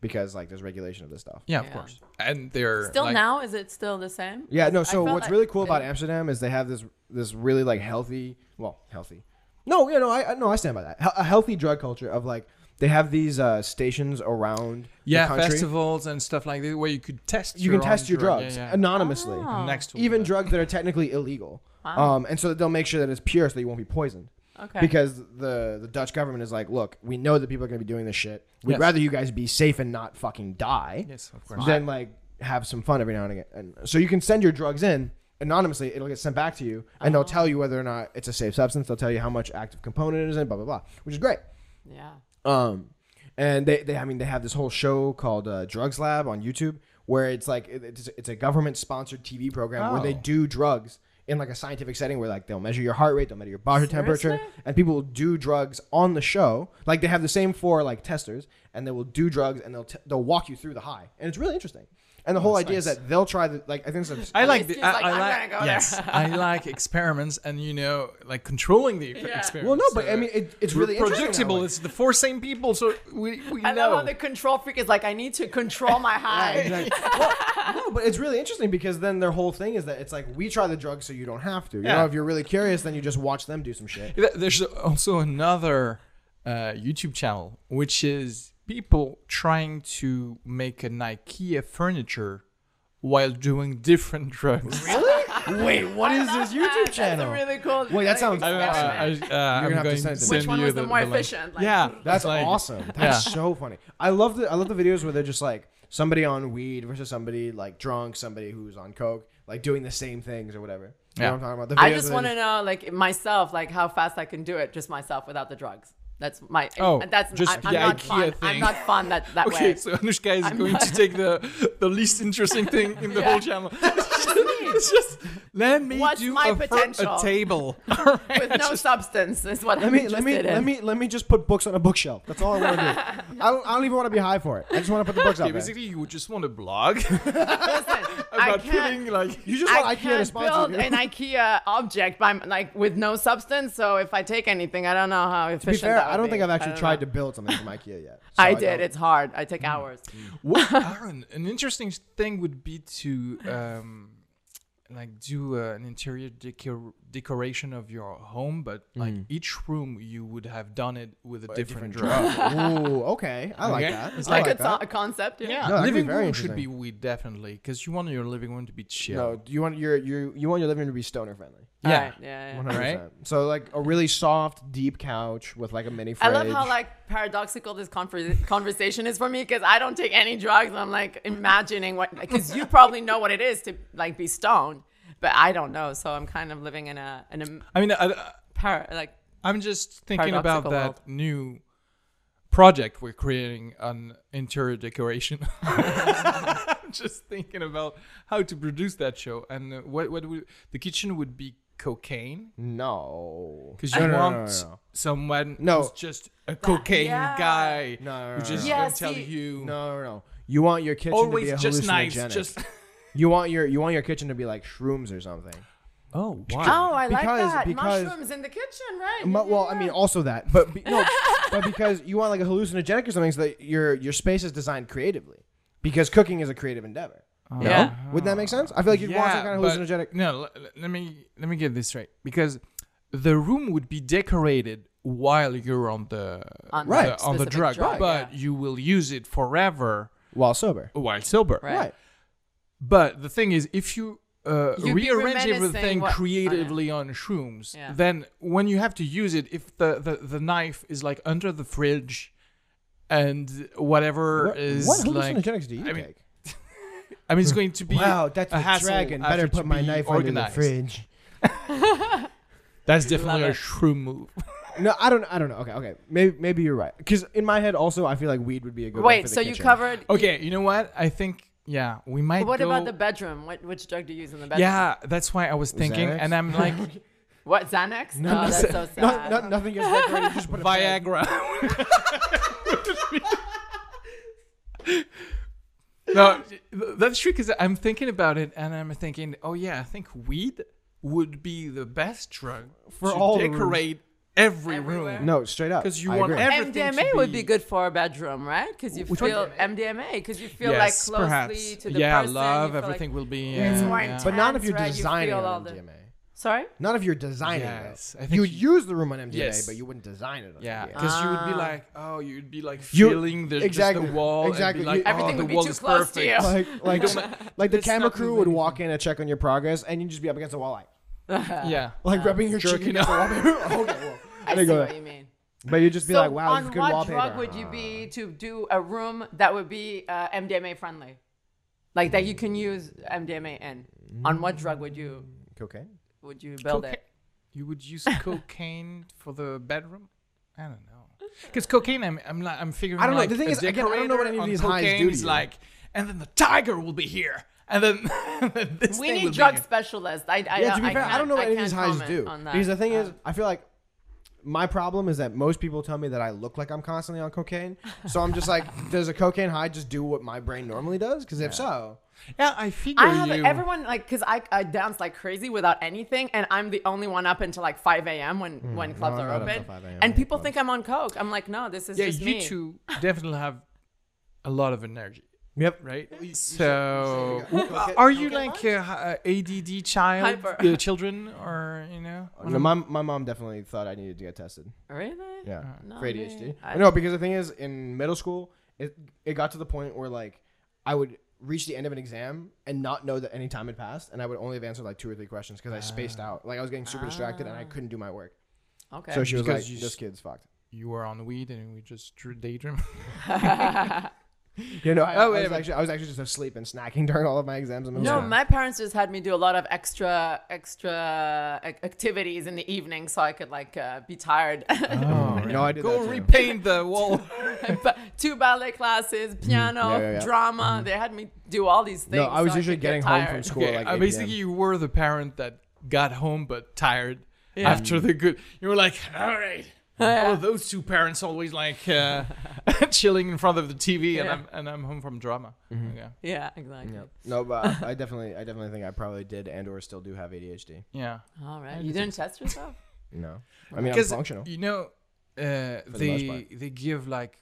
S3: because like there's regulation of this stuff.
S1: Yeah, of
S4: Yeah.
S1: course. And they're
S4: Still
S1: like,
S4: now, is it still the same?
S3: Yeah, no.
S4: I
S3: So
S4: felt
S3: what's
S4: like-
S3: really cool about Amsterdam is they have this this really like healthy, well, healthy. No, you know, I I- no, I stand by that. He- A healthy drug culture of like they have these uh, stations around
S1: yeah
S3: the country.
S1: festivals and stuff like this where you could test.
S3: You
S1: your
S3: can
S1: own
S3: test your
S1: drug.
S3: drugs
S1: Yeah, yeah.
S3: anonymously,
S1: Next to
S3: even
S1: that.
S3: drugs that are technically illegal. Um, and so that they'll make sure that it's pure, so that you won't be poisoned.
S4: Okay.
S3: Because the the Dutch government is like, look, we know that people are going to be doing this shit. We'd
S1: Yes.
S3: rather you guys be safe and not fucking die
S1: Yes, of course.
S3: then like have some fun every now and again. And so you can send your drugs in anonymously. It'll get sent back to you, and they'll tell you whether or not it's a safe substance. They'll tell you how much active component it is in, blah blah blah, which is great.
S4: Yeah.
S3: Um, and they, they I mean they have this whole show called uh, Drugs Lab on YouTube where it's like it- it's, it's a government sponsored TV program where they
S1: Oh.
S3: do drugs in like a scientific setting where like they'll measure your heart rate, they'll measure your body temperature, and people will do drugs on the show. Like they have the same four like testers, and they will do drugs and they'll t- they'll walk you through the high, and it's really interesting. And the whole idea is that they'll try the like I think it's a-
S1: I like
S4: Risky
S1: the,
S4: is
S1: I,
S4: like,
S1: I
S4: I'm
S1: like
S4: gonna go
S1: yes, I like experiments and you know like controlling the
S4: *laughs* Yeah.
S1: experiment.
S3: well no, but I mean it, it's really interesting that
S1: predictable.
S3: way.
S1: It's the four same people, so we we
S4: I love
S1: know.
S4: how the control freak is like, I need to control my high.
S3: No, but it's really interesting because then their whole thing is that it's like we try the drug so you don't have to. You
S1: Yeah.
S3: know, if you're really curious, then you just watch them do some
S1: *laughs*
S3: shit.
S1: Th- There's also another uh, YouTube channel which is people trying to make an IKEA furniture while doing different drugs.
S3: Really? Wait, what is this YouTube channel?
S4: That's a really cool.
S3: Wait, that sounds-
S1: I,
S3: I
S1: uh,
S3: don't
S1: I,
S4: experiment.
S1: uh, I'm
S3: have to
S1: going
S3: send
S1: to
S3: it.
S1: send
S4: Which one
S1: you
S4: was
S1: the,
S4: the more
S1: link.
S4: efficient? Like- *laughs*
S1: yeah,
S3: That's
S1: like-
S3: awesome. That's
S1: yeah.
S3: so funny. I love the I love the videos where they're just like somebody on weed versus somebody like drunk, somebody who's on coke, like doing the same things or whatever. You
S1: Yeah.
S3: know what I'm talking about? The
S4: I
S3: videos
S4: just
S3: where
S4: want
S3: they
S4: to know, like myself, like how fast I can do it, just myself without the drugs. That's my.
S1: Oh,
S4: that's
S1: just
S4: I, I'm
S1: the
S4: not
S1: IKEA
S4: fun.
S1: thing.
S4: I'm not fun that that
S1: okay,
S4: way.
S1: so Anushka is
S4: I'm
S1: going to
S4: not-
S1: take the the least
S4: *laughs*
S1: interesting thing in the whole channel. It's just, it's *laughs* just, let me
S4: What's
S1: do
S4: my
S1: a, fir-
S4: potential?
S1: a table.
S4: *laughs*
S1: *laughs*
S4: With no substance is what
S3: Let
S4: I'm
S3: me let me
S4: interested in.
S3: let me let me just put books on a bookshelf. That's all I want to
S4: *laughs*
S3: do. I, don't, I don't even want to be high for it. I just want to put the books
S1: Okay,
S3: up. there.
S1: basically, you would just want a blog *laughs*
S4: Listen, I
S1: about
S4: can't.
S1: putting like
S3: You just
S4: I
S3: want IKEA to
S4: can't
S3: sponsor
S4: build
S3: you.
S4: an IKEA object by m- like with no substance. So if I take anything, I don't know how
S3: to
S4: efficient.
S3: be fair,
S4: that would
S3: I don't think I've actually
S4: don't
S3: tried Mm.
S4: know.
S3: to build something from IKEA yet. So
S4: I did.
S3: don't-
S4: It's hard. I take hours.
S1: What, Aaron? An interesting thing would be to um, like do uh, an interior decor- decoration of your home, but like each room you would have done it with a different, drug.
S3: *laughs* Ooh, okay. I like
S1: Okay.
S3: that.
S1: It's
S3: I
S4: Like,
S3: like
S4: it's a,
S3: that.
S4: a concept.
S1: Yeah,
S3: No, that could be
S1: living
S3: very
S1: room should be
S3: interesting.
S1: weed definitely because you want your living room to be chill.
S3: No, do you want your you you want your living room to be stoner friendly.
S1: Yeah.
S4: Alright, yeah, yeah.
S3: 100%.
S1: Right?
S3: So like a really soft, deep couch with like a mini
S4: I
S3: fridge.
S4: love how like paradoxical this conver- conversation is for me because I don't take any drugs. I'm like imagining what because you probably know what it is to like be stoned, but I don't know. So I'm kind of living in a in a
S1: I mean, I,
S4: par- like
S1: I'm just thinking about
S4: Paradoxical
S1: that
S4: world.
S1: new project we're creating on interior decoration. *laughs* I'm just thinking about how to produce that show and uh, what what would the kitchen would be cocaine
S10: Oh.
S3: No.
S1: because you
S3: No, no, no,
S1: want
S3: no, no.
S1: someone
S3: No.
S1: who's just a cocaine
S4: yeah.
S1: guy
S3: No, no,
S1: who
S3: no,
S1: just
S3: no.
S4: Yeah,
S1: can tell
S4: see-
S1: you
S3: No, no, no. You want your kitchen
S1: always
S3: to be a
S1: just nice,
S3: hallucinogenic.
S1: just
S3: You want your you want your kitchen to be like shrooms or something.
S1: oh wow.
S4: Oh, I
S3: Because-
S4: like that.
S3: because-
S4: Mushrooms in the kitchen, right?
S3: Mu- well, I mean, also that, but be,
S1: *laughs*
S3: no, but because you want like a hallucinogenic or something, so that your your space is designed creatively. Because cooking is a creative endeavor.
S4: Yeah.
S3: Wouldn't that make sense? I feel like you'd want some kind of
S1: but-
S3: hallucinogenic.
S1: No, l- l- let me let me get this straight because the room would be decorated while you're on the
S4: On
S1: the-
S3: Right.
S1: on the
S4: specific
S1: drug,
S4: drug,
S1: but
S4: yeah.
S1: you will use it forever
S3: while sober.
S1: while sober.
S4: Right.
S3: Right.
S1: But the thing is, if you uh,
S4: You'd be
S1: rearrange
S4: reminiscing
S1: everything
S4: what-
S1: creatively on shrooms,
S4: Yeah.
S1: then when you have to use it, if the, the, the knife is like under the fridge and whatever
S3: What,
S1: is
S3: what
S1: like,
S3: hallucinogenics do you
S1: I mean,
S3: take?
S1: I mean, it's going to be
S3: Wow, that's
S1: a
S3: the
S1: hassle
S3: dragon.
S1: after
S3: Better
S1: to
S3: put my
S1: be
S3: knife under the
S1: organized.
S10: Fridge.
S1: That's definitely
S4: Love
S1: a
S4: it.
S1: shroom
S4: *laughs*
S1: move.
S3: No, I don't. I don't know. Okay, okay. Maybe maybe you're right. Because in my head, also, I feel like weed would be a good. one for
S4: Wait,
S3: the
S4: so you
S3: kitchen.
S4: covered.
S1: Okay, you know what? I think yeah, we might.
S4: What
S1: go-
S4: about the bedroom? What, which drug do you use in the bedroom?
S1: Yeah, that's why I was thinking,
S3: Xanax?
S1: and
S3: *laughs*
S1: I'm like
S4: What Xanax? No, Oh,
S1: *laughs*
S4: that's so sad.
S3: No, no, nothing gets decorated. Just put
S4: *laughs*
S3: a bag. *laughs*
S1: Viagra. no, that's true because I'm thinking about it, and I'm thinking, oh yeah, I think weed would be the best drug for to
S3: all the rooms.
S1: decorate every
S4: Everywhere.
S1: room.
S3: No, straight up.
S1: 'Cause you
S3: I
S1: want
S3: agree.
S1: every- everything
S4: MDMA
S1: should
S4: would be
S1: be-
S4: good for a bedroom, right? Because you feel MDMA because you feel
S1: yes,
S4: like closely
S1: perhaps.
S4: to the
S1: yeah,
S4: person.
S1: love.
S4: you feel like-
S1: Everything will be.
S4: It's
S1: uh,
S4: more
S1: yeah.
S4: intense.
S3: but not if you're
S4: Right, you
S3: designing
S4: feel
S3: it
S4: all
S3: on
S4: the-
S3: MDMA.
S4: Sorly?
S3: Not if you're designing
S1: Yes,
S3: it.
S1: I think
S3: you would
S1: you-
S3: use the room on MDMA,
S1: Yes.
S3: but you wouldn't design it. On
S1: Yeah, Uh,
S3: MDMA.
S1: because you would
S4: Ah.
S1: be like, oh, you'd be like
S3: You-
S1: feeling the,
S3: exactly,
S1: just the wall.
S3: exactly.
S1: And be like,
S3: You-
S4: Everything
S1: oh,
S4: would
S1: the
S4: be
S1: wall
S4: too
S1: is
S4: close to
S1: perfect.
S4: you.
S1: *laughs*
S3: like like like the
S1: It's
S3: camera
S1: not
S3: crew would
S1: moving.
S3: walk in and check on your progress, and you'd just be up against the wall like
S1: *laughs* Yeah.
S3: like
S4: Oh.
S3: rubbing your cheek
S1: jerking
S3: against the wallpaper. *laughs* okay, well, and
S4: I see
S3: they go,
S4: what you mean.
S3: but you'd just be
S4: so
S3: like, wow,
S4: on
S3: this is good
S4: what
S3: wallpaper. Uh.
S4: drug would you be to do a room that would be uh, MDMA friendly? Like that you can use MDMA in. On what drug would you
S3: Cocaine.
S4: would you build
S1: Cocaine.
S4: it?
S1: You would use cocaine for the bedroom? I don't know. Because cocaine, I'm, I'm, like, I'm figuring.
S3: I don't know.
S1: like,
S3: The thing
S1: a
S3: is, again, I don't know what
S1: decorator
S3: any of
S1: on
S3: these highs
S1: cocaine
S3: do to
S1: is
S3: you.
S1: like. And then the tiger will be here, and then, *laughs* then this
S4: We
S1: thing will
S4: need
S1: be
S4: drug
S1: here.
S4: specialists. I, I,
S3: Yeah, to be
S4: I
S3: fair,
S4: can't-
S3: I don't know what any of these
S4: can't
S3: highs
S4: comment
S3: do.
S4: on that.
S3: Because the thing
S4: Uh,
S3: is, I feel like my problem is that most people tell me that I look like I'm constantly on cocaine. So I'm just like,
S4: *laughs*
S3: does a cocaine high just do what my brain normally does? Because if so,
S1: Yeah, I figure
S4: I have
S1: you.
S4: everyone like because I, I dance like crazy without anything, and I'm the only one up until like 5 a.m. when when clubs
S3: Hmm, I'm
S4: are
S3: not up
S4: open,
S3: till 5 a.m.
S4: and
S3: at
S4: people
S3: clubs.
S4: think I'm on coke. I'm like, no, this is
S1: yeah,
S4: just
S1: you
S4: me.
S1: two definitely have a lot of energy,
S3: yep.
S1: right? so,
S3: you got
S1: Uh,
S3: cocaine-
S1: are you like a, hi- a ADD child,
S4: Hyper.
S1: uh, children, or you know?
S3: No, my, my mom definitely thought I needed to get tested.
S4: Really?
S3: Yeah.
S4: No,
S3: for ADHD.
S4: man. I-
S3: no, because the thing is, in middle school, it, it got to the point where like I would reach the end of an exam and not know that any time had passed, and I would only have answered like two or three questions because I spaced
S4: Ah.
S3: out. Like I was getting super distracted and I couldn't do my work.
S4: Okay.
S3: So she was
S1: Because
S3: like,
S1: you
S3: "This
S1: s-
S3: kid's fucked."
S1: you were on weed and we just drew *laughs* daydream.
S4: *laughs*
S3: *laughs* You know, I,
S1: Oh, wait a
S3: I was
S1: minute.
S3: actually I was actually just asleep and snacking *laughs* during all of my exams. in middle
S4: No,
S3: school.
S4: my parents just had me do a lot of extra extra ac- activities in the evening so I could like uh, be tired. *laughs*
S1: *laughs*
S3: no, I did
S1: Oh, Go
S3: that too.
S1: repaint
S3: *laughs*
S1: the wall.
S4: But Two ballet classes, piano,
S3: Mm-hmm. Yeah, yeah, yeah.
S4: drama. They had me do all these things.
S3: No, I was
S4: so
S3: usually
S4: could get
S3: getting home from
S4: tired.
S3: school.
S1: Okay,
S3: like
S1: uh,
S3: 8
S1: basically,
S3: PM.
S1: you were the parent that got home but tired after the good. You were like, all right.
S4: *laughs*
S1: Oh, those two parents always like uh, *laughs* chilling in front of the TV, and
S4: Yeah.
S1: I'm and I'm home from drama. Yeah,
S4: *laughs* Yeah, exactly.
S3: No,
S1: *laughs*
S3: but I definitely, I definitely think I probably did and or still do have ADHD.
S1: yeah.
S4: All right. You didn't
S3: *laughs*
S4: test yourself?
S3: No, I mean I'm
S1: Because
S3: functional.
S1: you know, uh,
S3: the most
S1: they they give like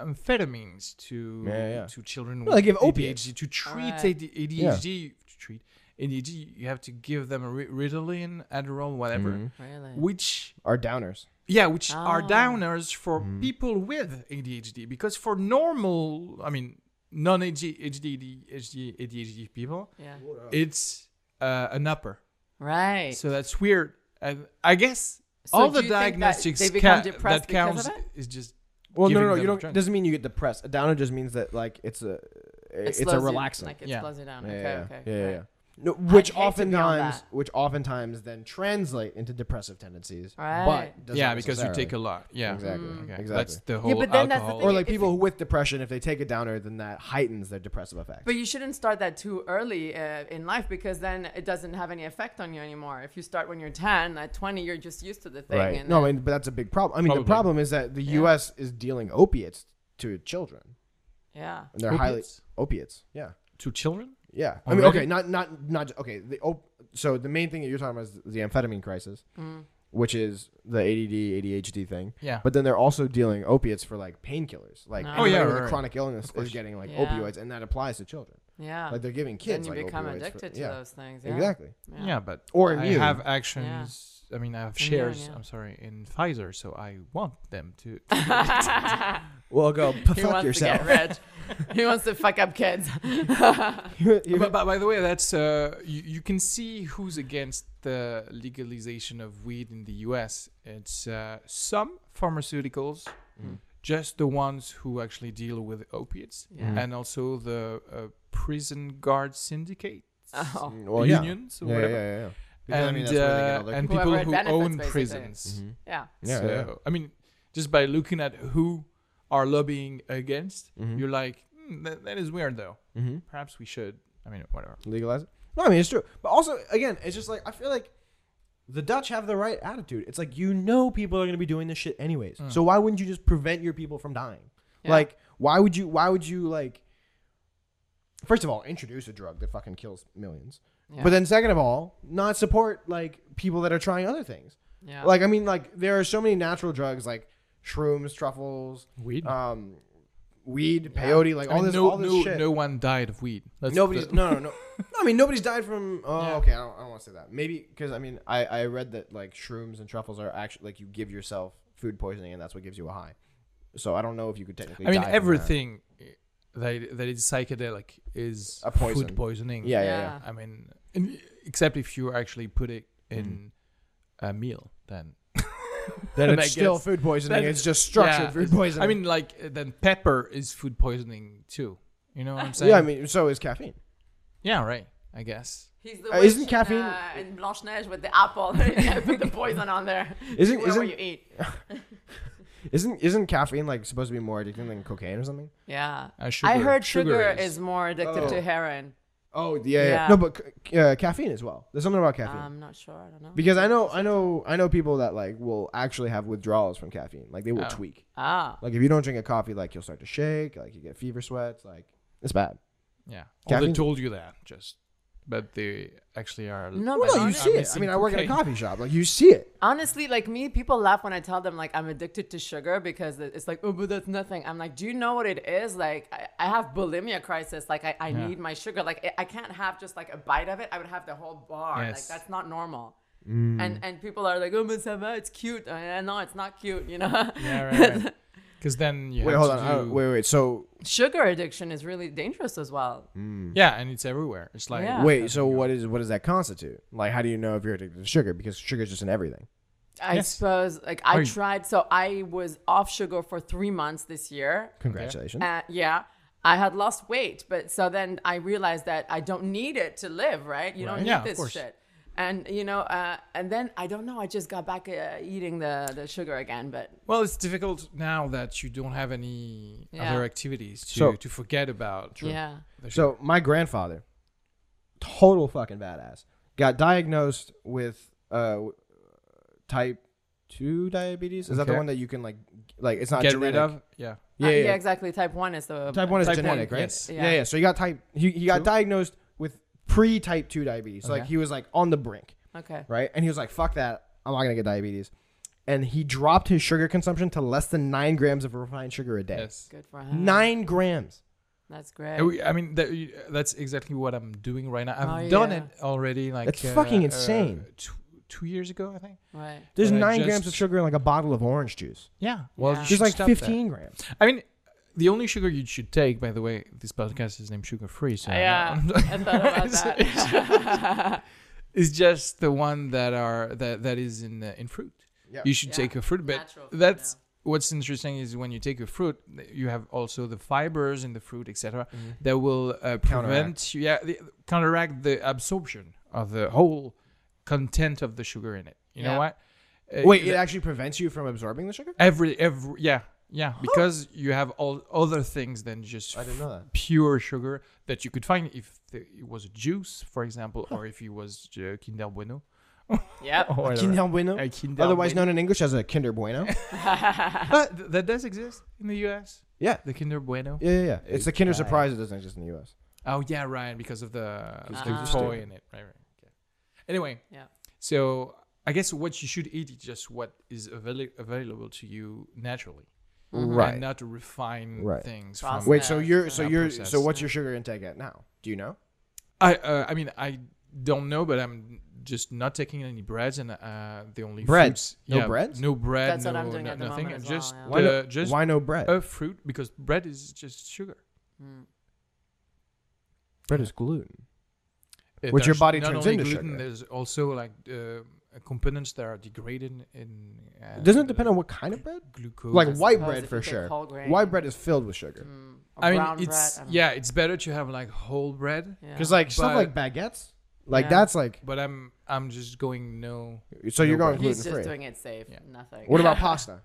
S1: amphetamines to
S3: Yeah, yeah.
S1: to children.
S3: Well, they
S1: with
S3: give opiates.
S1: ADHD to treat
S4: Right.
S1: AD- ADHD. To treat ADHD, you have to give them a Ri- Ritalin, Adderall, whatever,
S4: Really?
S1: which
S3: Are Mm-hmm. downers.
S1: Yeah, which are
S4: Ah.
S1: downers for
S3: Mm-hmm.
S1: people with ADHD because for normal, I mean, non ADHD, ADHD, ADHD people,
S4: Yeah.
S3: Oh.
S1: it's uh, an upper.
S4: Right.
S1: So that's weird. And I guess
S4: So
S1: all
S4: do
S1: the
S4: you think that
S1: diagnostics
S4: they become
S1: ca-
S4: depressed
S1: that
S4: because
S1: counts
S4: of
S1: is just
S3: Well, no,
S1: giving
S3: no, no,
S1: them
S3: you don't.
S1: drugs.
S3: Doesn't mean you get depressed. A downer just means that like it's a,
S4: It
S3: it's a
S4: slows you-
S3: relaxant.
S4: Like it
S1: Yeah.
S4: slows you down.
S3: yeah,
S4: okay,
S3: yeah,
S4: okay.
S3: yeah, yeah,
S4: right.
S3: yeah. No, which
S4: hate to be on
S3: oftentimes,
S4: that.
S3: which oftentimes then translate into depressive tendencies.
S4: Right.
S3: But doesn't
S1: yeah, because you
S3: necessarily.
S1: take a lot. Yeah, Mm.
S3: Exactly.
S1: Okay.
S3: Exactly.
S1: That's the whole.
S4: but then that's the
S1: alcohol.
S4: thing.
S3: or
S4: If-
S3: like
S4: if-
S3: people with depression, if they take a downer, then that heightens their depressive effect.
S4: But you shouldn't start that too early uh, in life because then it doesn't have any effect on you anymore. If you start when you're 10, at 20, you're just used to the thing.
S3: right?
S4: and
S3: No,
S4: then-
S3: I mean, but that's a big problem. I mean,
S1: Probably.
S3: the problem is that the U.S. is dealing opiates to children,
S4: yeah.
S3: and they're highly
S1: Opiates?
S3: opiates. Yeah.
S1: to children.
S3: Yeah, I mean,
S1: Already?
S3: okay, not not not ju- okay. The op- so the main thing that you're talking about is the amphetamine crisis,
S4: Mm-hmm.
S3: which is the ADD ADHD thing.
S1: Yeah.
S3: but then they're also dealing opiates for like painkillers. Like
S4: No.
S1: Oh, yeah,
S3: anybody with
S1: right,
S3: a
S1: right.
S3: chronic illness is getting like
S4: Yeah.
S3: opioids, and that applies to children.
S4: Yeah.
S3: Like they're giving
S4: then
S3: kids.
S4: you
S3: like,
S4: become
S3: opioids for-
S4: addicted to
S3: yeah.
S4: those things. Yeah.
S3: Exactly.
S1: Yeah, but
S3: Or
S1: I
S3: immune.
S1: have actions. I mean, I have
S4: Immune,
S1: shares.
S4: yeah.
S1: I'm sorry, in Pfizer, so I want them to.
S4: *laughs*
S3: Well, go
S4: He wants to get rich. he wants to fuck up kids. *laughs*
S3: *laughs*
S1: but, but by the way, that's uh, you, you can see who's against the legalization of weed in the U.S. It's uh, some pharmaceuticals,
S3: Mm.
S1: just the ones who actually deal with opiates,
S3: Mm.
S4: Yeah.
S1: and also the uh, prison guard syndicate
S4: *laughs* Oh.
S3: well, yeah.
S1: unions or
S3: Yeah, yeah,
S1: whatever.
S3: yeah, yeah. Because, I
S1: And,
S3: mean, that's where they get all
S1: uh,
S3: their
S1: and
S4: Whoever
S1: people
S4: it
S1: who
S4: benefits,
S1: own
S4: basically.
S1: prisons.
S4: Yeah.
S3: Yeah,
S1: so,
S3: yeah.
S1: I mean, just by looking at who are lobbying against,
S3: Mm-hmm.
S1: you're like, "Hmm, that, that is weird though. Perhaps we should. I mean, whatever.
S3: legalize it. No, I mean it's true. But also, again, it's just like I feel like the Dutch have the right attitude. It's like you know people are going to be doing this shit anyways.
S1: Hmm.
S3: So why wouldn't you just prevent your people from dying?
S4: Yeah.
S3: Like why would you why would you like first of all introduce a drug that fucking kills millions.
S4: Yeah.
S3: But then second of all, not support like people that are trying other things.
S4: Yeah.
S3: Like I mean like there are so many natural drugs like shrooms, truffles,
S1: Weed.
S3: um weed, peyote, like all this
S1: no,
S3: all this
S1: no,
S3: shit.
S1: no one died of weed. That's
S3: Nobody's
S1: the-
S3: no,
S1: *laughs*
S3: no, no. No, I mean nobody's died from. Oh,
S1: Yeah.
S3: okay. I don't, I don't want to say that. Maybe because I mean I I read that like shrooms and truffles are actually like you give yourself food poisoning and that's what gives you a high. So I don't know if you could technically.
S1: I mean,
S3: die from that.
S1: everything that that is psychedelic is
S3: A poison.
S1: food poisoning.
S3: Yeah, yeah, yeah.
S4: Yeah.
S1: I mean, in, except if you actually put it
S3: Hmm.
S1: in a meal, then
S3: Then
S1: And
S3: it's
S1: I
S3: still
S1: guess
S3: food poisoning.
S1: that-
S3: It's just structured
S1: yeah,
S3: food
S1: it's-
S3: poisoning.
S1: I mean, like uh, then pepper is food poisoning too. You know what I'm saying?
S3: yeah. I mean, so is caffeine.
S1: yeah, right. I guess.
S4: He's the
S3: Uh, isn't
S4: witch in,
S3: caffeine-
S4: uh, in Blanche Neige with the apple? *laughs* Yeah, Put the poison on there.
S3: *laughs* Isn't-
S4: Whatever
S3: isn't-
S4: you eat.
S3: Isn't isn't caffeine like supposed to be more addicting than cocaine or something?
S4: Yeah.
S1: Uh, sugar-
S4: I heard
S1: sugar
S4: sugar,
S1: is-
S4: is. more addictive
S3: Oh.
S4: to heroin.
S3: Oh yeah, yeah.
S4: Yeah.
S3: No, but c- uh, caffeine as well. There's something about caffeine.
S4: I'm not sure. I don't know.
S3: because I know, I know, I know people that like will actually have withdrawals from caffeine. Like they will
S1: Oh.
S3: tweak.
S4: ah.
S3: Like if you don't drink a coffee, like you'll start to shake, like you get fever sweats, like it's bad.
S1: Yeah. Well, they
S3: Caffeine-
S1: told you that just, but they actually are.
S4: No,
S3: Well, no,
S4: but
S3: you
S4: honest-
S3: see it. I
S1: missing
S3: mean, I work at a
S1: cocaine.
S3: coffee shop. Like you see it.
S4: honestly, like me, people laugh when I tell them like I'm addicted to sugar because it- it's like, oh, but that's nothing. I'm like, do you know what it is? Like, I, I have bulimia crisis. Like, I, I
S1: Yeah.
S4: need my sugar. Like, I- I can't have just like a bite of it. I would have the whole bar.
S1: Yes. Mm.
S4: Like, that's not normal. And and people are like, oh, but ça va, it's cute. Uh, no, it's not cute. You know,
S1: *laughs* Yeah, right. Because then you
S3: Wait,
S1: have
S3: hold
S1: to
S3: on. I-
S1: do-
S3: wait, wait. So
S4: *laughs* sugar addiction is really dangerous as well.
S1: Mm. Yeah, and it's everywhere. It's like
S4: Yeah.
S3: wait. So what is what does that constitute? Like, how do you know if you're addicted to sugar? Because sugar's just in everything.
S4: I
S1: Yes.
S4: suppose. Like, I
S1: Are you-
S4: tried. So I was off sugar for three months this year.
S3: Congratulations.
S4: Uh, yeah. I had lost weight, but so then I realized that I don't need it to live, right? You
S1: Right.
S4: don't need
S1: Yeah, of
S4: this
S1: course.
S4: shit. And you know, uh, and then I don't know. I just got back uh, eating the, the sugar again, but
S1: Well, it's difficult now that you don't have any
S4: Yeah.
S1: other activities to,
S3: So-
S1: to forget about.
S4: yeah,
S1: The sugar.
S3: So my grandfather, total fucking badass, got diagnosed with uh type two diabetes. Is that the
S1: Okay.
S3: one that you can like like it's not
S1: get
S3: genetic.
S1: rid of. Yeah.
S3: Yeah,
S4: Uh,
S3: yeah, yeah.
S4: exactly. Type one is the
S3: Type one is
S1: Type one,
S3: genetic, right?
S1: yes.
S3: Yeah.
S4: Yeah.
S3: yeah, So he got type he, he got
S1: Two?
S3: diagnosed with pre type two diabetes. So, Like
S1: Okay.
S3: he was like on the brink,
S4: Okay,
S3: right? And he was like, "Fuck that, I'm not gonna get diabetes." And he dropped his sugar consumption to less than nine grams of refined sugar a day.
S1: Yes.
S4: good for him.
S3: Nine Oh, grams.
S4: That's great.
S1: Uh, we- I mean, that, you- that's exactly what I'm doing right now. I've
S4: Oh,
S1: done
S4: yeah.
S1: it already. Like uh,
S3: That's fucking insane.
S1: Two, two years ago, I think.
S4: right.
S3: There's
S1: But I
S3: nine
S1: just-
S3: grams of sugar in like a bottle of orange juice.
S1: Yeah. Well, you
S4: Yeah.
S3: There's
S1: should
S3: like
S1: stop that.
S3: 15 grams.
S1: I mean, the only sugar you should take, by the way, this podcast is named Sugar Free. So
S4: Yeah, I
S1: *laughs*
S3: *laughs*
S4: thought about *laughs* that.
S1: is just the one that are that that is in uh, in fruit.
S3: Yeah.
S1: You should
S4: Yeah.
S1: take a fruit, but
S4: Natural fruit,
S1: that's what's interesting is when you take a fruit, you have also the fibers in the fruit, etc.,
S3: Mm-hmm.
S1: that will uh, prevent, yeah, the, counteract the absorption of the whole content of the sugar in it. You
S11: Yeah.
S1: know what? Uh,
S3: Wait,
S1: the-
S3: it actually prevents you from absorbing the sugar?
S1: every every yeah yeah because you have all other things than just
S3: I didn't know that.
S1: pure sugar that you could find if the, it was a juice, for example, or if it was uh, Kinder
S3: *laughs*
S1: Bueno.
S4: Yep.
S3: Oh.
S4: *laughs*
S1: or whatever.
S3: Kinder Bueno,
S1: A Kinder
S3: otherwise
S1: Bueno.
S3: known in English as a Kinder
S1: *laughs*
S3: Bueno.
S1: But th- that does exist in the U.S.
S3: yeah.
S1: The Kinder Bueno.
S3: Yeah, yeah, yeah. It's the Kinder Surprise that doesn't exist in the U.S.
S1: Oh yeah, right, because of the,
S4: they
S1: the
S4: just
S1: toy
S3: do.
S1: in it. Right, right. Okay. Anyway,
S4: Yeah.
S1: so I guess what you should eat is just what is avail- available to you naturally,
S3: Mm-hmm. Right.
S1: And not to refine
S3: Right.
S1: things.
S4: Process.
S1: From,
S3: Wait, so you're so
S1: Not
S3: you're so
S1: processed.
S3: what's your sugar intake at now? Do you know?
S1: I uh, I mean I don't know, but I'm just not taking any breads and uh, the only
S3: Breads?
S1: foods-
S3: No breads?
S1: no bread,
S4: That's
S1: no,
S4: what I'm doing
S1: no-
S4: at the
S1: nothing.
S4: moment as
S1: just
S4: well, yeah.
S3: Why,
S1: uh,
S3: no,
S1: just
S3: why no bread?
S1: a fruit because bread is just sugar.
S4: Mm.
S3: bread is gluten.
S1: Uh,
S3: Which your
S1: there's
S3: body
S1: not
S3: turns
S1: only
S3: into
S1: gluten,
S3: sugar.
S1: There's also like uh, components that are degraded in. Uh,
S3: Doesn't it depend on what kind of bread?
S1: glucose?
S3: Like white
S4: suppose
S3: bread
S4: if
S3: for
S4: you take
S3: sure.
S4: whole grain.
S3: White bread is filled with sugar.
S4: Or
S1: I mean,
S4: brown
S1: it's
S4: bread, I don't know.
S1: yeah, it's better to have like whole bread.
S4: Yeah.
S3: Because like stuff like
S1: But-
S3: baguettes, like
S4: Yeah.
S3: that's like
S1: But I'm I'm just going no.
S3: so you're going gluten
S4: He's just
S3: free.
S4: doing it safe.
S1: Yeah.
S4: Nothing.
S3: What about pasta?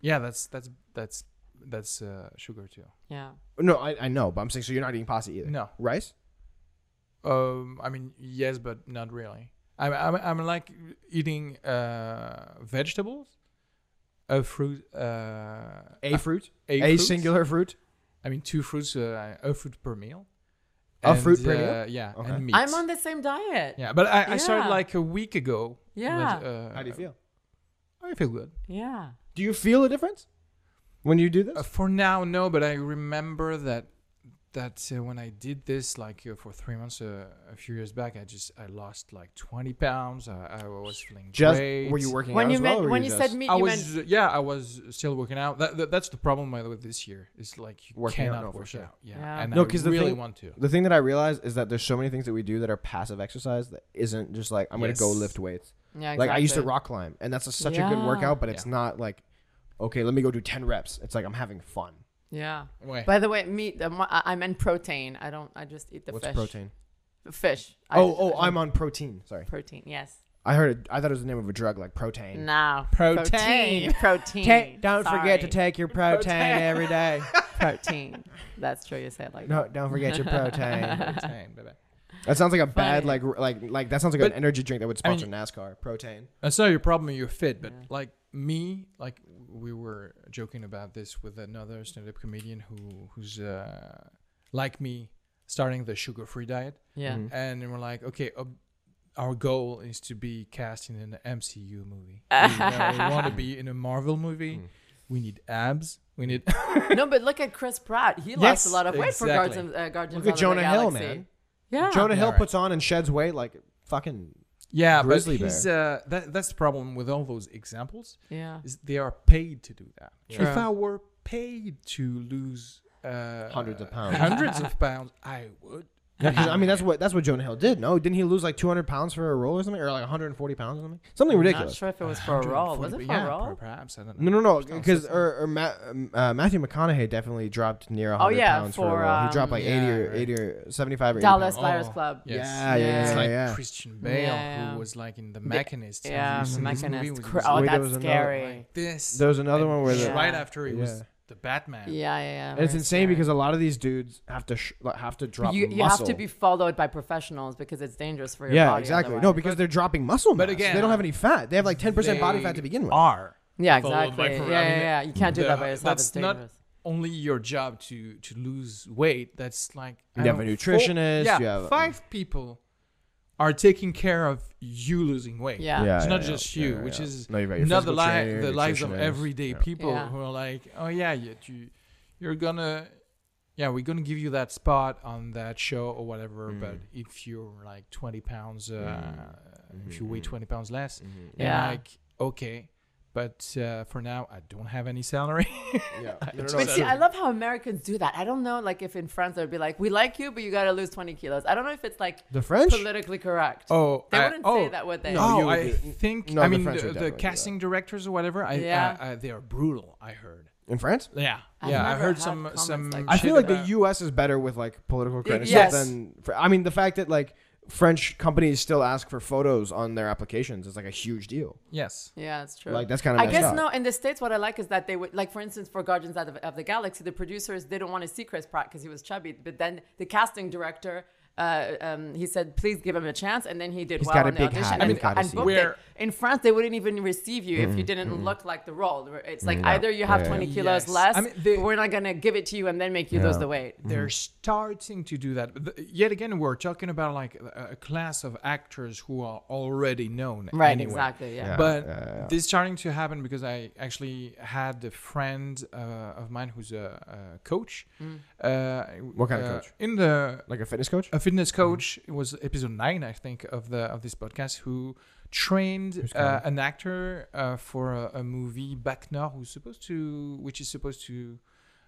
S1: Yeah, that's that's that's that's uh, sugar too.
S4: yeah.
S3: No, I, I know, but I'm saying so you're not eating pasta either.
S1: No.
S3: rice.
S1: Um, I mean, yes, but not really. I'm I'm, I'm like eating uh, vegetables, a fruit, uh,
S3: A fruit.
S1: a,
S3: Uh, A
S1: fruit.
S3: singular fruit.
S1: I mean, two fruits, uh, a fruit per meal.
S3: A fruit per
S1: uh, Yeah,
S3: Okay.
S1: and meat.
S4: I'm on the same diet.
S1: Yeah, but I, I started
S4: Yeah.
S1: like a week ago. with,
S4: Yeah.
S1: uh,
S3: How do you feel?
S1: I feel good.
S4: Yeah.
S3: Do you feel a difference when you do this?
S1: Uh, for now, no, but I remember that that uh, when I did this, like uh, for three months, uh, a few years back, I just I lost like twenty pounds. I, I was feeling
S3: just
S1: great.
S3: were you working
S4: When
S3: out
S4: you
S3: as
S4: meant,
S3: well? or were
S4: when you
S3: just-
S4: said meat,
S1: I
S4: you
S1: was
S4: meant
S1: yeah, I was still working out. That, that that's the problem by the way this year. It's like you
S3: Working out,
S1: cannot
S3: no, for
S1: work
S3: sure.
S1: out. Yeah,
S4: Yeah.
S1: and
S3: No,
S1: I
S3: 'cause the
S1: really
S3: thing-
S1: want to.
S3: The thing that I realize is that there's so many things that we do that are passive exercise that isn't just like I'm
S1: Yes.
S3: gonna go lift weights.
S4: yeah.
S3: Like I used to
S4: exactly.
S3: rock climb, and that's a, such a
S4: Yeah.
S3: good workout, but it's
S1: Yeah.
S3: not like okay, let me go do ten reps. It's like I'm having fun.
S4: Yeah.
S1: Wait.
S4: By the way, meat. Um, I I meant protein. I don't. I just eat the
S3: What's
S4: fish.
S3: protein?
S4: Fish. I-
S3: Oh, oh,
S4: I-
S3: I'm on protein. Sorry,
S4: protein. Yes.
S3: I heard. It, I thought it was the name of a drug, like protein.
S4: No.
S3: Protein.
S4: Protein. Protein. Sorry.
S3: take your protein every day.
S4: *laughs* protein. That's true. You say it like that.
S3: No, don't forget your
S4: *laughs*
S3: protein.
S1: Protein, baby.
S3: that sounds like a bad,
S4: Funny.
S3: like, r- like, like that sounds like
S1: But-
S3: an energy drink that would
S1: I mean-
S3: sponsor NASCAR. Protein.
S1: That's not your problem. You're fit, but
S4: Yeah.
S1: like me, like we were joking about this with another stand-up comedian who who's uh, like me, starting the sugar-free diet,
S4: Yeah.
S1: and we're like, okay, ob our goal is to be cast in an MCU movie. we, want to be in a Marvel movie. We need abs. We need. *laughs*
S3: Mm-hmm.
S4: no, but look at Chris Pratt. He lost
S1: Yes,
S4: a lot of weight for
S1: exactly.
S4: Guardians. Uh, Guardians
S3: Look at
S4: of
S3: Jonah
S4: the
S3: Hill,
S4: Galaxy.
S3: man.
S4: Yeah.
S3: Jonah Hill
S1: Yeah, right.
S3: puts on and sheds weight like
S4: *laughs*
S3: fucking.
S1: yeah,
S3: Grizzly
S1: but he's, uh, that, that's the problem with all those examples.
S4: Yeah.
S1: is they are paid to do that.
S4: True.
S1: If I were paid to lose uh,
S3: Hundreds
S1: *laughs*
S3: of pounds.
S1: hundreds of pounds, I would.
S3: Yeah, 'cause, I mean that's what that's what Jonah Hill did. No, didn't he lose like 200 pounds for a role or something, or like 140 pounds or something? Something
S4: I'm not
S3: ridiculous.
S4: sure if it was for a role. Was it
S1: 140,
S4: for a
S1: yeah, per-
S4: role?
S1: Perhaps I don't know.
S3: No, no, no, because or, or Ma- um, uh, Matthew McConaughey definitely dropped near 100
S4: Oh, yeah,
S3: pounds for,
S4: for,
S3: a role. he
S4: um,
S3: dropped like 80 or
S1: Yeah, right.
S3: 80 or 75 or 80
S4: Dallas
S3: pounds.
S4: Buyers Club.
S1: yes.
S3: Yeah, yeah,
S4: Yeah.
S3: yeah,
S1: It's like
S3: yeah.
S1: Christian Bale,
S4: Yeah, yeah.
S1: who was like in The Mechanist. Have
S4: Yeah,
S1: you seen this movie?
S4: Mechanist.
S1: Where he
S4: Cr-
S1: was
S4: oh,
S3: Wait, there
S4: that's
S3: was another-
S4: scary.
S1: like this.
S3: There was another one where
S1: and
S3: the-
S4: Yeah.
S1: right after he was
S3: Yeah.
S1: the Batman.
S4: Yeah, yeah.
S3: And it's
S4: very
S3: insane
S4: scary.
S3: because a lot of these dudes have to sh- like, have to drop
S4: you, you have
S3: muscle.
S4: to be followed by professionals because it's dangerous for your
S3: yeah,
S4: body.
S3: exactly. No,
S4: otherwise.
S3: because they're dropping muscle.
S1: But
S3: mass.
S1: again,
S3: they don't have any fat. They have like 10% body
S1: they
S3: fat to begin with.
S1: Are
S4: yeah,
S1: followed
S4: exactly.
S1: by
S4: Yeah,
S1: pro- I
S4: yeah,
S1: mean,
S4: yeah. You can't do
S1: the-
S4: that by yourself.
S1: that's
S4: It's
S1: not-
S4: dangerous.
S1: only your job to to lose weight. That's like I
S3: You have
S1: don't-
S3: a nutritionist,
S1: yeah,
S3: you have-
S1: five people are taking care of you losing weight.
S4: Yeah.
S1: it's not just you, which is not the, li- the lives of everyday people
S4: Yeah.
S1: who are like, oh yeah, you, you you're gonna. Yeah, we're gonna give you that spot on that show or whatever,
S3: Mm-hmm.
S1: but if you're like
S3: Mm-hmm.
S1: 20 pounds, uh, if you weigh 20 pounds less, you're
S4: Yeah.
S1: like, okay, But uh, for now, I don't have any salary.
S3: Yeah.
S1: *laughs*
S3: No, no, no,
S4: But
S3: it's
S4: see,
S3: true.
S4: I love how Americans do that. I don't know, like if in France they'd be like, "We like you, but you gotta lose twenty kilos." I don't know if it's like
S3: The French?
S4: politically correct.
S1: Oh,
S4: they
S1: I-
S4: wouldn't
S1: oh,
S4: say that, would they?
S3: No,
S1: oh,
S3: you would
S1: I
S3: do it.
S1: think
S3: No,
S1: I
S3: the
S1: mean
S3: French
S1: the,
S3: would
S1: the
S3: definitely do that.
S1: casting directors or whatever. I,
S4: Yeah.
S1: I, I they are brutal. I heard.
S3: in France?
S1: Yeah,
S4: I've
S1: yeah. I
S4: never
S1: heard
S4: had
S1: some
S4: comments
S1: some.
S3: I
S4: like that.
S1: shit
S3: feel like the
S1: about-
S3: U.S. is better with like political credit
S4: yes.
S3: than. fr- I mean, the fact that like French companies still ask for photos on their applications is like a huge deal.
S1: Yes.
S4: Yeah, it's true.
S3: Like, that's kinda
S4: I
S3: messed
S4: guess
S3: up.
S4: no. In the states, what I like is that they would like, for instance, for Guardians of the, of the Galaxy, the producers they don't want to see Chris Pratt because he was chubby, but then the casting director. Uh, um, he said, "Please give him a chance," and then he did
S3: He's
S4: well
S3: got a
S4: on the
S3: big
S4: audition
S3: hat,
S4: and,
S3: you've gotta
S4: and
S3: see Mm-hmm.
S4: booked
S1: it. Where-
S4: it. In France, they wouldn't even receive you if you didn't look like the role. It's like either you have 20 kilos
S1: Yes.
S4: less,
S1: I mean, they-
S4: but we're not gonna give it to you and then make you lose the weight.
S1: Mm-hmm.
S3: Mm-hmm.
S1: They're starting to do that. But th- yet again, we're talking about like a, a class of actors who are already known.
S4: Right,
S1: anyway.
S4: exactly. Yeah.
S1: but
S3: yeah, yeah.
S1: this is starting to happen because I actually had a friend uh, of mine who's a, a coach.
S4: Mm.
S1: Uh,
S3: What kind of
S1: uh,
S3: coach?
S1: In the
S3: Like a fitness coach?
S1: a fitness coach. It was episode nine, I think, of the of this podcast who trained uh, an actor uh, for a, a movie Bac Nord, who's supposed to, which is supposed to.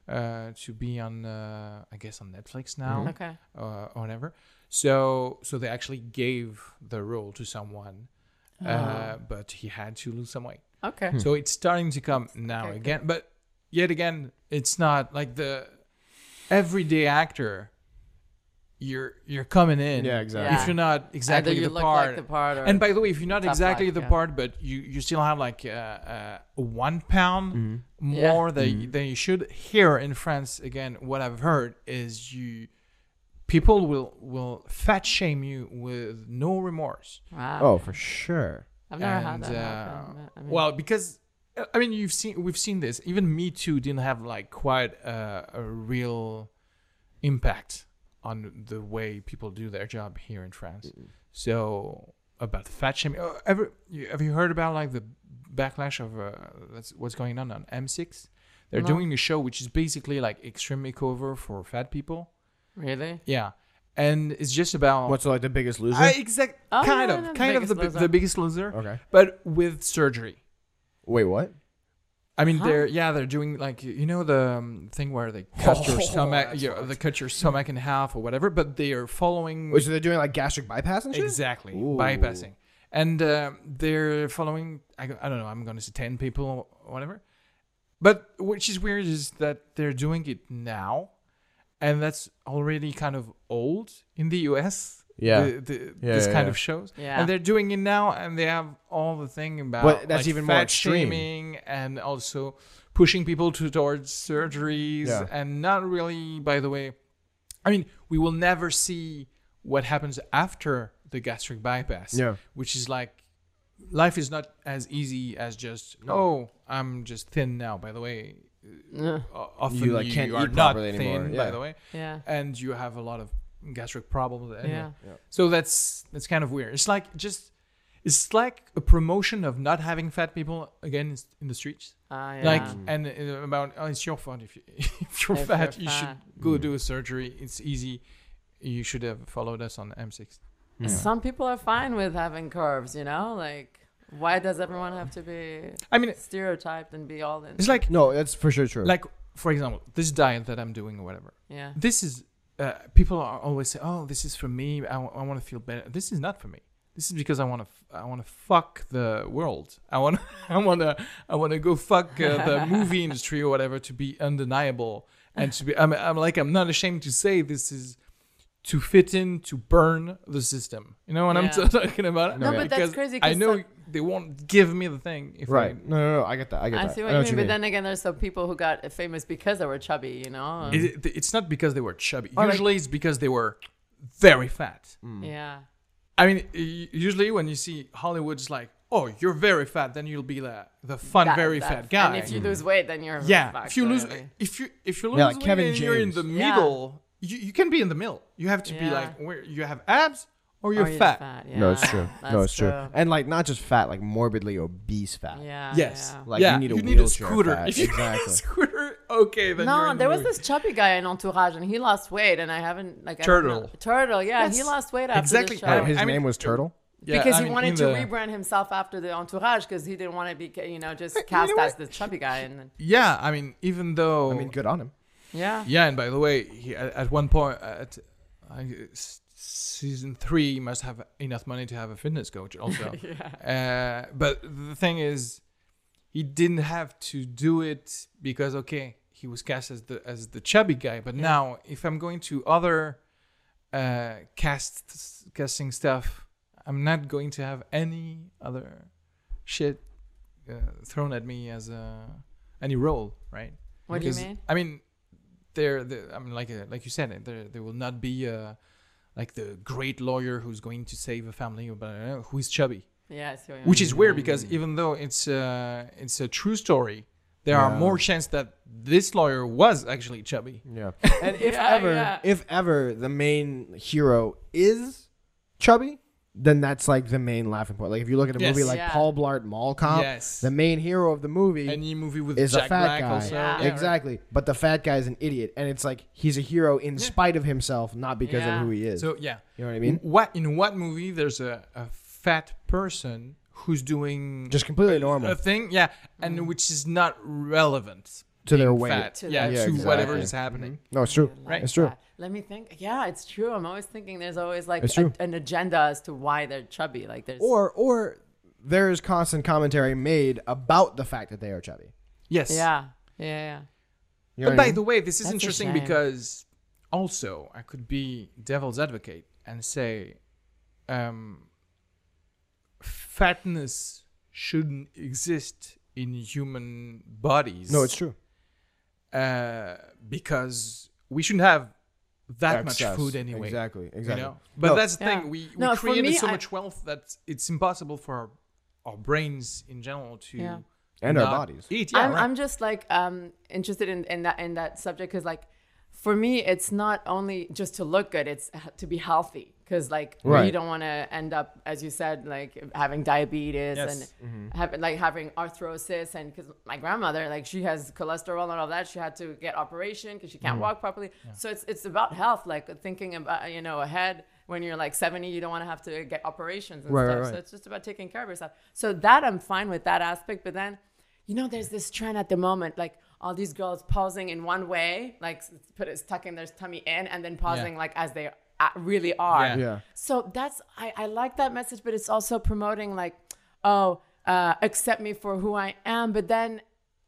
S1: Uh, to be on, uh, I guess, on Netflix now,
S4: Okay.
S1: uh, or whatever. So, so they actually gave the role to someone, uh, but he had to lose some weight.
S4: Okay.
S3: Hmm.
S1: So it's starting to come now
S4: Okay,
S1: again, but yet again, it's not like the everyday actor. You're you're coming in.
S3: Yeah, exactly.
S1: If you're not exactly
S4: you
S1: the
S4: look
S1: part,
S4: like the part or
S1: and by the way, if you're not
S4: tough
S1: exactly
S4: life,
S1: the
S4: yeah.
S1: part, but you you still have like uh, uh, one pound
S3: Mm-hmm.
S1: more than than you should. Here in France, again, what I've heard is you people will will fat shame you with no remorse.
S4: Wow.
S3: *laughs* Oh, for sure.
S4: I've never
S3: Oh.
S4: had
S1: And,
S4: that.
S1: uh,
S4: happen. I mean-
S1: well, because uh, I mean, you've seen we've seen this. Even Me Too didn't have like quite a, a real impact on the way people do their job here in France. So about fat shaming, oh, ever you- have you heard about like the backlash of uh, that's what's going on on M6? They're
S4: No.
S1: doing a show which is basically like extreme makeover for fat people.
S4: really?
S1: Yeah, and it's just about
S3: What's like the biggest loser?
S1: I, exact
S4: Oh,
S1: kind
S4: yeah,
S1: of
S4: yeah, The
S1: kind of
S4: Biggest
S1: the, bi-
S4: Loser.
S1: the biggest loser.
S3: Okay.
S1: but with surgery.
S3: Wait, what?
S1: I mean, they're yeah, they're doing like you know the um, thing where they cut your stomach, yeah, they cut your stomach in half or whatever, but they are following
S3: Wait, so they're doing like gastric bypass and shit?
S1: exactly
S3: Ooh.
S1: bypassing, and uh, they're following. I, go- I don't know. I'm gonna say ten people or whatever, but which is weird is that they're doing it now, and that's already kind of old in the U.S.
S3: Yeah.
S1: the, the,
S3: Yeah,
S1: this
S3: yeah,
S1: kind
S3: yeah.
S1: of shows,
S4: Yeah.
S1: and they're doing it now, and they have all the thing about
S3: But that's even more
S1: fat
S3: extreme.
S1: shaming and also pushing people to, towards surgeries
S3: Yeah.
S1: and not really by the way i mean we will never see what happens after the gastric bypass
S3: Yeah.
S1: which is like life is not as easy as just oh i'm just thin now by the way o- often you,
S3: You, like, can't
S1: are
S3: eat
S1: not
S3: properly
S1: thin
S3: anymore.
S1: by
S3: Yeah.
S1: the way
S4: Yeah.
S1: and you have a lot of gastric problems anyway.
S4: Yeah.
S1: so that's that's kind of weird it's like just it's like a promotion of not having fat people again in- in the streets
S4: Ah, yeah.
S1: like and uh, about oh, it's your fault if you *laughs* if you're
S4: If you're
S1: fat you should
S4: fat.
S1: go do a surgery it's easy you should have followed us on m6
S4: Some people are fine with having curves, you know? Like, why does everyone have to be
S1: i mean
S4: stereotyped and be all in?
S1: it's like
S3: No, that's for sure true.
S1: like for example this diet that i'm doing or whatever
S4: Yeah.
S1: this is uh, people are always say oh this is for me i, want to feel better this is not for me this is because i want to f- i want to fuck the world i want *laughs* i want to i want to go fuck uh,
S4: *laughs*
S1: the movie industry or whatever to be undeniable and to be I'm, I'm like i'm not ashamed to say this is to fit in to burn the system you know what i'm
S4: Yeah.
S1: *laughs* talking about
S4: No, but that's
S1: Because
S4: crazy,
S1: i
S4: 'cause
S1: know
S4: some-
S1: they won't give me the thing if
S3: right.
S1: I,
S3: No, no, no. I get that. I get
S4: I
S3: that.
S4: see what
S3: know
S4: you mean, but then again, there's some people who got famous because they were chubby, you know?
S1: It- it- it's not because they were chubby.
S3: Or like-
S1: Usually, it's because they were very fat.
S4: Um, yeah.
S1: I mean, u- usually when you see Hollywood's like, "Oh, you're very fat," then you'll be the the fun,
S4: That-
S1: very
S4: that-
S1: fat guy.
S4: And if you lose weight, then you're.
S1: yeah,
S4: fucked,
S1: if you lose,
S4: really.
S1: if you if you lose
S3: Yeah, like
S1: weight
S3: Kevin
S1: and you're in
S3: James.
S1: the
S4: Yeah.
S1: middle, you, you can be in the middle. You have to be
S4: Yeah.
S1: like where you have abs or
S4: Or
S1: you're fat.
S4: Yeah,
S3: no, it's true. No,
S4: that's
S3: it's true. And like not just fat, like morbidly obese fat.
S4: Yeah.
S1: Yes.
S4: yeah.
S3: Like
S1: Yeah,
S3: you need a
S1: you need a
S3: wheelchair
S1: scooter.
S3: fat.
S1: If you need a
S3: exactly.
S1: Scooter, okay. Then you're
S4: No,
S1: in
S4: there
S1: the
S4: was
S1: movie.
S4: this chubby guy in Entourage, and he lost weight, and I haven't like I don't know-
S1: Turtle.
S4: Turtle, yeah, he
S1: Yes.
S4: lost weight after
S1: Exactly.
S4: the show.
S1: I-
S3: Wait, his
S1: I mean-
S3: name was Turtle.
S1: Yeah,
S4: because
S1: I
S4: he
S1: mean,
S4: wanted
S1: in
S4: to
S1: the-
S4: rebrand himself after the entourage because he didn't want to be, ca- you know, just cast as the chubby guy. And then,
S1: Yeah, I mean, even though
S3: I mean, good on him.
S4: yeah.
S1: Yeah, and by the way, he, at, at one point at I s season three, he must have enough money to have a fitness coach also.
S4: *laughs*
S1: *laughs* uh, but the thing is, he didn't have to do it because okay, he was cast as the as the chubby guy. But now, if I'm going to other uh, cast casting stuff, I'm not going to have any other shit uh, thrown at me as a any role, right?
S4: What do you
S1: Because,
S4: mean?
S1: I mean, there. there- I mean, like uh, like you said, there there will not be uh, like the great lawyer who's going to save a family, but uh, who is chubby,
S4: Yeah. I see what you
S1: which
S4: mean.
S1: is weird because even though it's uh, it's a true story, there are more chance that this lawyer was actually chubby.
S3: Yeah. And if
S4: Yeah,
S3: ever,
S4: yeah.
S3: if ever the main hero is chubby, then that's like the main laughing point. Like if you look at a
S1: Yes.
S3: movie like
S4: Yeah.
S3: Paul Blart Mall Cop,
S1: Yes.
S3: the main hero of the movie
S1: Any movie with
S3: is
S1: Jack
S3: a fat
S1: Black
S3: guy.
S1: also,
S4: Yeah.
S1: right.
S3: Exactly. But the fat guy is an idiot, and it's like he's a hero in spite of himself, not because
S4: Yeah.
S3: of who he is.
S1: So yeah,
S3: you know what I mean?
S1: what in what movie there's a, a fat person who's doing
S3: Just completely normal.
S1: a thing, yeah, and which is not relevant
S3: To their
S1: being
S3: weight.
S1: fat,
S4: Mm-hmm. To
S1: yeah,
S4: their
S1: to
S3: weight. Yeah,
S1: whatever
S3: exactly. Mm-hmm.
S1: is happening.
S3: No, it's true.
S4: Like
S3: It's true.
S4: that. Let me think. Yeah, it's true. I'm always thinking there's always like
S3: It's
S4: a-
S3: true.
S4: an agenda as to why they're chubby. Like there's
S3: Or or there is constant commentary made about the fact that they are chubby.
S1: Yes,
S4: yeah, yeah, yeah.
S3: You
S1: But
S3: know what I
S1: by
S3: mean?
S1: the way, this is
S4: That's a
S1: interesting
S4: shame.
S1: because also I could be devil's advocate and say, um, fatness shouldn't exist in human bodies.
S3: no, it's true.
S1: uh, because we shouldn't have that much
S3: Excess.
S1: food anyway.
S3: Exactly,
S1: You
S3: exactly.
S1: know? But
S3: No.
S1: that's the
S4: Yeah.
S1: thing. We, we
S4: No, for
S1: created
S4: me,
S1: so
S4: I-
S1: much wealth that it's impossible for our, our brains in general to
S4: Yeah.
S3: And our
S1: not
S3: bodies.
S1: Eat. Yeah,
S4: I'm,
S1: right.
S4: I'm just like um, interested in, in that in that subject because like for me it's not only just to look good it's h- to be healthy because like
S3: Right.
S4: you don't want to end up as you said like having diabetes
S1: Yes.
S4: and
S3: Mm-hmm.
S4: having like having arthrosis and because my grandmother like she has cholesterol and all that she had to get operation because she can't
S3: Mm-hmm.
S4: walk properly so it's it's about health like thinking about you know ahead when you're like 70 you don't want to have to get operations and
S3: Right,
S4: stuff
S3: right,
S4: so
S3: right.
S4: it's just about taking care of yourself so that i'm fine with that aspect but then you know there's this trend at the moment like all these girls pausing in one way like s- put it tucking their tummy in and then pausing like as they a- really are
S1: Yeah.
S3: Yeah.
S4: so that's I, I like that message but it's also promoting like oh uh, accept me for who i am but then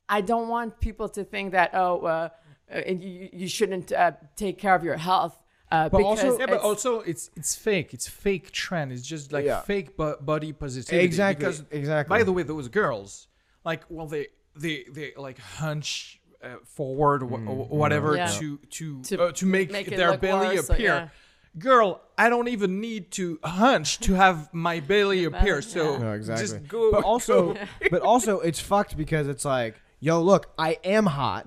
S4: i don't want people to think that oh uh, uh, you, you shouldn't uh, take care of your health uh,
S1: But
S4: because
S1: also, yeah, but
S4: it's-
S1: also, it's it's fake. It's fake trend. It's just like
S3: Yeah.
S1: fake bo- body positivity.
S3: Exactly,
S1: Because,
S3: exactly.
S1: By the way, those girls, like, well, they they they like hunch uh, forward or,
S3: Mm-hmm.
S1: wha- or whatever
S4: Yeah.
S1: to to
S4: To
S1: uh, to make,
S4: make it
S1: their
S4: look
S1: belly
S4: worse, so
S1: appear.
S4: yeah.
S1: Girl, I don't even need to hunch to have my belly appear. So
S3: No,
S1: *laughs*
S3: exactly.
S1: just go.
S3: But also, but also, it's fucked because it's like, yo, look, I am hot,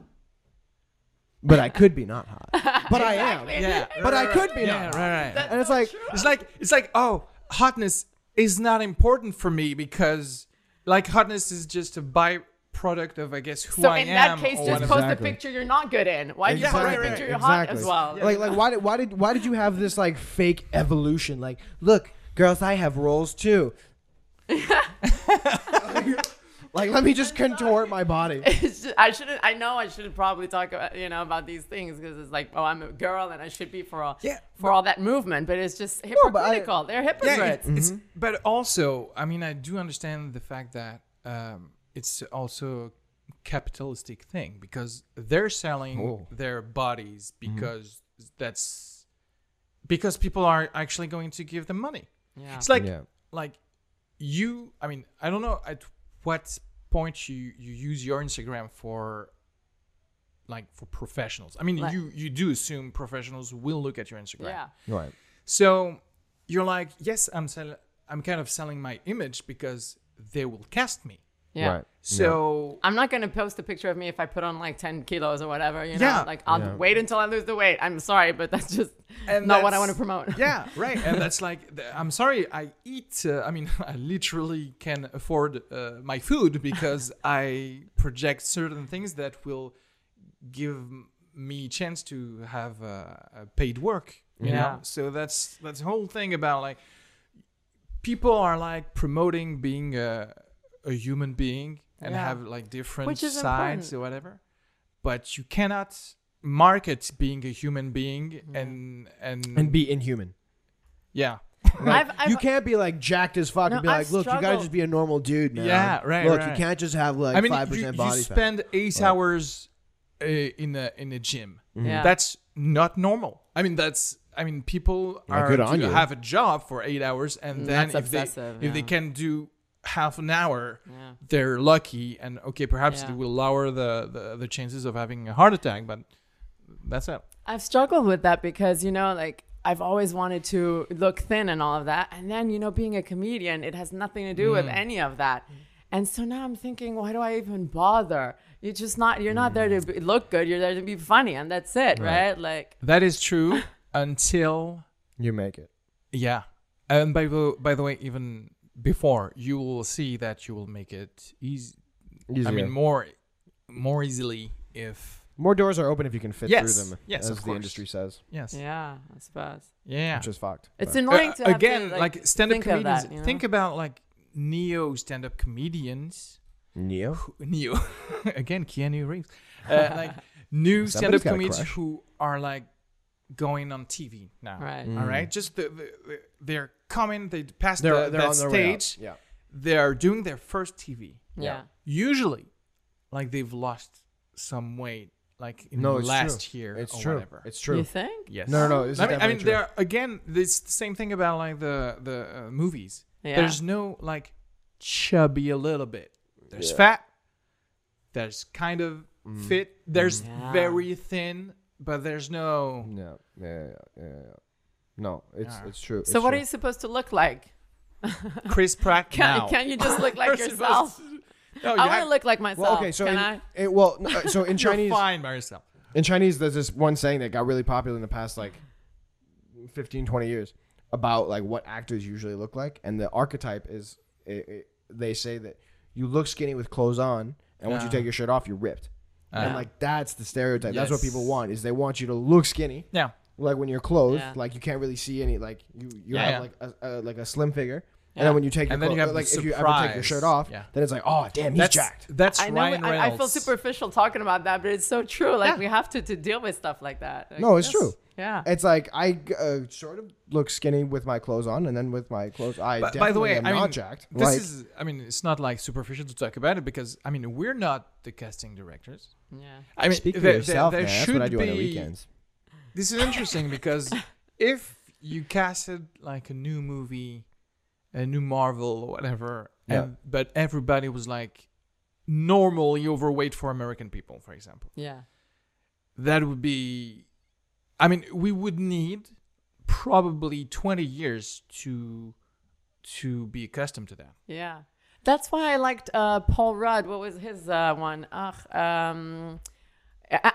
S3: but I could be not hot, but I am,
S1: *laughs*
S4: *laughs*
S1: yeah,
S3: but I could be
S1: yeah,
S3: not. hot.
S1: right, right.
S3: And it's like,
S1: It's like it's like oh, hotness is not important for me because like hotness is just a byproduct of I guess who
S4: so
S1: I
S4: in
S1: am.
S4: that case
S1: or
S4: just
S1: whatever.
S4: post
S3: Exactly.
S4: a picture you're not good in why do you post a
S3: exactly,
S4: picture you're hot
S3: exactly.
S4: as well
S3: Like, like, why did, why did, why did you have this like fake evolution? Like, look, girls, I have roles *laughs* too. like, let me just contort my body.
S4: *laughs* It's just- I shouldn't. I know I should probably talk about you know about these things because it's like, oh, I'm a girl and I should be for all
S1: Yeah,
S4: for all that movement, but it's just
S3: but I-
S4: hypocritical. They're
S1: yeah, it-
S4: hypocrites.
S1: it's,
S3: Mm-hmm.
S1: but also I mean I do understand the fact that um, it's also a capitalistic thing because they're selling
S3: Oh. Mm-hmm.
S1: their bodies because that's because people are actually going to give them money.
S4: Yeah.
S1: It's like
S3: Yeah.
S1: like you I mean, I don't know at what point you you use your Instagram for like for professionals. I mean,
S4: Like-
S1: you you do assume professionals will look at your Instagram.
S4: yeah.
S3: Right.
S1: So you're like, "Yes, I'm sell- I'm kind of selling my image because they will cast me."
S4: Yeah.
S1: So
S4: I'm not gonna post a picture of me if I put on like 10 kilos or whatever. You know,
S1: Yeah.
S4: like I'll wait until I lose the weight. I'm sorry, but that's just not what I
S1: that's-
S4: want to
S1: *laughs*
S4: promote.
S1: Yeah, right. And that's like, th- I'm sorry, I eat. Uh, I mean, *laughs* I literally can afford uh, my
S4: *laughs*
S1: food because I project certain things that will give m- me chance to have uh, uh, paid work. You know,
S4: Yeah.
S1: so that's that's the whole thing about like people are like promoting being a, a human being and
S4: Yeah.
S1: have like different
S4: Which is
S1: sides
S4: important.
S1: or whatever but you cannot market being a human being and and
S3: and be inhuman.
S1: yeah
S3: Like,
S4: *laughs* I've- I've-
S10: you can't be like jacked as fuck
S4: No,
S10: and be
S4: I've
S10: like, look, you gotta
S4: struggled.
S10: just be a normal dude, man.
S1: Yeah, right,
S10: Look,
S1: right.
S10: you can't just have like
S1: i mean
S10: five
S1: you,
S10: percent
S1: you
S10: body fat.
S1: spend eight hours uh, in a in a gym
S4: Yeah.
S1: that's not normal i mean that's I mean, people
S3: Well,
S1: are
S3: good on
S1: do
S3: you.
S1: have a job for eight hours, and
S4: Mm,
S1: then
S4: that's
S1: if they
S4: obsessive,
S1: if they
S4: yeah.
S1: can do half an hour,
S4: Yeah.
S1: they're lucky and okay perhaps
S4: Yeah.
S1: it will lower the, the the chances of having a heart attack but that's it
S4: I've struggled with that because, you know, like I've always wanted to look thin and all of that. And then, you know, being a comedian, it has nothing to do with any of that. And so now I'm thinking, why do I even bother? You're just not, you're not there to be, look good. You're there to be funny. And that's it, right? Like,
S1: that is
S4: *laughs*
S1: true until
S3: You make it.
S1: yeah and by the by the way even before you will see that you will make it easy i mean more more easily if
S3: more doors are open if you can fit
S1: Yes.
S3: through them.
S1: Yes,
S3: as
S1: of
S3: the
S1: course.
S3: industry says,
S1: yes
S4: yeah, I suppose.
S1: yeah
S3: which is fucked.
S4: It's
S3: but-
S4: annoying
S1: Uh,
S4: to have
S1: again
S4: to,
S1: like, stand-up
S4: think of
S1: comedians
S4: that, you know?
S1: think about like neo stand-up comedians
S3: Neo.
S1: *laughs* new again Keanu Reeves
S3: *laughs*
S1: uh, like new
S3: Somebody's
S1: stand-up
S3: got a
S1: comedians
S3: crush.
S1: who are like going on TV now
S4: Right.
S1: all right just the, the, the- they're coming they pass
S3: Mm. They're,
S1: the,
S3: they're
S1: that
S3: on their way up.
S1: stage
S3: Yeah.
S1: they're doing their first TV
S4: Yeah.
S1: usually like they've lost some weight like in
S3: No,
S1: the
S3: it's
S1: last
S3: true.
S1: year
S3: It's
S1: or
S3: true.
S1: whatever
S3: It's
S4: You
S3: true.
S4: think?
S1: yes
S3: No, no, no. This
S1: I
S3: is
S1: mean, I mean
S3: definitely
S1: there again it's the same thing about like the the uh, movies
S4: Yeah.
S1: there's no like chubby a little bit. There's fat. There's kind of
S3: Mm.
S1: fit. There's
S4: Yeah.
S1: very thin, but there's no.
S3: true. No. Yeah. Yeah. yeah, yeah, yeah. No. It's
S1: Yeah.
S3: it's true.
S4: So what are you supposed to look like? *laughs*
S1: Chris Pratt
S4: Can,
S1: now.
S4: can you just look
S1: You're
S4: like
S1: supposed-
S4: yourself?
S1: No, you
S4: I want
S1: have-
S4: to look like myself.
S3: Well, okay. So
S4: Can
S3: in,
S4: I?
S3: it- well, no, uh,
S4: *laughs*
S3: so in
S1: You're
S3: Chinese,
S1: fine by yourself.
S3: in Chinese, there's this one saying that got really popular in the past like 15, 20 years about like what actors usually look like, and the archetype is it, it, they say that you look skinny with clothes on, and once you
S1: Ah.
S3: take your shirt off, you're ripped.
S1: Ah.
S3: And like that's the stereotype. That's what
S1: Yes.
S3: people want is they want you to look skinny.
S1: Yeah.
S3: like when you're clothed,
S4: Yeah.
S3: like you can't really see any. Like you, you
S1: Yeah,
S3: have
S1: yeah.
S3: like a, a like a slim figure,
S4: Yeah.
S3: and then when you take
S1: And
S3: your
S1: then you
S3: clo-
S1: have
S3: like
S1: the
S3: if you ever take your
S1: surprise.
S3: shirt off,
S1: Yeah.
S3: then it's like oh damn, he's
S1: That's
S3: jacked.
S1: That's
S4: I know.
S1: Ryan
S4: I,
S1: Reynolds.
S4: I feel superficial talking about that, but it's so true. Like we have to, to deal with stuff like that. Like,
S3: No, it's
S4: yes.
S3: true.
S4: Yeah.
S3: It's like I uh, sort of look skinny with my clothes on, and then with my clothes, I
S1: But,
S3: definitely
S1: by the way,
S3: am
S1: I mean,
S3: not jacked.
S1: this
S3: like,
S1: is. I mean, it's not like superficial to talk about it because I mean we're not the casting directors.
S4: yeah.
S1: I mean,
S3: speak for
S1: there- there-
S3: yourself,
S1: there
S3: man. That's
S1: should
S3: what I do on the
S1: be-
S3: weekends.
S1: This is interesting
S3: *laughs*
S1: because if you casted like a new movie, a new Marvel or whatever, and, but everybody was like normally overweight for American people, for example,
S4: Yeah.
S1: that would be. I mean, we would need probably 20 years to to be accustomed to that.
S4: Yeah. That's why I liked uh, Paul Rudd. What was his uh, one? Ugh, um,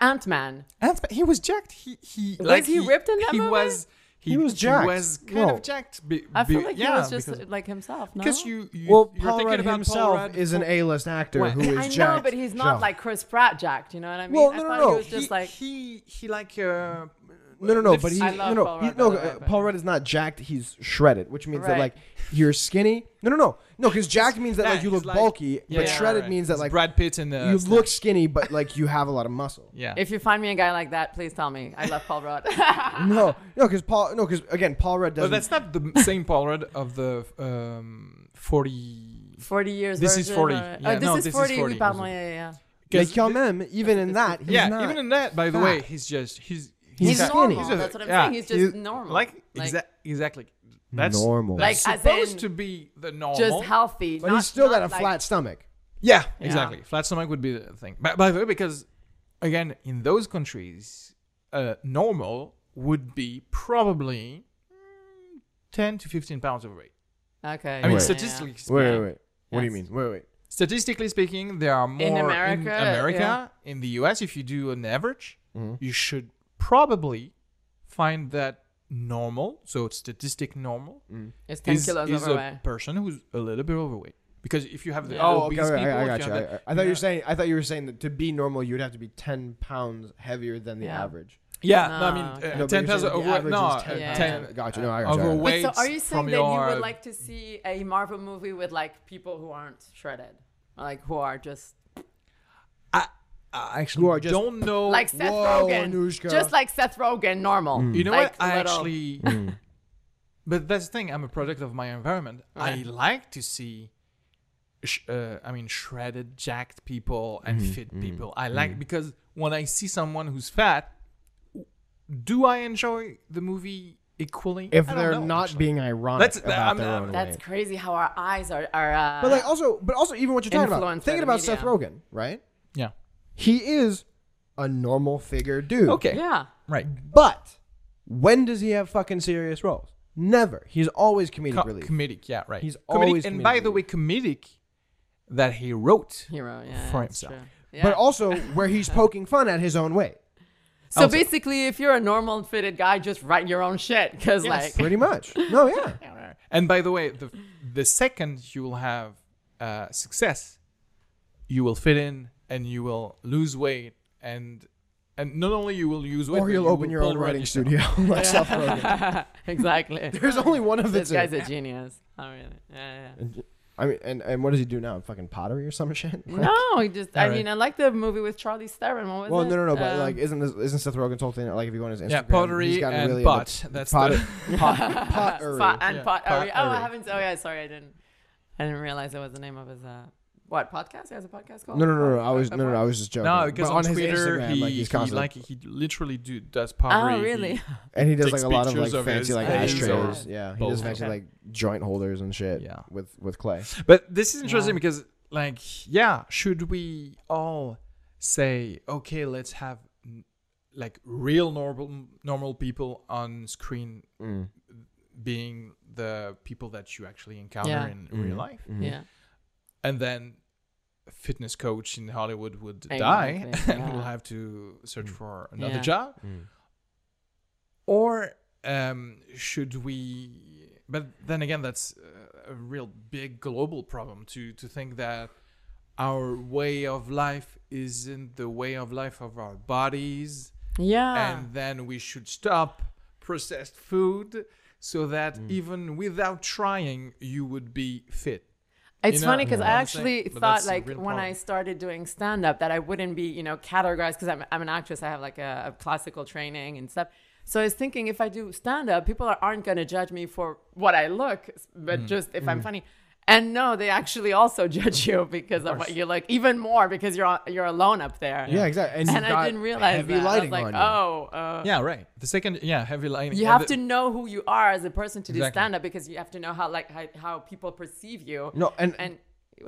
S4: Ant Man.
S1: And he was jacked. He he
S4: Was he ripped in that
S1: he
S4: movie?
S1: was he,
S3: He was jacked.
S1: He was kind
S3: No.
S1: of jacked. be-
S4: I feel
S1: be-
S4: like
S1: yeah,
S4: he was just
S1: because,
S4: like himself. No?
S1: because you, you
S3: well,
S1: you're
S3: Paul
S1: thinking
S3: Rudd
S1: about Paul
S3: himself
S1: Rudd
S3: is an
S1: for-
S3: A-list actor
S1: Well,
S3: who
S1: I
S3: is
S4: I know,
S3: jacked.
S4: but he's not
S3: No.
S4: like Chris Pratt jacked. You know what I mean?
S3: Well,
S4: I
S3: no, no,
S4: thought
S3: no.
S4: He was just
S1: he,
S4: like
S1: he he like uh
S3: No, no, no. But
S1: lifts-
S3: he's
S4: I
S3: no,
S4: love
S3: no,
S4: Paul
S3: he-
S4: Rudd,
S3: no,
S4: by the way,
S3: uh,
S4: but-
S3: Paul Rudd is not jacked. He's shredded, which means that
S4: Right.
S3: like you're skinny. No, no, no, no. Because jacked means that
S1: yeah,
S3: like you
S1: he's
S3: look bulky,
S1: yeah,
S3: but
S1: yeah,
S3: shredded
S1: right.
S3: means that
S1: It's
S3: like
S1: Brad Pitt and uh,
S3: you
S1: Snap.
S3: look skinny, but like you have a lot of muscle.
S1: *laughs* yeah
S4: if you find me a guy like that, please tell me. I love Paul Rudd. *laughs*
S3: No, no, because Paul, no, because again, Paul Rudd
S1: but
S3: doesn't.
S1: that's not the same Paul Rudd of the um forty.
S4: 40 years.
S1: This is
S4: version
S1: 40.
S4: or-
S1: Yeah,
S4: oh, this,
S1: no,
S4: is
S1: this is
S4: 40.
S1: 40.
S4: We found my, yeah, yeah.
S3: Mais
S1: 'cause
S3: quand même, even in that, he's
S1: yeah,
S3: not.
S1: even in that, by the way,
S3: fat.
S1: he's just he's
S4: yeah.
S3: He's
S4: He's,
S3: skinny.
S4: normal.
S3: He's
S1: a-
S4: That's what I'm
S1: yeah,
S4: saying. He's just
S1: he's-
S4: normal.
S1: like, exact exactly. That's
S3: Normal.
S1: That's
S4: Like, as
S1: supposed
S4: in
S1: to be the normal.
S4: Just healthy.
S3: but
S4: not,
S3: he's still
S4: not
S3: got a
S4: like-
S3: flat stomach.
S1: Yeah, exactly. Flat stomach would be the thing. But by the way, because again, in those countries, uh, normal would be probably mm, ten to fifteen pounds overweight.
S4: Okay.
S1: I mean,
S3: Wait.
S1: statistically, speaking,
S3: Wait, wait, wait. What do you
S4: Yes.
S3: mean? Wait, wait.
S1: statistically speaking, there are more
S4: America,
S1: America, in the U.S. If you do an average, you should probably find that normal. So it's statistic normal
S4: It's 10
S1: is,
S4: kilos
S1: is
S4: overweight.
S1: a person who's a little bit overweight. Because if you have the
S4: Yeah.
S3: Oh, okay,
S1: obese
S3: all right,
S1: people,
S3: I, I
S1: if
S3: got you.
S1: have
S3: I,
S1: the-
S3: I- I thought you were saying. I thought you were saying that to be normal, you would have to be ten pounds heavier than the
S4: Yeah.
S3: average.
S1: Yeah, no, I mean,
S4: Ah, okay.
S1: uh,
S3: No, but
S1: ten
S3: you're
S1: pesos
S3: saying the
S1: over.
S3: average
S1: No,
S3: is
S1: uh,
S3: 10.
S4: Yeah.
S1: ten
S3: Gotcha. No, I gotcha. I
S1: overweight
S4: But so are you saying
S1: from
S4: that
S1: your.
S4: you would like to see a Marvel movie with like people who aren't shredded, like who are just
S1: I, I actually
S3: You are just-
S1: don't know.
S4: like Seth
S3: Whoa,
S4: Rogen,
S3: Anushka.
S4: just like Seth Rogen, normal.
S1: Mm. you know what?
S4: like
S1: I
S4: little- *laughs*
S1: actually.
S3: Hmm.
S1: But that's the thing. I'm a product of my environment. I like to see. Sh- uh, I mean, shredded, jacked people and
S3: Mm-hmm,
S1: fit people. I like because when I see someone who's fat, do I enjoy the movie equally?
S3: if
S1: I don't
S3: they're
S1: know,
S3: not
S1: actually.
S3: being ironic
S1: That's-
S3: about
S1: I'm-
S3: their
S1: I'm-
S3: own
S4: That's
S3: weight.
S4: crazy how our eyes are are. Uh,
S3: But like also, but also, even what you're talking about,
S4: Influenced by
S3: thinking
S4: the
S3: about
S4: media.
S3: Seth Rogen, right?
S1: yeah,
S3: He is a normal figure dude.
S1: okay,
S4: yeah.
S1: right.
S3: But when does he have fucking serious roles? Never. He's always comedic
S1: Co-
S3: relief.
S1: comedic, yeah, right.
S3: He's
S1: comedic,
S3: always
S1: and
S3: comedic
S1: by the
S3: relief.
S1: way, comedic that he wrote.
S4: hero. Yeah,
S1: For
S4: that's
S1: himself.
S4: true. Yeah.
S3: But also where he's poking fun at his own
S4: *laughs*
S3: weight.
S4: so
S1: also-
S4: basically, if you're a normal fitted guy, just write your own shit because like
S3: Pretty much. No, yeah.
S1: And by the way, the the second you will have uh, success, you will fit in and you will lose weight and and not only you will lose weight,
S3: Or
S1: but
S3: you'll
S1: you
S3: open
S1: will
S3: your own
S1: pull
S3: writing
S1: yourself.
S3: studio *laughs* like Seth Rogen.
S4: *laughs* exactly.
S3: There's only one of the
S4: this guy's
S3: two.
S4: a genius. Oh really? Yeah, yeah.
S3: I mean, and, and what does he do now? Fucking pottery or some *laughs* shit?
S4: No, he just. I
S1: Alright.
S4: mean, I like the movie with Charlie Theron. What was
S3: Well,
S4: it?
S3: no, no, no. But
S4: Um,
S3: like, isn't this, isn't Seth Rogen's whole thing like if you go on his Instagram?
S1: Yeah, pottery
S3: he's gotten
S1: and
S3: really
S1: pot.
S3: into
S1: That's
S3: pot,
S1: the-
S4: *laughs*
S3: pot, pottery.
S4: Pot and
S1: Yeah,
S4: pot. Oh,
S3: Pot
S4: yeah. oh, I
S3: Uri.
S4: haven't. Oh, yeah. Sorry, I didn't. I didn't realize that was the name of his uh, what podcast? He has a podcast called.
S3: *laughs* No, no, no, no. I
S1: *laughs*
S4: Pot-
S3: was
S4: a
S3: no, no, no. I
S4: pod-
S3: was just joking.
S1: No, because
S3: But
S1: on,
S3: his
S1: Twitter
S3: Instagram,
S1: he
S3: like he's
S1: he
S3: constantly
S1: like he literally do does pottery.
S4: Oh, really? *laughs*
S1: He-
S3: and he does
S1: takes
S3: like a lot of
S1: pictures
S3: like
S1: of his
S3: fancy like
S4: things
S3: ashtrays.
S4: or
S3: Yeah, he
S1: bowls.
S3: does fancy
S4: Okay.
S3: like joint holders and shit.
S1: Yeah.
S3: with with clay.
S1: But this is interesting because, like, yeah, should we all say, okay, let's have n- like real normal normal people on screen
S3: Mm.
S1: being the people that you actually encounter
S4: Yeah.
S1: in real life,
S4: Yeah.
S1: and then a fitness coach in Hollywood would die, *laughs*
S4: Exactly,
S1: and we'll
S4: yeah.
S1: have to search for another
S4: Yeah.
S1: job, or um, should we? But then again, that's uh, a real big global problem to to think that our way of life isn't the way of life of our bodies,
S4: Yeah.
S1: and then we should stop processed food so that even without trying, you would be fit.
S4: It's
S1: know?
S4: funny because
S1: Yeah.
S4: I
S1: Honestly,
S4: actually
S1: but
S4: thought
S1: that's a
S4: like when
S1: real
S4: I
S1: problem.
S4: started doing stand up that I wouldn't be, you know, categorized because I'm, I'm an actress. I have like a, a classical training and stuff. So I was thinking if I do stand up, people are, aren't going to judge me for what I look, but
S1: Mm.
S4: just if I'm funny. And no, they actually also *laughs* judge you because of, what you look, even more because you're you're alone up there.
S3: Yeah, exactly. And,
S4: And
S3: you've got
S4: I didn't realize
S3: heavy
S4: that.
S3: lighting
S4: I was
S3: on
S4: like,
S3: you.
S4: oh, uh,
S1: Yeah, right. The second, yeah, heavy lining.
S4: you
S1: and
S4: have
S1: the-
S4: to know who you are as a person to do
S1: Exactly.
S4: stand up because you have to know how like how, how people perceive you.
S3: No, and-
S4: and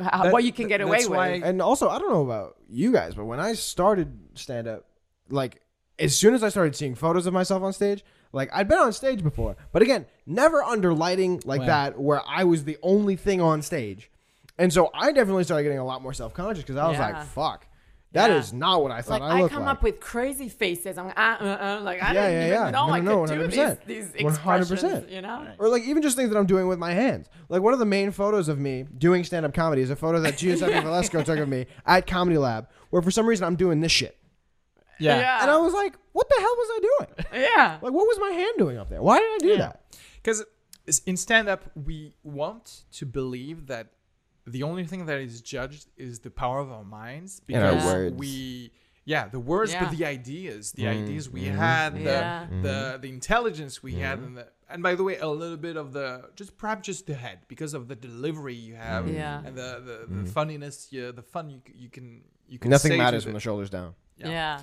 S4: how,
S1: That-
S4: what you can get
S1: that's
S4: away
S1: why-
S4: with.
S3: And also, I don't know about you guys, but when I started stand up, like as soon as I started seeing photos of myself on stage, like I'd been on stage before, but again, never under lighting like that where I was the only thing on stage. And so I definitely started getting a lot more self conscious because I was
S4: Yeah.
S3: like, fuck, that is
S4: Yeah.
S3: not what I thought
S4: like
S3: I
S4: I,
S3: looked
S4: come
S3: like.
S4: up with crazy faces. I'm like, uh, uh, uh, like
S3: Yeah,
S4: I didn't
S3: yeah,
S4: even
S3: yeah.
S4: know
S3: No,
S4: I
S3: no,
S4: could do
S3: 100%.
S4: these, these
S3: 100%.
S4: expressions. You know,
S3: Or like even just things that I'm doing with my hands. Like one of the main photos of me doing stand-up comedy is a photo that Giuseppe Valesco took of me at Comedy Lab, where for some reason I'm doing this shit.
S1: yeah.
S3: And I was like, what the hell was I doing?
S4: yeah,
S3: Like what was my hand doing up there? Why did I do that?
S1: Because in stand up, we want to believe that the only thing that is judged is the power of our minds
S3: And our
S1: because
S3: words. Mm,
S1: we yeah the words
S4: Yeah.
S1: but the ideas the ideas we
S3: mm-hmm.
S1: had the,
S4: Yeah.
S1: the the intelligence we had and the and by the way a little bit of the just perhaps just the head because of the delivery you
S3: Mm.
S1: have
S4: Yeah.
S1: and the the, the funniness yeah, the fun you, c- you can you can say
S3: Mm-hmm. Nothing
S1: to
S3: matters
S1: the-
S3: from the shoulders down.
S4: yeah,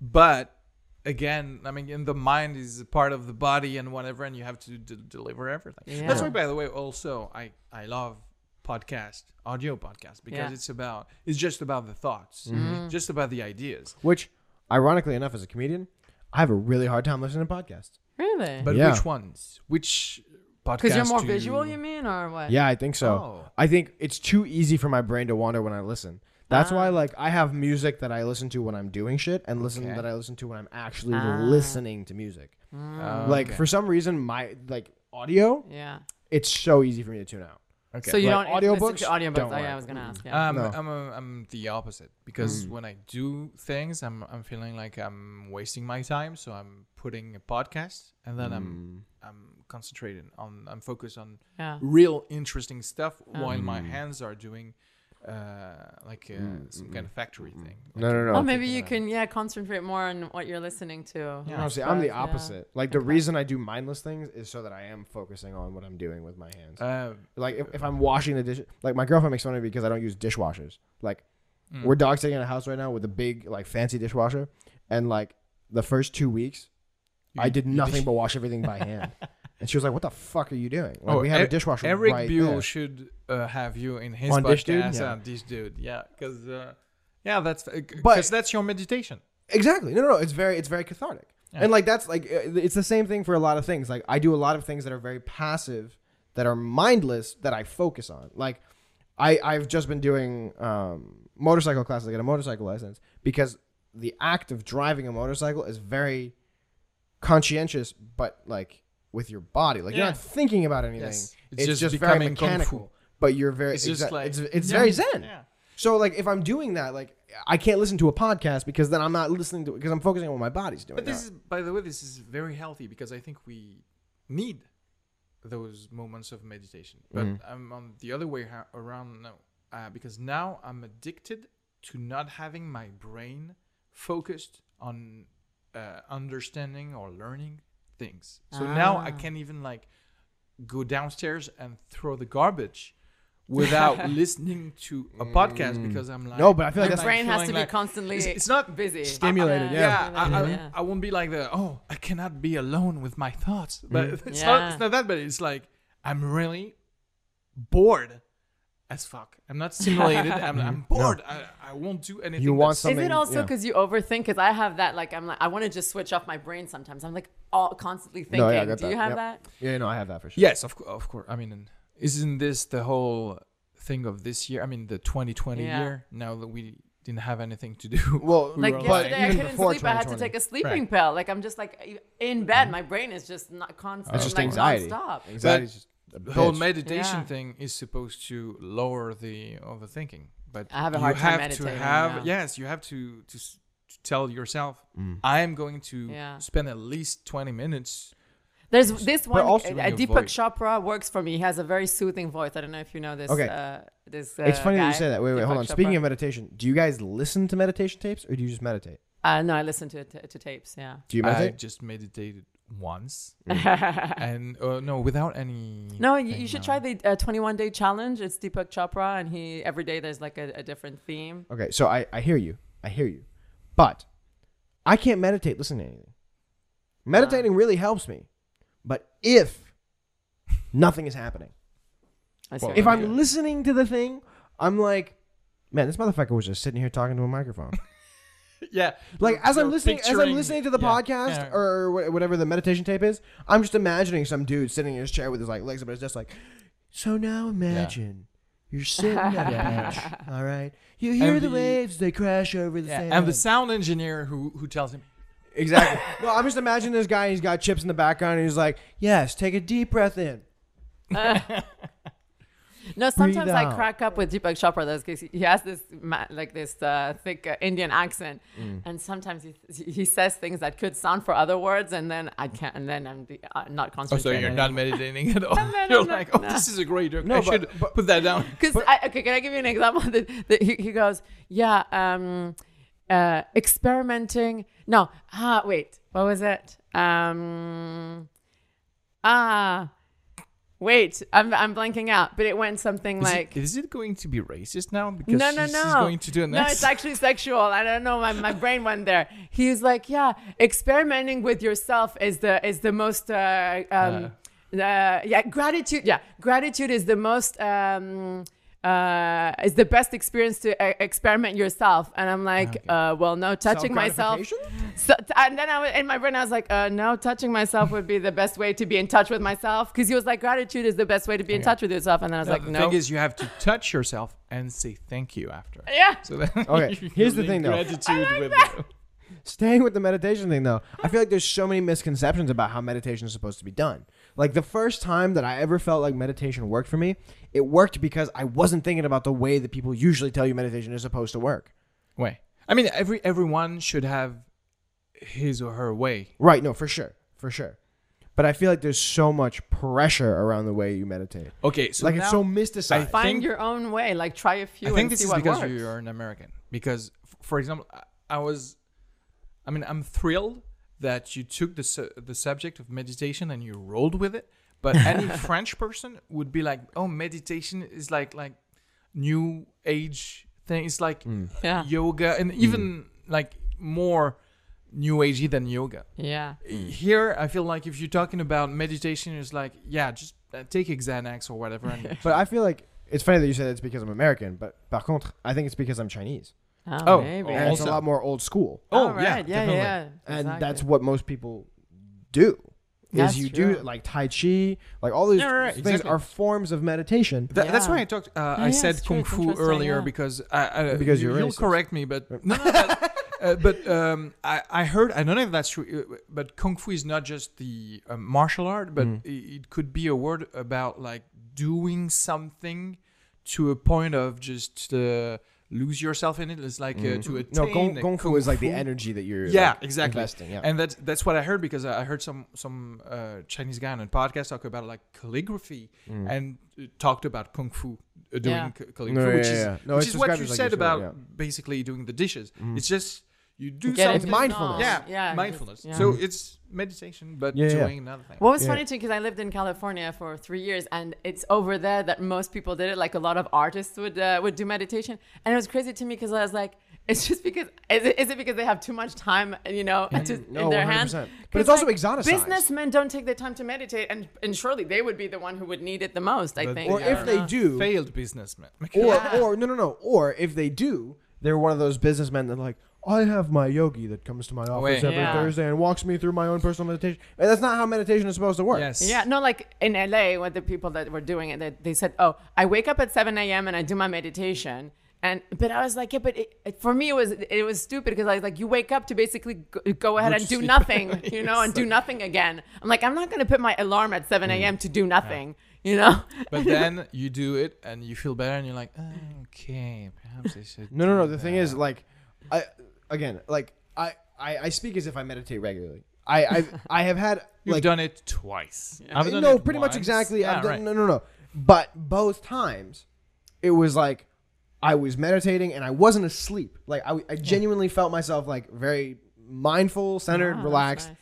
S1: but again i mean in the mind is a part of the body and whatever and you have to d- deliver everything that's
S4: Yeah.
S1: why by the way also i i love podcast audio podcast because
S4: Yeah. Mm-hmm.
S1: it's about it's just about the thoughts
S3: Mm-hmm.
S1: just about the ideas
S3: Which, ironically enough, as a comedian, I have a really hard time listening to podcasts.
S4: really.
S1: but
S3: Yeah.
S1: which ones which podcast
S4: Because you're more
S1: do
S4: visual, you mean, or what?
S3: Yeah, I think so.
S1: Oh.
S3: I think it's too easy for my brain to wander when I listen. That's why, like, I have music that I listen to when I'm doing shit, and listen
S1: Okay.
S3: that I listen to when I'm actually listening to music.
S1: Oh,
S3: Like
S1: okay.
S3: for some reason, my like audio,
S4: yeah.
S3: it's so easy for me to tune out.
S1: Okay.
S4: So you
S1: Like
S4: don't listen
S1: audiobooks?
S4: to audiobooks.
S1: Don't
S4: oh,
S1: work.
S4: yeah, I was gonna ask. Yeah.
S1: Um,
S3: No. Mm.
S1: I'm, a, I'm the opposite because when I do things, I'm I'm feeling like I'm wasting my time, so I'm putting a podcast, and then I'm
S3: Mm.
S1: I'm concentrating on I'm focused on
S4: Yeah.
S1: real interesting stuff while my
S3: Mm.
S1: hands are doing uh, like uh, some kind of factory thing.
S3: mm, No, no, no.
S4: oh, maybe
S1: thinking
S4: you
S1: about
S4: can yeah concentrate more on what you're listening to.
S1: Yeah.
S3: No, see, I'm the
S4: Yeah.
S3: opposite. Like the reason I do mindless things is so that I am focusing on what I'm doing with my hands.
S1: Uh,
S3: like if, if I'm washing the dish, like my girlfriend makes fun of me because I don't use dishwashers. Like
S1: Mm.
S3: we're dog sitting in a house right now with a big like fancy dishwasher, and like the first two weeks, I did nothing but wash everything by
S1: *laughs*
S3: hand. And she was like, "What the fuck are you doing?" Like, we have
S1: E-
S3: a dishwasher.
S1: Eric
S3: right
S1: Buell
S3: there.
S1: should uh, have you in his
S3: On
S1: podcast
S3: Dish Dude? Yeah.
S1: on Dish Dude. Yeah, because uh, yeah, that's
S3: But-
S1: because that's your meditation.
S3: Exactly. No, no, no. It's very, it's very cathartic. And like that's like uh, it's the same thing for a lot of things. Like I do a lot of things that are very passive, that are mindless, that I focus on. Like I, I've just been doing um, motorcycle classes. I got a motorcycle license because the act of driving a motorcycle is very conscientious, but like with your body, like you're
S1: Yeah.
S3: not thinking about anything.
S1: Yes.
S3: It's, just, very
S1: becoming kung fu.
S3: mechanical. But you're very.
S1: It's just
S3: exa-
S1: like-
S3: it's, it's
S1: Yeah.
S3: very zen.
S1: Yeah.
S3: So like if I'm doing that, like I can't listen to a podcast because then I'm not listening to because I'm focusing on what my body's doing.
S1: But this
S3: now.
S1: is, by the way, this is very healthy because I think we need those moments of meditation. But
S3: Mm-hmm.
S1: I'm on the other way ha- around now uh, because now I'm addicted to not having my brain focused on uh, understanding or learning things. So now
S4: Ah.
S1: I can't even like go downstairs and throw the garbage
S3: *laughs*
S1: without listening to a podcast because I'm like
S3: Mm. No, but I feel like
S4: Your
S3: that's
S4: brain has
S1: feeling
S4: to be
S1: like-
S4: constantly
S1: it's, it's not
S4: busy,
S3: stimulated,
S1: yeah,
S4: stimulated,
S1: I, I,
S4: yeah.
S1: I won't be like the oh I cannot be alone with my thoughts. But it's,
S4: Yeah.
S1: not, it's not that. But it's like I'm really bored as fuck. I'm not stimulated. I'm, I'm bored. I, I won't do anything.
S3: Mm-hmm. You want
S1: that's-
S3: something.
S4: Is it also
S3: yeah.
S4: because you overthink? Because I have that. Like I'm like I want to just switch off my brain sometimes. I'm like all constantly thinking.
S3: No, yeah, I got
S4: Do you
S3: that.
S4: have
S3: Yep.
S4: that?
S3: Yeah, no, I have that for sure.
S1: Yes, of course. Of course. I mean, isn't this the whole thing of this year? I mean, the 2020
S4: Yeah.
S1: year. Now that we didn't have anything to do.
S3: Well,
S4: Like
S3: but
S4: yesterday, I
S3: even
S4: couldn't
S3: before
S4: sleep. I had to
S3: 2020.
S4: take a sleeping pill. Like I'm just like e, in bed. My brain is just not constant.
S3: It's just
S4: like,
S3: anxiety.
S4: Nonstop.
S3: Anxiety's just a
S1: the whole
S3: bitch.
S1: meditation
S4: Yeah.
S1: thing is supposed to lower the overthinking but
S4: I have a
S1: you
S4: hard time
S1: have
S4: meditating,
S1: to have
S4: yeah.
S1: yes you have to to, s- to tell yourself
S3: Mm.
S1: i am going to
S4: Yeah.
S1: spend at least 20 minutes
S4: There's this one.
S1: also
S4: uh,
S1: when your
S4: Deepak
S1: voice-
S4: Chopra works for me. He has a very soothing voice. I don't know if you know this.
S3: Okay.
S4: Uh, this. Uh,
S3: It's funny that you
S4: guy,
S3: say that. Wait, wait, hold
S4: Deepak
S3: on. Speaking
S4: Chopra.
S3: of meditation, do you guys listen to meditation tapes or do you just meditate?
S4: Uh, no, I listen to to, to tapes. Yeah.
S3: Do you
S1: i
S3: meditate?
S1: just meditated once and uh, no without any
S4: *laughs* No, you, you should try the uh, 21 day challenge. It's Deepak Chopra, and he every day there's like a, a different theme.
S3: okay, so I, I hear you. I hear you. But I can't meditate listening to anything. Uh, Meditating really helps me. But if nothing is happening,
S4: I see
S1: Well,
S4: what
S3: if
S4: you
S3: I'm
S4: mean.
S3: listening to the thing, I'm like, man, this motherfucker was just sitting here talking to a microphone.
S1: yeah
S3: Like
S1: you're-
S3: as I'm
S1: you're
S3: listening, as I'm
S1: picturing-
S3: listening to the
S1: yeah,
S3: podcast
S1: yeah.
S3: or wha- whatever the meditation tape is, I'm just imagining some dude sitting in his chair with his like legs up, and his just like,
S10: So now imagine you're sitting at a
S1: *laughs*
S10: beach, all right? You hear
S1: And
S10: the
S1: the-
S10: waves, they crash over the sand.
S1: and the sound engineer who who tells him
S3: *laughs* exactly. no, I'm just imagining this guy. He's got chips in the background, and he's like, yes, take a deep breath in.
S4: *laughs* No, sometimes I
S3: out.
S4: crack up with Deepak Chopra though, because he has this ma- like this uh, thick uh, Indian accent,
S1: Mm.
S4: and sometimes he, he says things that could sound for other words, and then I can't, and then I'm the, uh, not
S1: oh so
S4: concentrating.
S1: you're not meditating
S4: *laughs*
S1: at all
S4: no,
S1: you're
S4: no,
S1: like oh
S4: no.
S1: this is a great joke
S3: No,
S1: i
S3: but-
S1: should put that down
S4: Because I okay, can I give you an example? *laughs* That, that he, he goes, yeah, um, uh, experimenting. No, ah, wait, what was it? Um, ah, wait, I'm I'm blanking out. But it went something
S1: Is it-
S4: like.
S1: is it going to be racist now? Because
S4: no, no,
S1: she's,
S4: no.
S1: she's going to do an
S4: no, it's
S1: accent.
S4: actually sexual. I don't know. My, my brain went there. He's like, yeah, experimenting with yourself is the is the most. Uh, um, uh. yeah, gratitude. Yeah, gratitude is the most. Um, uh, is the best experience to uh, experiment yourself. And I'm like,
S1: Ah,
S4: uh, well, no, touching myself. So, t- and then I was, in my brain, I was like, uh, no, touching myself would be the best way to be in touch with myself. Because he was like, gratitude is the best way to be in touch with yourself. And then I was
S1: No,
S4: like,
S1: the
S4: no.
S1: thing is, you have to touch yourself and say thank you after.
S4: yeah.
S1: So then
S3: Okay,
S1: *laughs* you
S3: Oh, here's the
S1: link
S3: *laughs* thing, though.
S1: Gratitude with
S3: Staying with the meditation thing though, I feel like there's so many misconceptions about how meditation is supposed to be done. Like the first time that I ever felt like meditation worked for me, it worked because I wasn't thinking about the way that people usually tell you meditation is supposed to work.
S1: *laughs* way. I mean, every everyone should have his or her way.
S3: Right, no, for sure. For sure. But I feel like there's so much pressure around the way you meditate.
S1: Okay, so
S3: like
S1: now-
S3: it's so mysticized.
S1: I
S4: Find
S1: think-
S4: your own way. Like try a few
S1: I think
S4: and
S1: this
S4: see
S1: is
S4: what
S1: because
S4: works.
S1: you're an American. Because, f- for example, I- I was, I mean, I'm thrilled that you took the su- the subject of meditation and you rolled with it.
S4: *laughs*
S1: But any French person would be like, "Oh, meditation is like like new age thing. It's like
S4: Yeah.
S1: yoga, and even like more new agey than yoga."
S4: yeah.
S1: Here, I feel like if you're talking about meditation, it's like, yeah, just uh, take a Xanax or whatever.
S4: *laughs*
S1: And,
S3: but I feel like it's funny that you said it's because I'm American, but par contre, I think it's because I'm Chinese.
S4: Oh,
S1: Oh,
S4: maybe.
S3: And it's a
S1: Also-
S3: lot more old school.
S1: oh,
S4: All
S1: yeah,
S4: right. yeah,
S1: definitely.
S4: yeah,
S3: and
S4: Exactly.
S3: that's what most people do. Is
S4: That's
S3: you do
S4: true.
S3: like tai chi, like all these
S1: Yeah, right, right,
S3: things
S1: exactly.
S3: are forms of meditation.
S1: Tha- That's why
S4: Yeah.
S1: I talked. Uh,
S4: Yeah,
S1: I
S4: yeah,
S1: said
S4: it's true,
S1: kung
S4: it's
S1: fu
S4: interesting,
S1: earlier
S4: yeah.
S1: because I, I,
S3: Because
S1: you,
S3: you're
S1: will
S3: racist.
S1: correct me, but *laughs* no, no, but, uh, but um, I, I heard I don't know if that's true, uh, but kung fu is not just the uh, martial art, but
S3: Mm.
S1: i it, could be a word about like doing something to a point of just uh, lose yourself in it. It's like uh, to attain
S3: Mm. No, gong,
S1: a
S3: gong fu is like the
S1: fu-
S3: energy that you're
S1: yeah,
S3: like,
S1: exactly.
S3: investing. Yeah,
S1: And that's that's what I heard because I I heard some some uh, Chinese guy on a podcast talk about like calligraphy and uh, talked about kung fu uh, doing
S4: Yeah.
S1: ca- calligraphy,
S3: Mm. No,
S1: which
S3: yeah,
S1: is
S3: yeah. No,
S1: which
S3: it's
S1: is what
S3: described
S1: you
S3: as, like,
S1: said
S3: you
S1: about
S3: said,
S1: basically doing the dishes.
S3: Mm.
S1: It's just you do
S4: Get
S3: It's
S4: into
S1: something.
S3: mindfulness.
S4: zone.
S1: Yeah,
S4: yeah,
S1: mindfulness.
S4: yeah.
S1: So it's meditation, but
S3: Mm. Yeah, yeah.
S1: doing another thing.
S4: What was
S3: Yeah.
S4: funny too, because I lived in California for three years, and it's over there that most people did it. Like a lot of artists would uh, would do meditation, and it was crazy to me because I was like, it's just because is it, is it because they have too much time, you know, to,
S3: No,
S4: in their hands?
S3: 100%. But
S4: 'Cause,
S3: it's also exoticized.
S4: Businessmen don't take the time to meditate, and and surely they would be the one who would need it the most. I
S1: But
S4: think.
S3: or
S1: they
S3: if
S1: are
S3: they do,
S1: failed
S4: *laughs*
S1: businessman?
S3: or or no, no, no, or if they do, they're one of those businessmen that like. I have my yogi that comes to my office
S1: Wait.
S3: every
S4: Yeah.
S3: Thursday and walks me through my own personal meditation. And that's not how meditation is supposed to work.
S1: yes,
S4: Yeah, no, like in LA, with the people that were doing it, they, they said, "Oh, I wake up at 7 a.m. and I do my meditation." And but I was like, "Yeah, but it, it- for me, it was it was stupid because I was like, you wake up to basically go, go ahead
S1: Go to
S4: and do
S1: sleep. *laughs*
S4: nothing, you know, and do nothing again." I'm like, I'm not gonna put my alarm at 7 a.m. to do nothing, you know.
S1: Mm. But then you do it and you feel better, and you're like, "Oh, okay, perhaps I should.
S3: No, no,
S1: do
S3: no. The thing is,
S1: that."
S3: like, I again, like, I, I, I speak as if I meditate regularly. I, I, I have had
S1: You've
S3: like Uh,
S1: done it twice. I've done
S3: no,
S1: it
S3: pretty
S1: once.
S3: much exactly.
S1: Yeah,
S3: I've done,
S1: Ah, right.
S3: No, no, no. But both times, it was like I was meditating and I wasn't asleep. Like I, I genuinely felt myself like very mindful, centered,
S4: *laughs* Ah, that's
S3: relaxed,
S4: nice.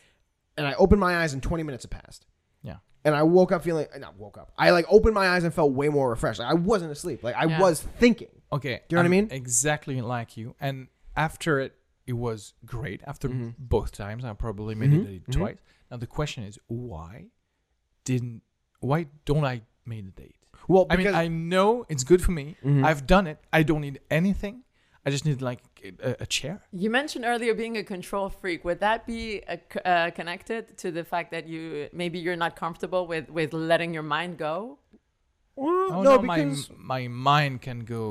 S3: and I opened my eyes and twenty minutes had passed.
S1: Yeah.
S3: And I woke up feeling uh, not woke up. I like opened my eyes and felt way more refreshed. Like I wasn't asleep. Like I
S4: Yeah.
S3: was thinking.
S1: Okay.
S3: Do you know what I
S1: I'm
S3: mean?
S1: Exactly like you. And after it, it was great. After
S3: Mm-hmm.
S1: both times, I probably meditated twice. Now the question is, why didn't? Why don't I meditate?
S3: Well,
S1: I mean,
S3: because- Mm-hmm.
S1: I know it's good for me. I've done it. I don't need anything. I just need like a, a chair.
S4: You mentioned earlier being a control freak. Would that be uh, c- uh, connected to the fact that you maybe you're not comfortable with with letting your mind go?
S1: Oh,
S3: Uh, no,
S1: no,
S3: because
S1: my my mind can go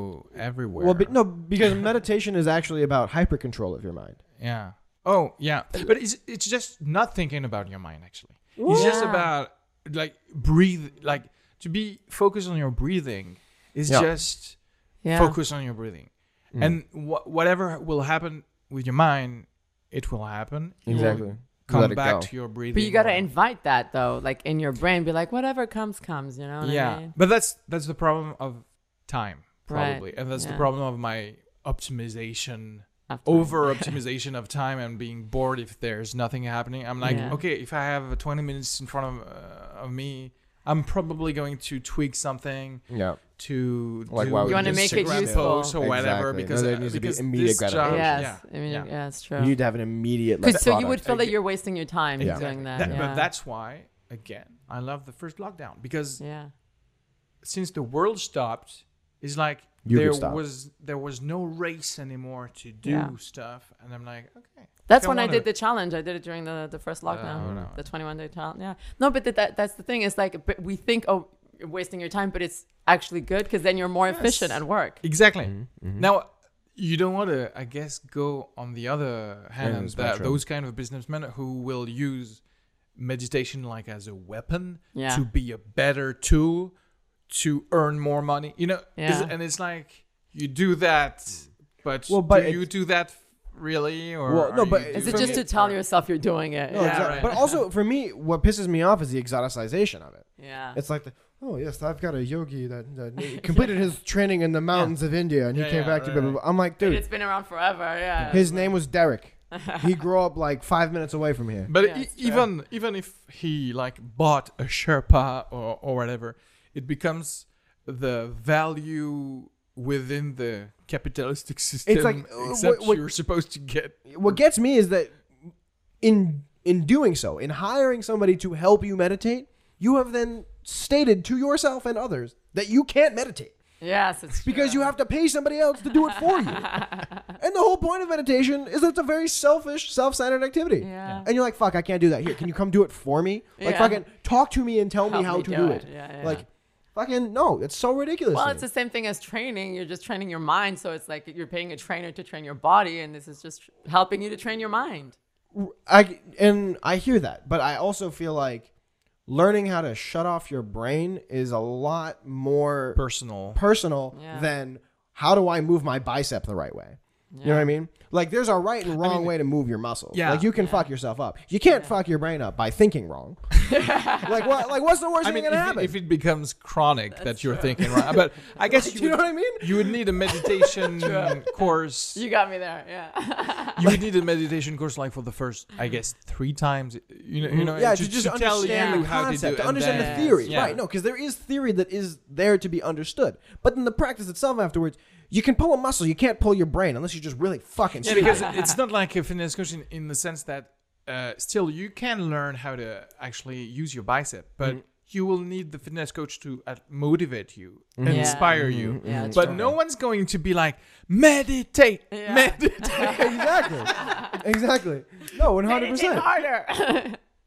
S1: everywhere.
S3: Well, but no, because meditation is actually about hyper control of your mind.
S1: Yeah. Oh, yeah. But it's it's just not thinking about your mind actually. It's just
S4: Yeah.
S1: about like breathe like to be focused on your breathing is
S3: Yeah.
S1: just
S4: Yeah. Mm.
S1: focus on your breathing. And wha whatever will happen with your mind, it will happen. You will
S3: Exactly.
S1: Come
S3: Let it
S1: back
S3: go.
S1: to your breathing.
S4: But you gotta
S1: or-
S4: invite that though, like in your brain, be like, whatever comes, comes. You know? What
S1: Yeah.
S4: I mean?
S1: But that's that's the problem of time
S4: Right.
S1: probably. And that's the
S4: Yeah.
S1: problem of my optimization
S4: After-
S1: over optimization of time and being bored if there's nothing happening. I'm like,
S4: Yeah.
S1: okay, if I have 20 minutes in front of, uh, of me, I'm probably going to tweak something
S3: Yeah.
S1: to
S3: Like,
S1: do
S3: why would
S1: an
S3: You wanna
S4: make it
S1: Instagram
S4: useful.
S1: post or whatever
S3: Exactly.
S1: because
S3: No, there
S1: uh,
S3: needs to be
S1: because
S3: immediate
S1: this job-
S3: gratification.
S4: Yes, I mean,
S1: yeah.
S4: yeah, that's true.
S3: You need to have an immediate. Like,
S4: 'Cause so you would
S3: product.
S4: feel that you're wasting your time
S3: Yeah.
S4: doing that.
S1: That-
S4: yeah.
S1: But that's why again, I love the first lockdown because
S4: yeah,
S1: since the world stopped, it's like
S3: You could
S1: there
S3: stop.
S1: was there was no race anymore to do
S4: Yeah.
S1: stuff, and I'm like, okay,
S4: that's
S1: Come
S4: when I
S1: on
S4: did
S1: over.
S4: the challenge. I did it during the the first lockdown,
S1: Oh, no.
S4: the 21 day challenge. Yeah, no, but that, that that's the thing. It's like but we think, oh, you're wasting your time, but it's actually good because then you're more efficient
S1: Yes.
S4: at work.
S1: Exactly.
S3: Mm-hmm. Hmm?
S1: Now, you don't want to, I guess, go on the other hand
S3: Yeah,
S1: that
S3: spectrum.
S1: those kind of businessmen who will use meditation like as a weapon
S4: Yeah.
S1: to be a better tool to earn more money. You know, is-
S4: Yeah.
S1: and it's like you do that, but,
S3: Hmm. Well, but
S1: do you
S3: it-
S1: do that really? Or
S3: Well, no,
S1: are
S3: but
S1: you
S4: Is
S3: For
S4: it
S1: doing
S4: just to tell yourself you're doing it?
S3: No,
S4: yeah.
S3: exactly.
S1: right.
S3: Oh, But also for me, what pisses me off is the exoticization of it.
S1: Ah.
S4: Yeah.
S3: It's like, the, oh yes, I've got a yogi that,
S1: *laughs*
S3: that completed his training in the mountains of India, and he
S1: Yeah,
S3: came
S1: yeah,
S3: back to.
S1: right, uh,
S3: Blah, blah, blah. I'm like,
S4: But it's
S3: dude,
S4: been around forever. Yeah.
S3: his name was
S1: *laughs*
S3: Derek. He grew up like five minutes away from here.
S1: But
S4: Yeah,
S1: e-
S4: it's true.
S1: even even if he like bought a Sherpa or or whatever, it becomes the value within the capitalistic system.
S3: like, uh, what-
S1: except
S3: what-
S1: you're supposed to get.
S3: What gets me is that in in doing so, in hiring somebody to help you meditate, you have then stated to yourself and others that you can't meditate.
S4: Yes, it's true.
S3: because you have to pay somebody else to do it
S4: *laughs*
S3: for you. and the whole point of meditation is it's a very selfish, self-centered activity.
S4: Yeah.
S3: And you're like, fuck, I can't do that. Here, can you come do it for me? Like,
S4: Yeah.
S3: fucking talk to me and tell me
S4: Help
S3: how
S4: me
S3: to
S4: do
S3: do
S4: it.
S3: it.
S4: Yeah, yeah, yeah.
S3: Like, fucking no, it's so ridiculous.
S4: Well,
S3: to
S4: it's
S3: me.
S4: the same thing as training. You're just training your mind. So it's like you're paying a trainer to train your body, and this is just helping you to train your mind.
S3: I and I hear that, but I also feel like learning how to shut off your brain is a lot more
S1: Personal.
S3: personal
S4: Yeah.
S3: than how do I move my bicep the right way. You know what I mean? Like there's a right and wrong way to move your muscles.
S1: yeah.
S3: Like you can fuck yourself up. You can't fuck your brain up by thinking
S1: *laughs*
S3: wrong. like what like what's the worst
S1: I mean,
S3: thing gonna
S1: if,
S3: happen?
S1: it- if it becomes chronic that you're thinking, right?
S3: *laughs*
S1: But I guess you,
S3: you know
S1: would,
S3: what I mean?
S1: You would need a
S3: *laughs*
S1: meditation course.
S4: You got me there. Yeah.
S1: *laughs* You would need a meditation course like for the first, I guess, three times. You know, you know,
S3: Mm-hmm. yeah,
S1: to,
S3: to just
S1: to tell
S3: understand
S1: you
S3: the
S1: how
S3: concept,
S1: do it,
S3: to
S1: and
S3: understand
S1: then-
S3: the theory,
S1: Yeah.
S3: right? No, because there is theory that is there to be understood, but then the practice itself afterwards, you can pull a muscle, you can't pull your brain unless you're just really fucking.
S1: Yeah,
S3: stupid.
S1: because it's not like a fitness coach in, in the sense that uh, still you can learn how to actually use your bicep, but
S4: Mm.
S1: you will need the fitness coach to uh, motivate you, and
S4: Yeah.
S1: inspire you.
S4: Mm-hmm. Yeah, that's
S1: but no one's going to be like, meditate,
S4: Yeah.
S1: *laughs* meditate.
S4: *laughs*
S1: *laughs*
S3: exactly, exactly. No, one hundred
S4: Meditate
S3: percent.
S4: harder.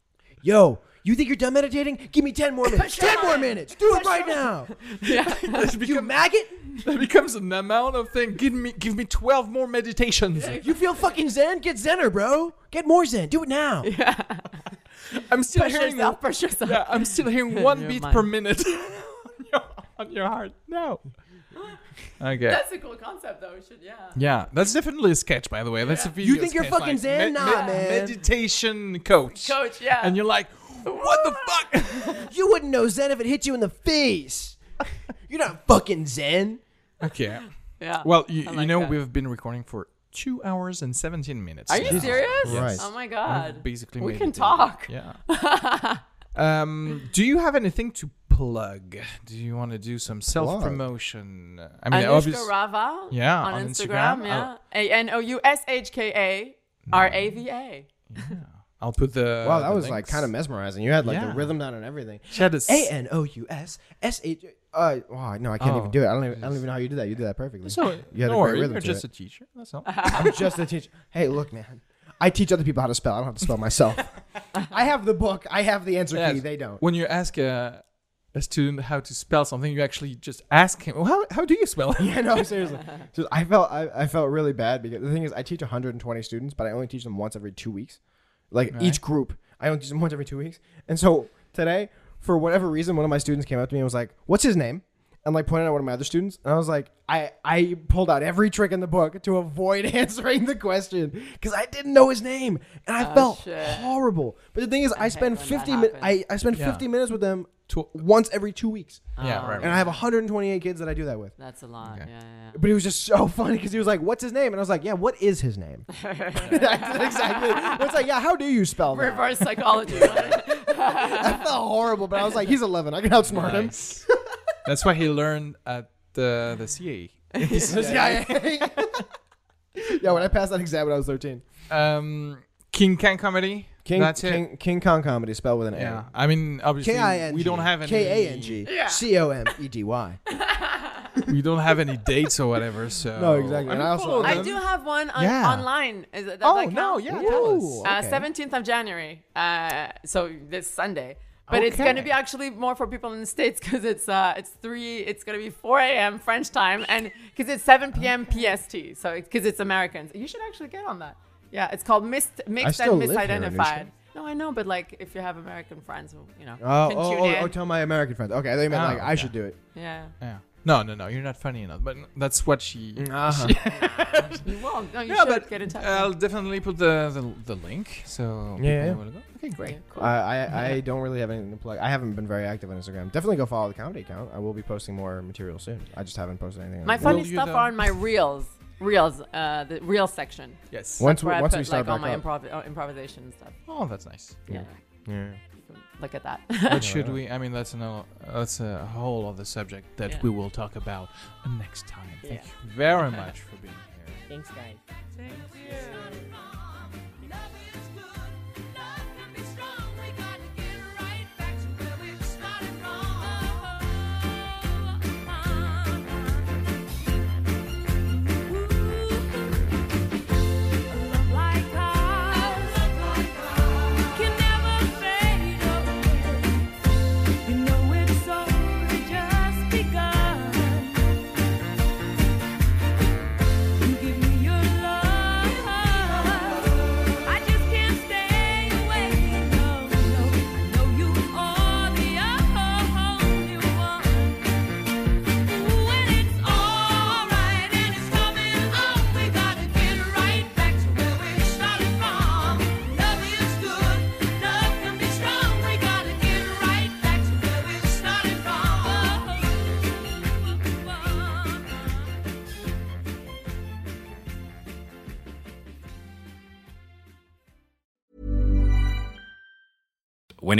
S4: *laughs*
S3: Yo, you think you're done meditating? Give me ten more minutes. ten more minutes. Do it right
S1: *laughs*
S3: now.
S1: That
S3: *laughs* You
S1: become-
S3: maggot.
S1: that becomes an amount of thing. Give me, give me twelve more meditations.
S3: You feel fucking zen? Get zener, bro. Get more zen. Do it now.
S1: *laughs* I'm still
S4: push
S1: hearing,
S4: yourself. Push yourself.
S1: yeah, I'm still hearing one
S4: Your
S1: beat
S4: mind.
S1: per minute *laughs* on, your, on your heart.
S4: *laughs*
S1: No. Okay.
S4: *laughs* That's a cool concept, though. We should, yeah.
S1: Yeah, that's definitely a sketch, by the way. That's a video.
S3: You think you're
S1: sketch,
S3: fucking
S1: like,
S3: Zen? Nah, man.
S1: Meditation coach.
S4: Coach, yeah.
S1: And you're like, what the
S4: *laughs*
S1: fuck?
S3: You wouldn't know zen if it hit you in the face. You're not fucking zen.
S1: okay.
S4: yeah.
S1: Well, you,
S4: I
S1: you
S4: like
S1: know,
S4: that.
S1: we've been recording for two hours and 17 minutes.
S4: Are you
S1: now.
S4: serious?
S3: Christ.
S4: Oh my
S1: We've
S4: god.
S1: Basically,
S4: We can
S1: meditated.
S4: talk.
S1: Yeah.
S4: *laughs*
S1: um, do you have anything to plug? Do you want to do some self promotion? I mean,
S4: Anushka
S1: obviously.
S4: Rava.
S1: Yeah,
S4: On,
S1: on Instagram.
S4: Instagram.
S1: Oh.
S4: Yeah. A N O U S H K A R A V A.
S1: I'll put the.
S3: Wow, that was like kind of mesmerizing. You had like
S1: Yeah.
S3: the rhythm down and everything.
S1: Shadows.
S3: A N O U S S H. Uh, wow, no, I can't
S1: Oh.
S3: even do it. I don't even, I don't even know how you do that. You did that perfectly.
S1: So,
S3: you
S1: don't
S3: had a great
S1: worry,
S3: rhythm
S1: you're
S3: to
S1: just
S3: it.
S1: a teacher. That's
S4: *laughs*
S1: all.
S3: I'm just a teacher. Hey, look, man. I teach other people how to spell. I don't have to
S1: *laughs*
S3: spell myself. I have the book. I have the answer key.
S1: Yes.
S3: They don't.
S1: When you ask a, a student how to spell something, you actually just ask him, well, how, how do you spell it? *laughs*
S3: *laughs* Yeah, no, seriously. Just, I felt I, I felt really bad because the thing is, I teach 120 students, but I only teach them once every two weeks. Like each group, I only teach them once every two weeks. And so today, for whatever reason, one of my students came up to me and was like, "What's his name?" And like pointed out one of my other students, and I was like, I I pulled out every trick in the book to avoid *laughs* answering the question because I didn't know his name, and I felt
S4: Oh, shit.
S3: horrible. But the thing is, I, spend
S4: when that
S3: 50 minutes.
S4: happens.
S3: I, I spend
S1: Yeah.
S3: 50 minutes with them
S1: To-
S3: once every two weeks,
S1: yeah, right.
S3: and I have 128 kids that I do that with.
S4: That's a lot.
S1: Okay.
S4: Yeah, yeah.
S3: But it was just so *laughs* funny because he was like, "What's his name?" And I was like, "Yeah, what is his name?"
S4: *laughs*
S3: That's exactly. It's like, "Yeah, how do you spell
S4: yeah.
S3: that?"
S1: *laughs*
S4: Reverse psychology.
S3: I felt horrible, but I was like, "He's 11. I can outsmart him."
S1: Nice. *laughs* That's why he learned at the, the CA.
S3: Yeah, yeah. yeah, when I passed that exam when I was 13.
S1: Um, King Kang Comedy.
S3: King
S1: That's
S3: King,
S1: it.
S3: King Kong comedy spelled with an
S1: Yeah.
S3: A.
S1: I mean, obviously,
S3: K I N G.
S1: we don't have any.
S3: K A N G C O M E D Y.
S1: *laughs* We don't have any dates or
S3: *laughs*
S1: whatever, so.
S3: No, exactly. And I also
S4: I do have one on,
S3: Yeah.
S4: online. Is it, does
S3: Oh
S4: that
S3: no,
S4: count?
S3: yeah, tell us.
S4: Uh,
S3: Okay.
S4: 17th of January. Uh, so this Sunday. But it's
S3: Okay.
S4: going to be actually more for people in the states because it's uh, it's three. It's going to be 4 a.m. French time, and because it's 7 p.m. PST. So because it's Americans, you should actually get on that. Yeah, it's called mist, mixed
S3: still
S4: and
S3: live here in
S4: misidentified.
S3: Houston.
S4: No, I know, but like if you have American friends, who, you know,
S3: Oh,
S4: can
S3: oh,
S4: tune
S3: oh,
S4: in.
S3: oh, tell my American friends. Okay, I thought you meant
S1: Oh,
S3: like I
S1: okay.
S3: should *laughs* do it.
S4: yeah,
S1: Yeah. No, no, no. You're not funny enough. But that's what she.
S3: Uh-huh.
S1: she-
S4: you won't. No, you
S1: yeah,
S4: should
S1: but
S4: get in touch.
S3: uh,
S1: I'll definitely put the the, the link. So
S3: Mm. Yeah, yeah.
S1: people will go. Okay, great.
S4: Great, cool.
S3: I, I, I don't really have anything to plug. I haven't been very active on Instagram. Definitely go follow the comedy account. I will be posting more material soon. I just haven't posted anything. on
S4: my
S3: it.
S4: funny
S1: Will you
S4: stuff
S1: though?
S4: are on my reels, reels, uh, the reel section
S1: Yes.
S3: once we,
S4: where
S3: once
S4: I put
S3: we start
S4: like all my
S3: back up.
S4: improv- uh, improvisation and stuff.
S1: Oh, that's nice.
S4: Yeah,
S3: Yeah.
S4: you can look at that.
S1: But should
S3: yeah.
S1: we? I mean, that's a that's a whole other subject that
S4: Yeah.
S1: we will talk about next time. Thank
S4: Yeah.
S1: you
S4: *laughs*
S1: very much for being here.
S4: *laughs* Thanks, guys.
S12: Love is good. Love can be strong. We gotta get right back to where we started from. Love like ours can never fade away. You know it's only just begun. You give me your love. I just can't stay away. No, no. I know you are the only one. Ooh, and it's alright, and it's coming on. We gotta get right back to where we started from. Love is good. Love can be strong. We gotta get right back to where we started from.
S13: when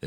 S13: the